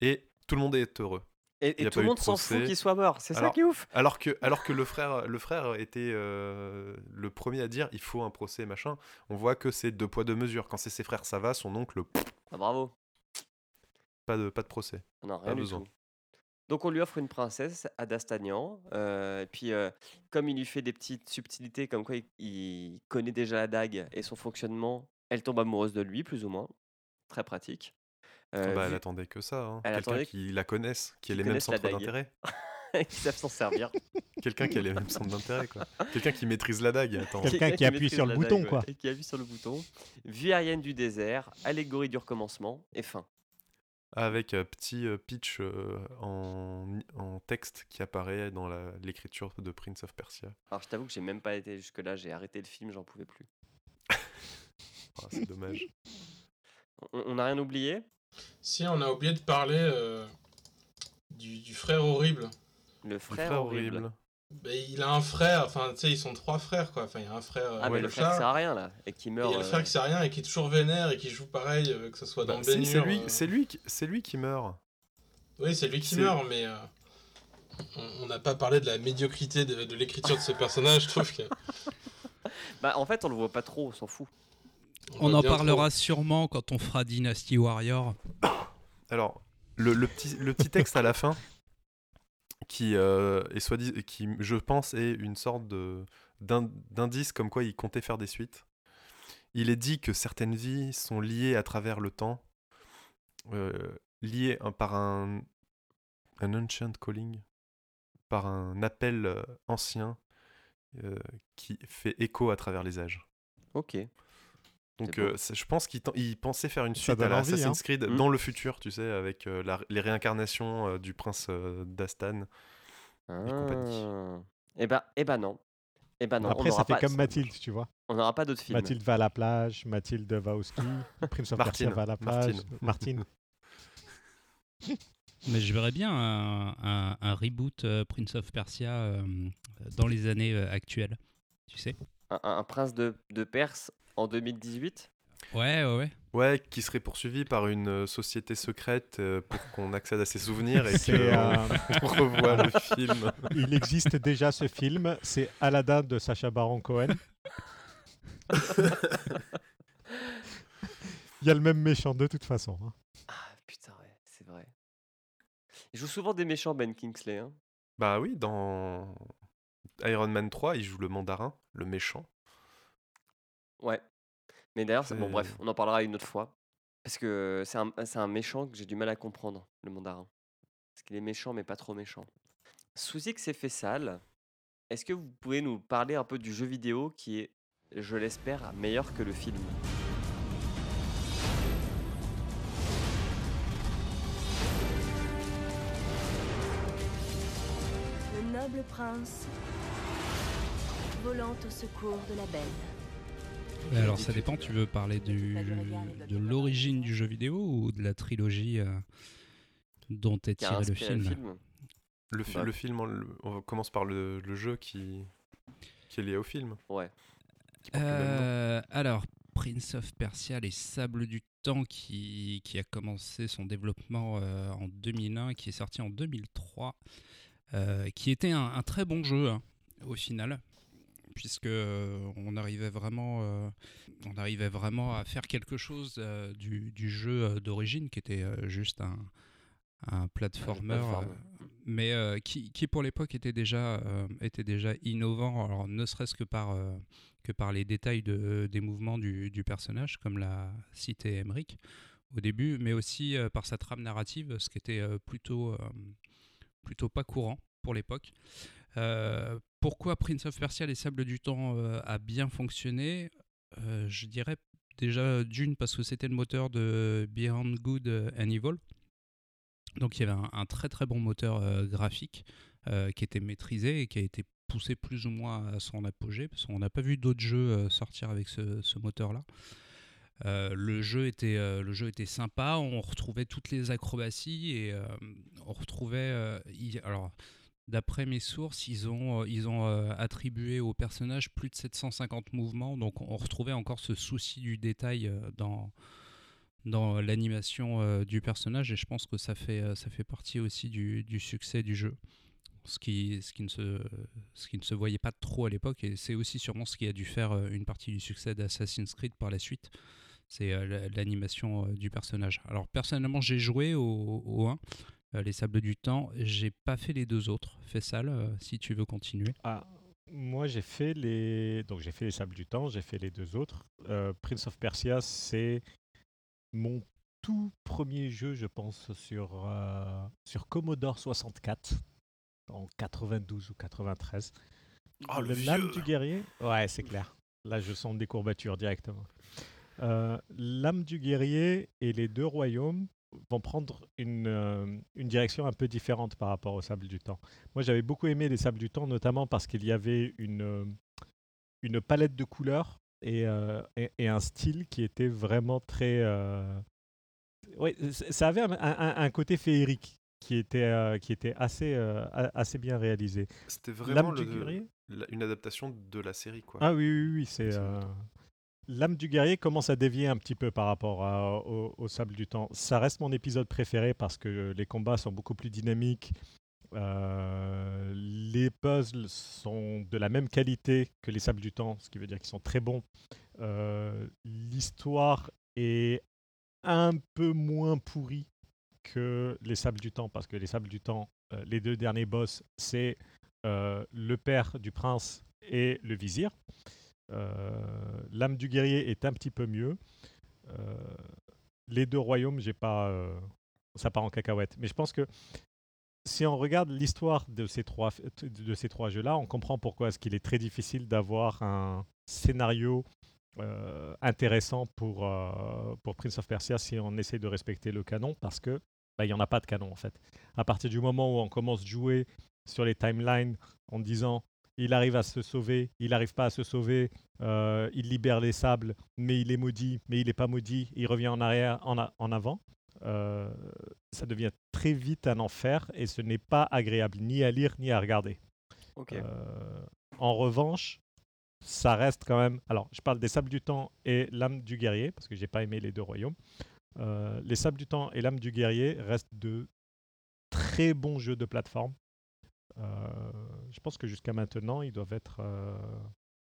[SPEAKER 4] Et tout le monde est heureux.
[SPEAKER 1] Et,
[SPEAKER 4] Il y
[SPEAKER 1] et
[SPEAKER 4] a
[SPEAKER 1] tout
[SPEAKER 4] pas
[SPEAKER 1] le
[SPEAKER 4] eu de
[SPEAKER 1] monde s'en fout
[SPEAKER 4] procès.
[SPEAKER 1] qu'il soit mort. C'est ça
[SPEAKER 4] Alors-
[SPEAKER 1] qui est ouf.
[SPEAKER 4] Alors que, alors que le frère, le frère était euh, le premier à dire il faut un procès machin. On voit que c'est deux poids deux mesures. Quand c'est ses frères ça va, son oncle pff,
[SPEAKER 1] Ah, bravo.
[SPEAKER 4] pas de pas de procès.
[SPEAKER 1] On n'a
[SPEAKER 4] Pas
[SPEAKER 1] rien du
[SPEAKER 4] besoin.
[SPEAKER 1] tout. Donc on lui offre une princesse à D'Astagnan. euh, et puis euh, comme il lui fait des petites subtilités, comme quoi il, il connaît déjà la dague et son fonctionnement, elle tombe amoureuse de lui, plus ou moins. Très pratique. Euh,
[SPEAKER 4] bah, elle
[SPEAKER 1] vu-
[SPEAKER 4] attendait que ça. hein.
[SPEAKER 1] elle
[SPEAKER 4] Quelqu'un
[SPEAKER 1] attendait
[SPEAKER 4] qui la connaisse, qui ait
[SPEAKER 1] qu'il
[SPEAKER 4] les mêmes
[SPEAKER 1] connaisse la
[SPEAKER 4] centres
[SPEAKER 1] dague.
[SPEAKER 4] d'intérêt.
[SPEAKER 1] qui savent s'en servir.
[SPEAKER 4] Quelqu'un qui a les mêmes centres d'intérêt quoi. Quelqu'un qui maîtrise la dague. Attends.
[SPEAKER 3] Quel- Quelqu'un qui appuie
[SPEAKER 1] maîtrise
[SPEAKER 3] sur le
[SPEAKER 1] la
[SPEAKER 3] bouton,
[SPEAKER 1] dague,
[SPEAKER 3] quoi.
[SPEAKER 1] et qui appuie sur le bouton. Vie aérienne du désert, allégorie du recommencement et fin.
[SPEAKER 4] Avec un petit euh, pitch euh, en, en texte qui apparaît dans la- l'écriture de Prince of Persia.
[SPEAKER 1] Alors je t'avoue que j'ai même pas été jusque là, j'ai arrêté le film, j'en pouvais plus.
[SPEAKER 4] Ah, c'est dommage.
[SPEAKER 1] On- On n'a rien oublié
[SPEAKER 5] Si, on a oublié de parler euh, du, du frère horrible.
[SPEAKER 1] Le
[SPEAKER 4] Le
[SPEAKER 1] frère, horrible.
[SPEAKER 5] Ben, il a un frère, enfin, tu sais, ils sont trois frères, quoi. Enfin, il y a un frère, euh,
[SPEAKER 1] Ah mais
[SPEAKER 5] le
[SPEAKER 1] le frère qui
[SPEAKER 5] chat,
[SPEAKER 1] sert à rien là et qui
[SPEAKER 5] et il
[SPEAKER 1] meurt.
[SPEAKER 5] y a le
[SPEAKER 1] euh,
[SPEAKER 5] frère qui sait rien et qui est toujours vénère et qui joue pareil, euh, que ce soit dans
[SPEAKER 4] Bah, c'est
[SPEAKER 5] Ben
[SPEAKER 4] c'est
[SPEAKER 5] Hur,
[SPEAKER 4] lui,
[SPEAKER 5] euh,
[SPEAKER 4] c'est lui, qui- c'est lui qui meurt.
[SPEAKER 5] Oui, c'est lui qui
[SPEAKER 4] C'est-
[SPEAKER 5] meurt, mais euh, on- on n'a pas parlé de la médiocrité de, de l'écriture de ce personnage, je trouve que.
[SPEAKER 1] Bah en fait on le voit pas trop, on s'en fout.
[SPEAKER 2] On
[SPEAKER 5] voit
[SPEAKER 2] en
[SPEAKER 5] bien
[SPEAKER 2] parlera sûrement quand on fera Dynasty Warrior.
[SPEAKER 4] Alors, le, le petit, le petit texte à la fin, qui, euh, est soit qui, je pense, est une sorte de- d'in- d'indice comme quoi il comptait faire des suites. Il est dit que certaines vies sont liées à travers le temps, euh, liées un- par un, un ancient calling, par un appel euh, ancien euh, qui fait écho à travers les âges.
[SPEAKER 1] Ok.
[SPEAKER 4] Donc
[SPEAKER 1] C'est beau.
[SPEAKER 4] euh, c'est- je pense qu'il ten- il pensait faire une
[SPEAKER 3] Ça
[SPEAKER 4] suite à
[SPEAKER 3] donne
[SPEAKER 4] la
[SPEAKER 3] envie,
[SPEAKER 4] Assassin's
[SPEAKER 3] hein.
[SPEAKER 4] Creed
[SPEAKER 1] Mm.
[SPEAKER 4] dans le futur, tu sais, avec euh, la- les réincarnations euh, du prince euh, d'Astan. compagnie.
[SPEAKER 1] Ah. Eh ben, eh ben non. Eh ben non.
[SPEAKER 3] Après,
[SPEAKER 1] on
[SPEAKER 3] ça
[SPEAKER 1] n'aura
[SPEAKER 3] fait
[SPEAKER 1] pas,
[SPEAKER 3] comme Mathilde, tu vois.
[SPEAKER 1] on n'aura pas d'autres films.
[SPEAKER 3] Mathilde va à la plage, Mathilde va au ski, Prince of Persia
[SPEAKER 4] Martine,
[SPEAKER 3] va à la plage, Martine.
[SPEAKER 2] Mais je verrais bien un, un- un reboot euh, Prince of Persia euh, dans les années euh, actuelles. Tu sais
[SPEAKER 1] Un, un- un prince de, de Perse en 2018
[SPEAKER 2] Ouais, ouais, ouais.
[SPEAKER 4] Ouais, qui serait poursuivi par une euh, société secrète euh, pour qu'on accède à ses souvenirs et
[SPEAKER 3] C'est,
[SPEAKER 4] qu'on
[SPEAKER 3] euh,
[SPEAKER 4] revoie le film.
[SPEAKER 3] il existe déjà ce film, c'est Aladdin de Sacha Baron Cohen. Il y a le même méchant de toute façon. hein.
[SPEAKER 1] Ah putain, ouais, c'est vrai. Il joue souvent des méchants, Ben Kingsley. hein.
[SPEAKER 4] Bah oui, dans Iron Man 3, il joue le mandarin, le méchant.
[SPEAKER 1] Ouais. Mais d'ailleurs, c'est- bon,
[SPEAKER 4] C'est-
[SPEAKER 1] bref, on en parlera une autre fois. Parce que c'est un, c'est un méchant que j'ai du mal à comprendre, le mandarin. Parce qu'il est méchant, mais pas trop méchant. Souzik s'est fait sale. Est-ce que vous pouvez nous parler un peu du jeu vidéo qui est, je l'espère, meilleur que le film
[SPEAKER 6] Le noble prince, volant au secours de la belle.
[SPEAKER 2] Bah alors ça dépend, tu veux parler du- de l'origine du jeu vidéo ou de la trilogie euh, dont est
[SPEAKER 1] qui a
[SPEAKER 2] tiré le
[SPEAKER 1] inspiré
[SPEAKER 2] film,
[SPEAKER 4] Le, fi-
[SPEAKER 1] Bah.
[SPEAKER 4] le film, on, le- on commence par le, le jeu qui, qui est lié au film.
[SPEAKER 1] Ouais.
[SPEAKER 4] qui porte le même nom.
[SPEAKER 2] Euh, Alors, Prince of Persia, les Sables du Temps, qui, qui a commencé son développement euh, en 2001, qui est sorti en 2003, euh, qui était un, un très bon jeu hein, au final, puisque euh, on arrivait vraiment, euh, on arrivait vraiment à faire quelque chose euh, du, du jeu euh, d'origine, qui était euh, juste un, un platformer. euh,
[SPEAKER 1] platformer.
[SPEAKER 2] mais euh, qui, qui, pour l'époque était déjà euh, était déjà innovant alors ne serait-ce que par euh, que par les détails de- euh, des mouvements du, du personnage, comme l'a cité Emmerich au début, mais aussi euh, par sa trame narrative, ce qui était euh, plutôt, euh, plutôt pas courant pour l'époque. Euh, pourquoi Prince of Persia, les Sables du Temps euh, a bien fonctionné Euh, Je dirais déjà d'une parce que c'était le moteur de Beyond Good and Evil. Donc il y avait un, un très très bon moteur euh, graphique euh, qui était maîtrisé et qui a été poussé plus ou moins à son apogée, parce qu'on n'a pas vu d'autres jeux euh, sortir avec ce, ce moteur-là. Euh, le, jeu était, euh, le jeu était sympa, on retrouvait toutes les acrobaties et euh, on retrouvait... euh, il- alors, d'après mes sources, ils ont, euh, ils ont euh, attribué au personnage plus de 750 mouvements, donc on retrouvait encore ce souci du détail euh, dans dans l'animation euh, du personnage et je pense que ça fait, euh, ça fait partie aussi du, du succès du jeu ce qui, ce, qui ne se, ce qui ne se voyait pas trop à l'époque, et c'est aussi sûrement ce qui a dû faire euh, une partie du succès d'Assassin's Creed par la suite, c'est euh, la- l'animation euh, du personnage. Alors personnellement, j'ai joué au, au 1, euh, Les Sables du Temps, j'ai pas fait les deux autres, Fessal, euh, si tu veux continuer.
[SPEAKER 3] Ah, moi, j'ai fait les donc j'ai fait les Sables du Temps, j'ai fait les deux autres. Euh, Prince of Persia, c'est mon tout premier jeu, je pense, sur euh, sur Commodore 64 en 92 ou 93.
[SPEAKER 4] Oh, le
[SPEAKER 3] L'âme
[SPEAKER 4] vieux.
[SPEAKER 3] du guerrier. Ouais, c'est clair. Là, je sens des courbatures directement. Euh, L'âme du guerrier et les deux royaumes vont prendre une, euh, une direction un peu différente par rapport aux sables du temps. Moi, j'avais beaucoup aimé les sables du temps, notamment parce qu'il y avait une, euh, une palette de couleurs et, euh, et- et un style qui était vraiment très. euh, ouais, c- ça avait un, un- un côté féerique qui était, euh, qui était assez, euh, a- assez bien réalisé.
[SPEAKER 4] C'était vraiment
[SPEAKER 3] L'âme
[SPEAKER 4] le-
[SPEAKER 3] du guerrier
[SPEAKER 4] la- une adaptation de la série, quoi.
[SPEAKER 3] ah oui, oui, oui, c'est.
[SPEAKER 4] Ça me
[SPEAKER 3] euh, L'âme du guerrier commence à dévier un petit peu par rapport à- au, au sable du temps. Ça reste mon épisode préféré parce que les combats sont beaucoup plus dynamiques. euh, les puzzles sont de la même qualité que les sables du temps, ce qui veut dire qu'ils sont très bons. Euh, L'histoire est un peu moins pourrie que les sables du temps parce que les sables du temps, euh, les deux derniers boss, c'est euh, le père du prince et le vizir. Euh, L'âme du guerrier est un petit peu mieux. Euh, les deux royaumes, j'ai pas, euh, ça part en cacahuète. Mais je pense que si on regarde l'histoire de ces trois, de ces trois jeux-là, on comprend pourquoi est-ce qu'il est très difficile d'avoir un scénario euh, intéressant pour, euh, pour Prince of Persia si on essaie de respecter le canon, parce que bah, il n'y en a pas de canon en fait. À partir du moment où on commence de jouer sur les timelines en disant il arrive à se sauver, il n'arrive pas à se sauver, euh, il libère les sables, mais il est maudit, mais il n'est pas maudit, il revient en arrière, en, a- en avant. euh, ça devient très vite un enfer et ce n'est pas agréable ni à lire ni à regarder.
[SPEAKER 1] Ok.
[SPEAKER 3] Euh, en revanche, ça reste quand même. Alors, je parle des Sables du Temps et L'âme du guerrier, parce que j'ai pas aimé les deux royaumes. Euh, les Sables du Temps et L'âme du guerrier restent de très bons jeux de plateforme. Euh, je pense que jusqu'à maintenant, ils doivent être. euh,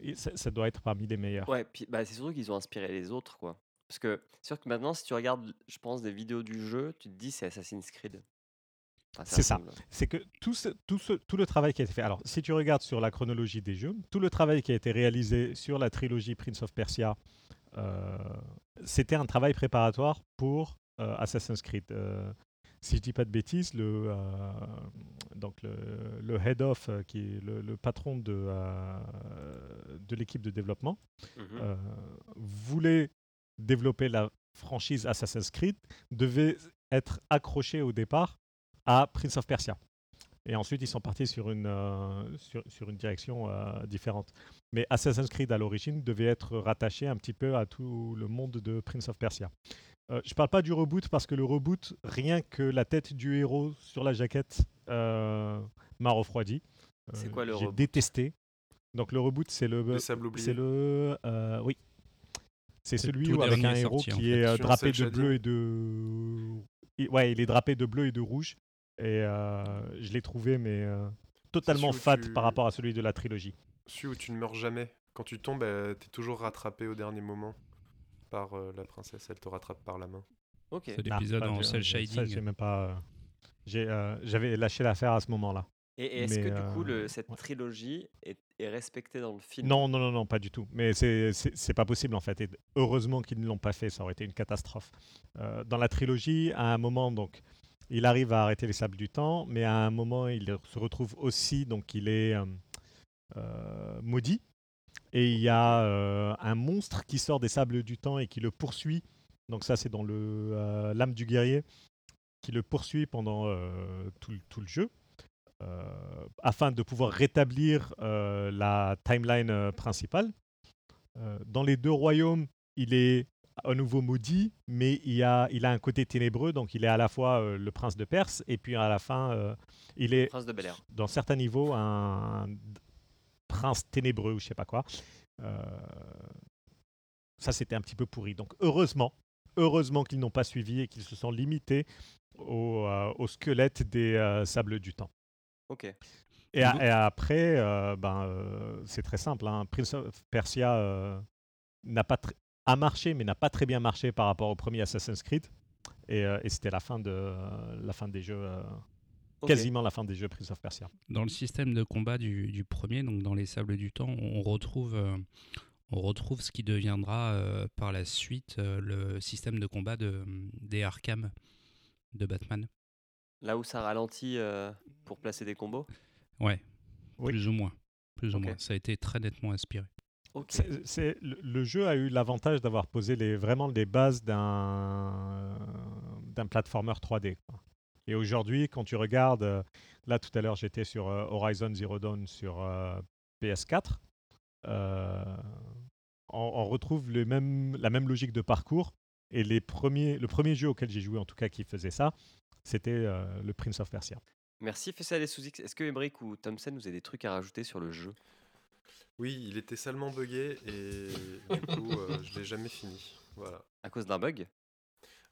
[SPEAKER 3] et ça, ça doit être parmi les meilleurs.
[SPEAKER 1] Ouais, puis bah, c'est surtout qu'ils ont inspiré les autres, quoi. Parce que c'est sûr que maintenant, si tu regardes, je pense, des vidéos du jeu, tu te dis c'est Assassin's Creed. Enfin,
[SPEAKER 3] C'est ça.
[SPEAKER 1] ressemble.
[SPEAKER 3] c'est que tout, ce- tout, ce- tout le travail qui a été fait, alors si tu regardes sur la chronologie des jeux, tout le travail qui a été réalisé sur la trilogie Prince of Persia, euh, c'était un travail préparatoire pour euh, Assassin's Creed. Euh, si je dis pas de bêtises, le, euh, donc le, le head of, euh, qui est le, le patron de, euh, de l'équipe de développement,
[SPEAKER 1] Mhm.
[SPEAKER 3] euh, voulait développer la franchise Assassin's Creed devait être accroché au départ à Prince of Persia. Et ensuite, ils sont partis sur une, euh, sur, sur une direction euh, différente. Mais Assassin's Creed, à l'origine, devait être rattaché un petit peu à tout le monde de Prince of Persia. Euh, je parle pas du reboot parce que le reboot, rien que la tête du héros sur la jaquette euh, m'a refroidi.
[SPEAKER 1] C'est
[SPEAKER 3] Euh,
[SPEAKER 1] quoi le
[SPEAKER 3] J'ai
[SPEAKER 1] reboot
[SPEAKER 3] détesté. Donc le reboot, c'est le,
[SPEAKER 4] Les sables oubliés.
[SPEAKER 3] bah, c'est le. euh, oui. C'est
[SPEAKER 2] C'est
[SPEAKER 3] celui
[SPEAKER 2] tout
[SPEAKER 3] où avec un
[SPEAKER 2] dernier
[SPEAKER 3] héros
[SPEAKER 2] sorti, en
[SPEAKER 3] qui
[SPEAKER 2] fait.
[SPEAKER 3] est euh,
[SPEAKER 4] Sur un
[SPEAKER 3] drapé de
[SPEAKER 4] seul
[SPEAKER 3] bleu et de. il- ouais, il est drapé de bleu et de rouge. Et euh, je l'ai trouvé, mais euh, totalement
[SPEAKER 4] celui où
[SPEAKER 3] fat
[SPEAKER 4] tu-
[SPEAKER 3] par rapport à celui de la trilogie.
[SPEAKER 4] Celui où tu ne meurs jamais. Quand tu tombes, euh, t'es toujours rattrapé au dernier moment par euh, la princesse. Elle te rattrape par la main.
[SPEAKER 1] Ok.
[SPEAKER 2] C'est
[SPEAKER 3] Nah,
[SPEAKER 2] l'épisode
[SPEAKER 3] ça,
[SPEAKER 2] en
[SPEAKER 3] Bah, je-
[SPEAKER 2] cel
[SPEAKER 3] ça, j'ai
[SPEAKER 2] shading.
[SPEAKER 3] même pas. euh, j'ai, euh, J'avais lâché l'affaire à ce moment-là.
[SPEAKER 1] Et, et est-ce
[SPEAKER 3] mais,
[SPEAKER 1] que du coup, le-
[SPEAKER 3] euh,
[SPEAKER 1] cette
[SPEAKER 3] ouais.
[SPEAKER 1] trilogie est, est respectée dans le film
[SPEAKER 3] Non, non, non, non, pas du tout. Mais c'est- c'est c'est pas possible en fait. Et heureusement qu'ils ne l'ont pas fait, ça aurait été une catastrophe. Euh, dans la trilogie, à un moment, donc, il arrive à arrêter les sables du temps, mais à un moment, il se retrouve aussi, donc, il est euh, euh, maudit. Et il y a euh, un monstre qui sort des sables du temps et qui le poursuit. Donc ça, c'est dans le euh, l'âme du guerrier qui le poursuit pendant euh, tout, le- tout le jeu euh, afin de pouvoir rétablir euh, la timeline euh, principale. Euh, dans les deux royaumes, il est à nouveau maudit, mais il a, il a un côté ténébreux, donc il est à la fois euh, le prince de Perse, et puis à la fin, euh, il est
[SPEAKER 1] Prince de Bel Air.
[SPEAKER 3] dans certains niveaux un d- prince ténébreux ou je sais pas quoi. Euh, ça c'était un petit peu pourri. Donc heureusement, heureusement qu'ils n'ont pas suivi et qu'ils se sont limités au, euh, au squelette des euh, sables du temps.
[SPEAKER 1] Ok.
[SPEAKER 3] Et, a-
[SPEAKER 2] Vous-
[SPEAKER 3] et après, euh, ben, euh, c'est très simple. hein. Prince of Persia euh, n'a pas tr- a marché, mais n'a pas très bien marché par rapport au premier Assassin's Creed. Et, euh, et c'était la fin de la fin des jeux, euh,
[SPEAKER 1] Ok.
[SPEAKER 3] quasiment la fin des jeux Prince of Persia.
[SPEAKER 2] Dans le système de combat du, du premier, donc dans les sables du temps, on retrouve, euh, on retrouve ce qui deviendra euh, par la suite euh, le système de combat de, des Arkham de Batman.
[SPEAKER 1] Là où ça ralentit euh, pour placer des combos
[SPEAKER 2] Ouais,
[SPEAKER 3] Oui.
[SPEAKER 2] plus ou moins. Plus ou
[SPEAKER 1] Ok.
[SPEAKER 2] moins. Ça a été très nettement inspiré.
[SPEAKER 1] Ok.
[SPEAKER 3] C'est- c'est- le, le jeu a eu l'avantage d'avoir posé les, vraiment les bases d'un d'un platformer 3D. quoi. Et aujourd'hui, quand tu regardes, euh, là tout à l'heure j'étais sur euh, Horizon Zero Dawn sur euh, PS4, euh, on, on retrouve les mêmes- la même logique de parcours. Et les premiers, le premier jeu auquel j'ai joué, en tout cas qui faisait ça, c'était euh, le Prince of Persia.
[SPEAKER 1] Merci Fessal et Souzix. Est-ce que Emmerich ou Thompson, vous avez des trucs à rajouter sur le jeu
[SPEAKER 4] Oui, il était salement buggé et du coup, euh, je l'ai jamais fini. Voilà.
[SPEAKER 1] À cause d'un bug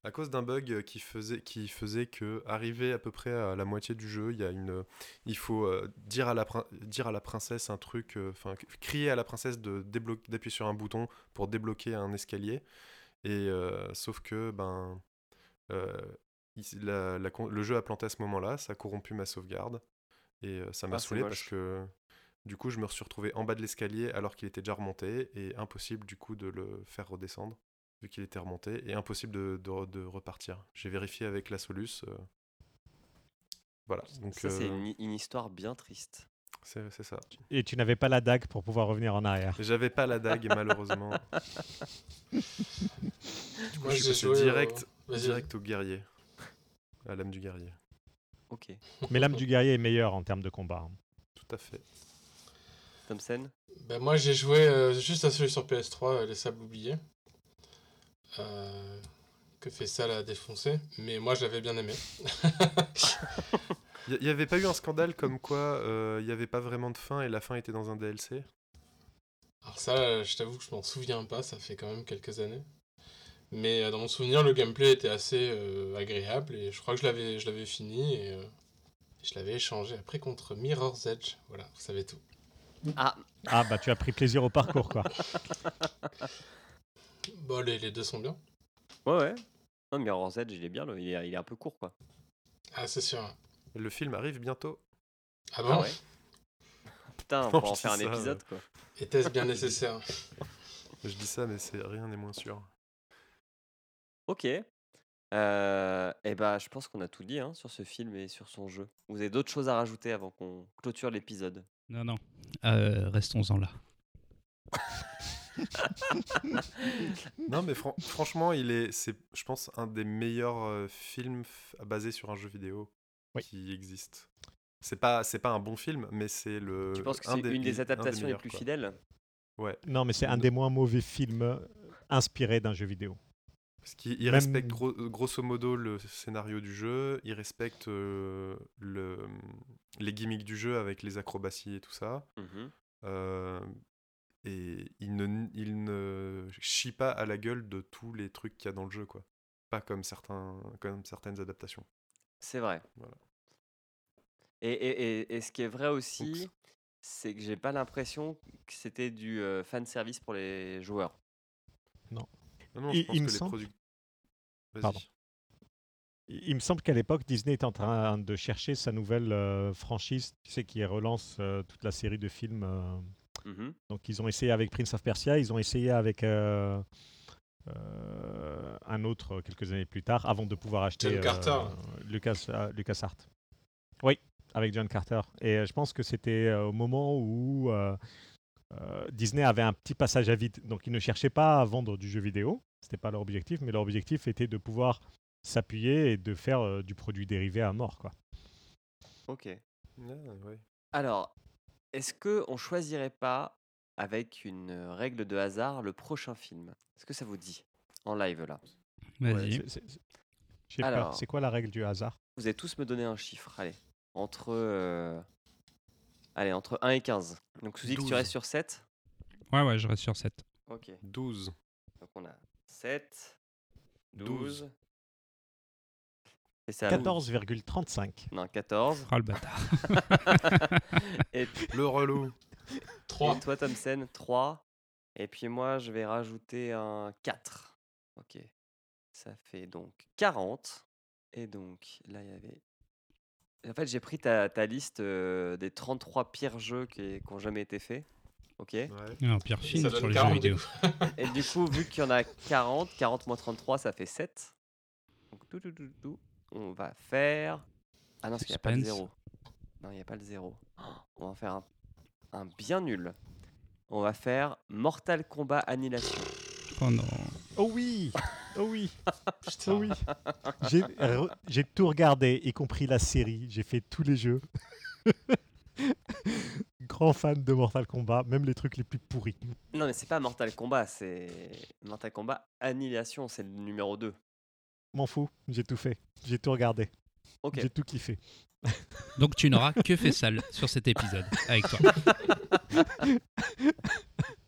[SPEAKER 4] À cause d'un bug euh, qui faisait, qui faisait que, arrivé à peu près à la moitié du jeu, il, y a une, euh, il faut euh, dire, à la prin- dire à la princesse un truc, euh, enfin, c- crier à la princesse de déblo- d'appuyer sur un bouton pour débloquer un escalier. Et euh, sauf que, ben, euh, il- la- la con- le jeu a planté à ce moment-là, ça a corrompu ma sauvegarde. Et euh, ça m'a
[SPEAKER 1] Ah, c'est
[SPEAKER 4] saoulé parce
[SPEAKER 1] moche.
[SPEAKER 4] que, du coup, je me suis retrouvé en bas de l'escalier alors qu'il était déjà remonté et impossible, du coup, de le faire redescendre vu qu'il était remonté, et impossible de, de- de repartir. J'ai vérifié avec la Solus. euh, Voilà, donc
[SPEAKER 1] Ça, c'est
[SPEAKER 4] euh,
[SPEAKER 1] une, une histoire bien triste.
[SPEAKER 4] c'est c'est ça.
[SPEAKER 3] Et tu n'avais pas la dague pour pouvoir revenir en arrière.
[SPEAKER 4] Et J'avais pas la dague, malheureusement.
[SPEAKER 5] Moi,
[SPEAKER 4] je suis
[SPEAKER 5] j'ai
[SPEAKER 4] passé
[SPEAKER 5] joué au-
[SPEAKER 4] direct,
[SPEAKER 5] Vas-y.
[SPEAKER 4] direct au guerrier, à l'âme du guerrier.
[SPEAKER 1] Ok.
[SPEAKER 3] Mais l'âme du guerrier est meilleure en termes de combat. hein.
[SPEAKER 4] Tout à fait.
[SPEAKER 1] Thompson
[SPEAKER 5] Ben, moi, j'ai joué euh, juste à celui sur PS3, euh, Les Sables Oubliés. Euh, que Fessal a défoncé, mais moi j'avais bien aimé.
[SPEAKER 4] Il n'y avait pas eu un scandale comme quoi euh, il n'y avait pas vraiment de fin et la fin était dans un DLC
[SPEAKER 5] Alors ça, euh, je t'avoue que je m'en souviens pas, ça fait quand même quelques années. Mais euh, dans mon souvenir, le gameplay était assez euh, agréable et je crois que je l'avais, je l'avais fini et euh, je l'avais échangé après contre Mirror's Edge. Voilà, vous savez tout.
[SPEAKER 3] Ah bah tu as pris plaisir au parcours quoi.
[SPEAKER 5] Bon, les, les deux sont bien.
[SPEAKER 1] Ouais, ouais. Non, mais en Z, il est bien, le- il est, il est un peu court, quoi.
[SPEAKER 5] Ah, c'est sûr.
[SPEAKER 4] Le film arrive bientôt.
[SPEAKER 5] Ah bon
[SPEAKER 1] Ah ouais Putain, on
[SPEAKER 4] Non,
[SPEAKER 1] pourra en
[SPEAKER 4] je
[SPEAKER 1] faire un
[SPEAKER 4] dis ça,
[SPEAKER 1] épisode, quoi.
[SPEAKER 5] Était-ce bien nécessaire
[SPEAKER 4] Je dis ça, mais c'est rien n'est moins sûr.
[SPEAKER 1] Ok. Euh, et bah, je pense qu'on a tout dit hein, sur ce film et sur son jeu. Vous avez d'autres choses à rajouter avant qu'on clôture l'épisode
[SPEAKER 2] Non, non. Euh, Restons-en là.
[SPEAKER 4] Non, mais fran- franchement, il est, c'est, je pense, un des meilleurs euh, films f- basés sur un jeu vidéo
[SPEAKER 3] Oui.
[SPEAKER 4] qui existe. C'est pas, c'est pas un bon film, mais c'est le.
[SPEAKER 1] Tu penses que
[SPEAKER 4] un
[SPEAKER 1] c'est
[SPEAKER 4] des-
[SPEAKER 1] une des
[SPEAKER 4] un
[SPEAKER 1] adaptations les
[SPEAKER 4] meilleurs,
[SPEAKER 1] plus
[SPEAKER 4] quoi.
[SPEAKER 1] fidèles
[SPEAKER 3] Non mais c'est un des moins mauvais films euh, inspirés d'un jeu vidéo.
[SPEAKER 4] Parce qu'il il
[SPEAKER 3] Même-
[SPEAKER 4] respecte gros- grosso modo le scénario du jeu, il respecte euh, le, les gimmicks du jeu avec les acrobaties et tout ça.
[SPEAKER 1] Mhm.
[SPEAKER 4] Euh, et il ne, il ne chie pas à la gueule de tous les trucs qu'il y a dans le jeu, quoi. Pas comme, certains, comme certaines adaptations.
[SPEAKER 1] C'est vrai.
[SPEAKER 4] Voilà.
[SPEAKER 1] Et, et- et- et ce qui est vrai aussi,
[SPEAKER 4] Oups.
[SPEAKER 1] c'est que j'ai pas l'impression que c'était du euh, fanservice pour les joueurs.
[SPEAKER 4] Non, non,
[SPEAKER 3] Il- il me
[SPEAKER 4] les
[SPEAKER 3] semble-
[SPEAKER 4] produits- Vas-y.
[SPEAKER 3] Pardon. Il il me semble qu'à l'époque, Disney est en train de chercher sa nouvelle euh, franchise, tu sais, qui relance euh, toute la série de films. euh.
[SPEAKER 1] Mhm.
[SPEAKER 3] donc, ils ont essayé avec Prince of Persia, ils ont essayé avec euh, euh, un autre euh, quelques années plus tard, avant de pouvoir acheter euh,
[SPEAKER 5] John Carter.
[SPEAKER 3] Lucas, Lucas Hart. Oui, avec John Carter. Et euh, je pense que c'était euh, au moment où euh, euh, Disney avait un petit passage à vide. Donc, ils ne cherchaient pas à vendre du jeu vidéo. C'était pas leur objectif, mais leur objectif était de pouvoir s'appuyer et de faire euh, du produit dérivé à mort, quoi.
[SPEAKER 1] Ok.
[SPEAKER 4] Ah, ouais.
[SPEAKER 1] Alors, est-ce que on choisirait pas avec une euh, règle de hasard le prochain film Est-ce que ça vous dit en live là
[SPEAKER 3] Ouais,
[SPEAKER 2] Vas-y.
[SPEAKER 3] c'est- c'est- c'est- je sais pas,
[SPEAKER 1] Alors.
[SPEAKER 3] c'est quoi la règle du hasard
[SPEAKER 1] Vous allez tous me donner un chiffre, allez. Entre euh, allez, entre 1 et 15. Donc Suzy, que tu
[SPEAKER 4] 12.
[SPEAKER 1] restes sur 7
[SPEAKER 2] Ouais, ouais, je reste sur 7.
[SPEAKER 1] OK.
[SPEAKER 4] 12.
[SPEAKER 1] Donc on a 7
[SPEAKER 4] Douze.
[SPEAKER 1] 12 et ça
[SPEAKER 3] 14,35.
[SPEAKER 1] Non, 14.
[SPEAKER 2] Ah, le bâtard.
[SPEAKER 1] Et puis
[SPEAKER 4] Le relou.
[SPEAKER 5] 3.
[SPEAKER 1] et toi Thompson 3 et puis moi je vais rajouter un 4. OK. Ça fait donc 40 et donc là il y avait En fait, j'ai pris ta, ta liste euh, des 33 pires jeux qui n'ont jamais été faits. OK.
[SPEAKER 3] Eh.
[SPEAKER 4] Ouais.
[SPEAKER 2] Non, pire film
[SPEAKER 5] Ça donne
[SPEAKER 2] sur les jeux
[SPEAKER 5] 40,
[SPEAKER 2] vidéo.
[SPEAKER 5] du
[SPEAKER 1] Et du coup, vu qu'il y en a 40, 40 moins 33, ça fait 7. Donc, tout, tout, tout, tout. On va faire. Ah non, parce qu'il n'y a pas le
[SPEAKER 2] Suspense.
[SPEAKER 1] zéro. Non, il n'y a pas le zéro. On va en faire un, un bien nul. On va faire Mortal Kombat Annihilation.
[SPEAKER 2] Oh non.
[SPEAKER 3] Oh oui Oh oui
[SPEAKER 5] Putain.
[SPEAKER 3] Oh oui J'ai re- j'ai tout regardé, y compris la série. J'ai fait tous les jeux. Grand fan de Mortal Kombat, même les trucs les plus pourris.
[SPEAKER 1] Non, mais c'est pas Mortal Kombat, c'est Mortal Kombat Annihilation, c'est le numéro 2.
[SPEAKER 3] M'en fous, j'ai tout fait. J'ai tout regardé.
[SPEAKER 1] Ok.
[SPEAKER 3] J'ai tout kiffé.
[SPEAKER 2] Donc tu n'auras que fait sale sur cet épisode avec toi.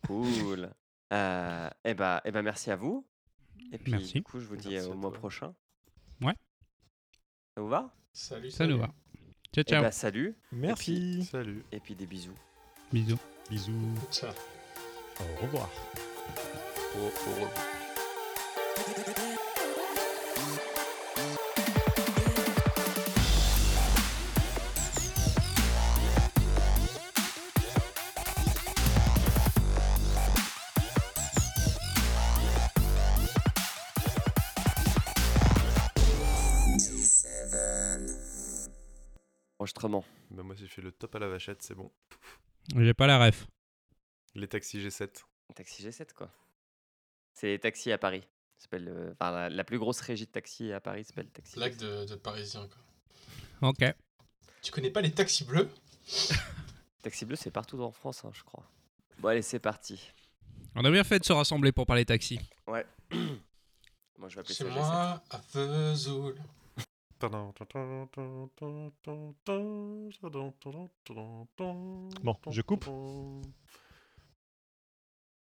[SPEAKER 1] Cool. Euh, eh ben, eh ben, merci à vous. Et puis,
[SPEAKER 2] Merci.
[SPEAKER 1] du coup, je vous dis
[SPEAKER 4] Merci
[SPEAKER 1] euh, au
[SPEAKER 4] à
[SPEAKER 1] mois
[SPEAKER 4] toi.
[SPEAKER 1] prochain.
[SPEAKER 2] Ouais.
[SPEAKER 1] Ça vous va
[SPEAKER 5] Salut,
[SPEAKER 2] Ça nous va.
[SPEAKER 1] Eh
[SPEAKER 2] Ciao, ciao.
[SPEAKER 1] ben, salut.
[SPEAKER 3] Merci.
[SPEAKER 4] Salut.
[SPEAKER 1] Et puis des bisous.
[SPEAKER 2] Bisous.
[SPEAKER 3] Bisous.
[SPEAKER 5] Ciao.
[SPEAKER 3] Au revoir.
[SPEAKER 4] Au- au revoir.
[SPEAKER 1] Enregistrement.
[SPEAKER 4] Bah, moi, j'ai fait le top à la vachette, c'est bon.
[SPEAKER 2] J'ai pas la ref.
[SPEAKER 4] Les taxis G7.
[SPEAKER 1] Taxi G7, quoi. C'est les taxis à Paris. Ça s'appelle, euh, enfin, la, la plus grosse régie de taxi à Paris s'appelle Taxi.
[SPEAKER 5] Blague de, de Parisien, quoi.
[SPEAKER 2] Ok.
[SPEAKER 5] Tu connais pas les taxis bleus
[SPEAKER 1] Taxi bleu, c'est partout en France, hein, je crois. Bon, allez, c'est parti.
[SPEAKER 2] On a bien fait de se rassembler pour parler taxi.
[SPEAKER 1] Moi, je vais appeler
[SPEAKER 5] Chez
[SPEAKER 1] ça G7.
[SPEAKER 5] moi, à Vesoul.
[SPEAKER 4] Bon, je coupe.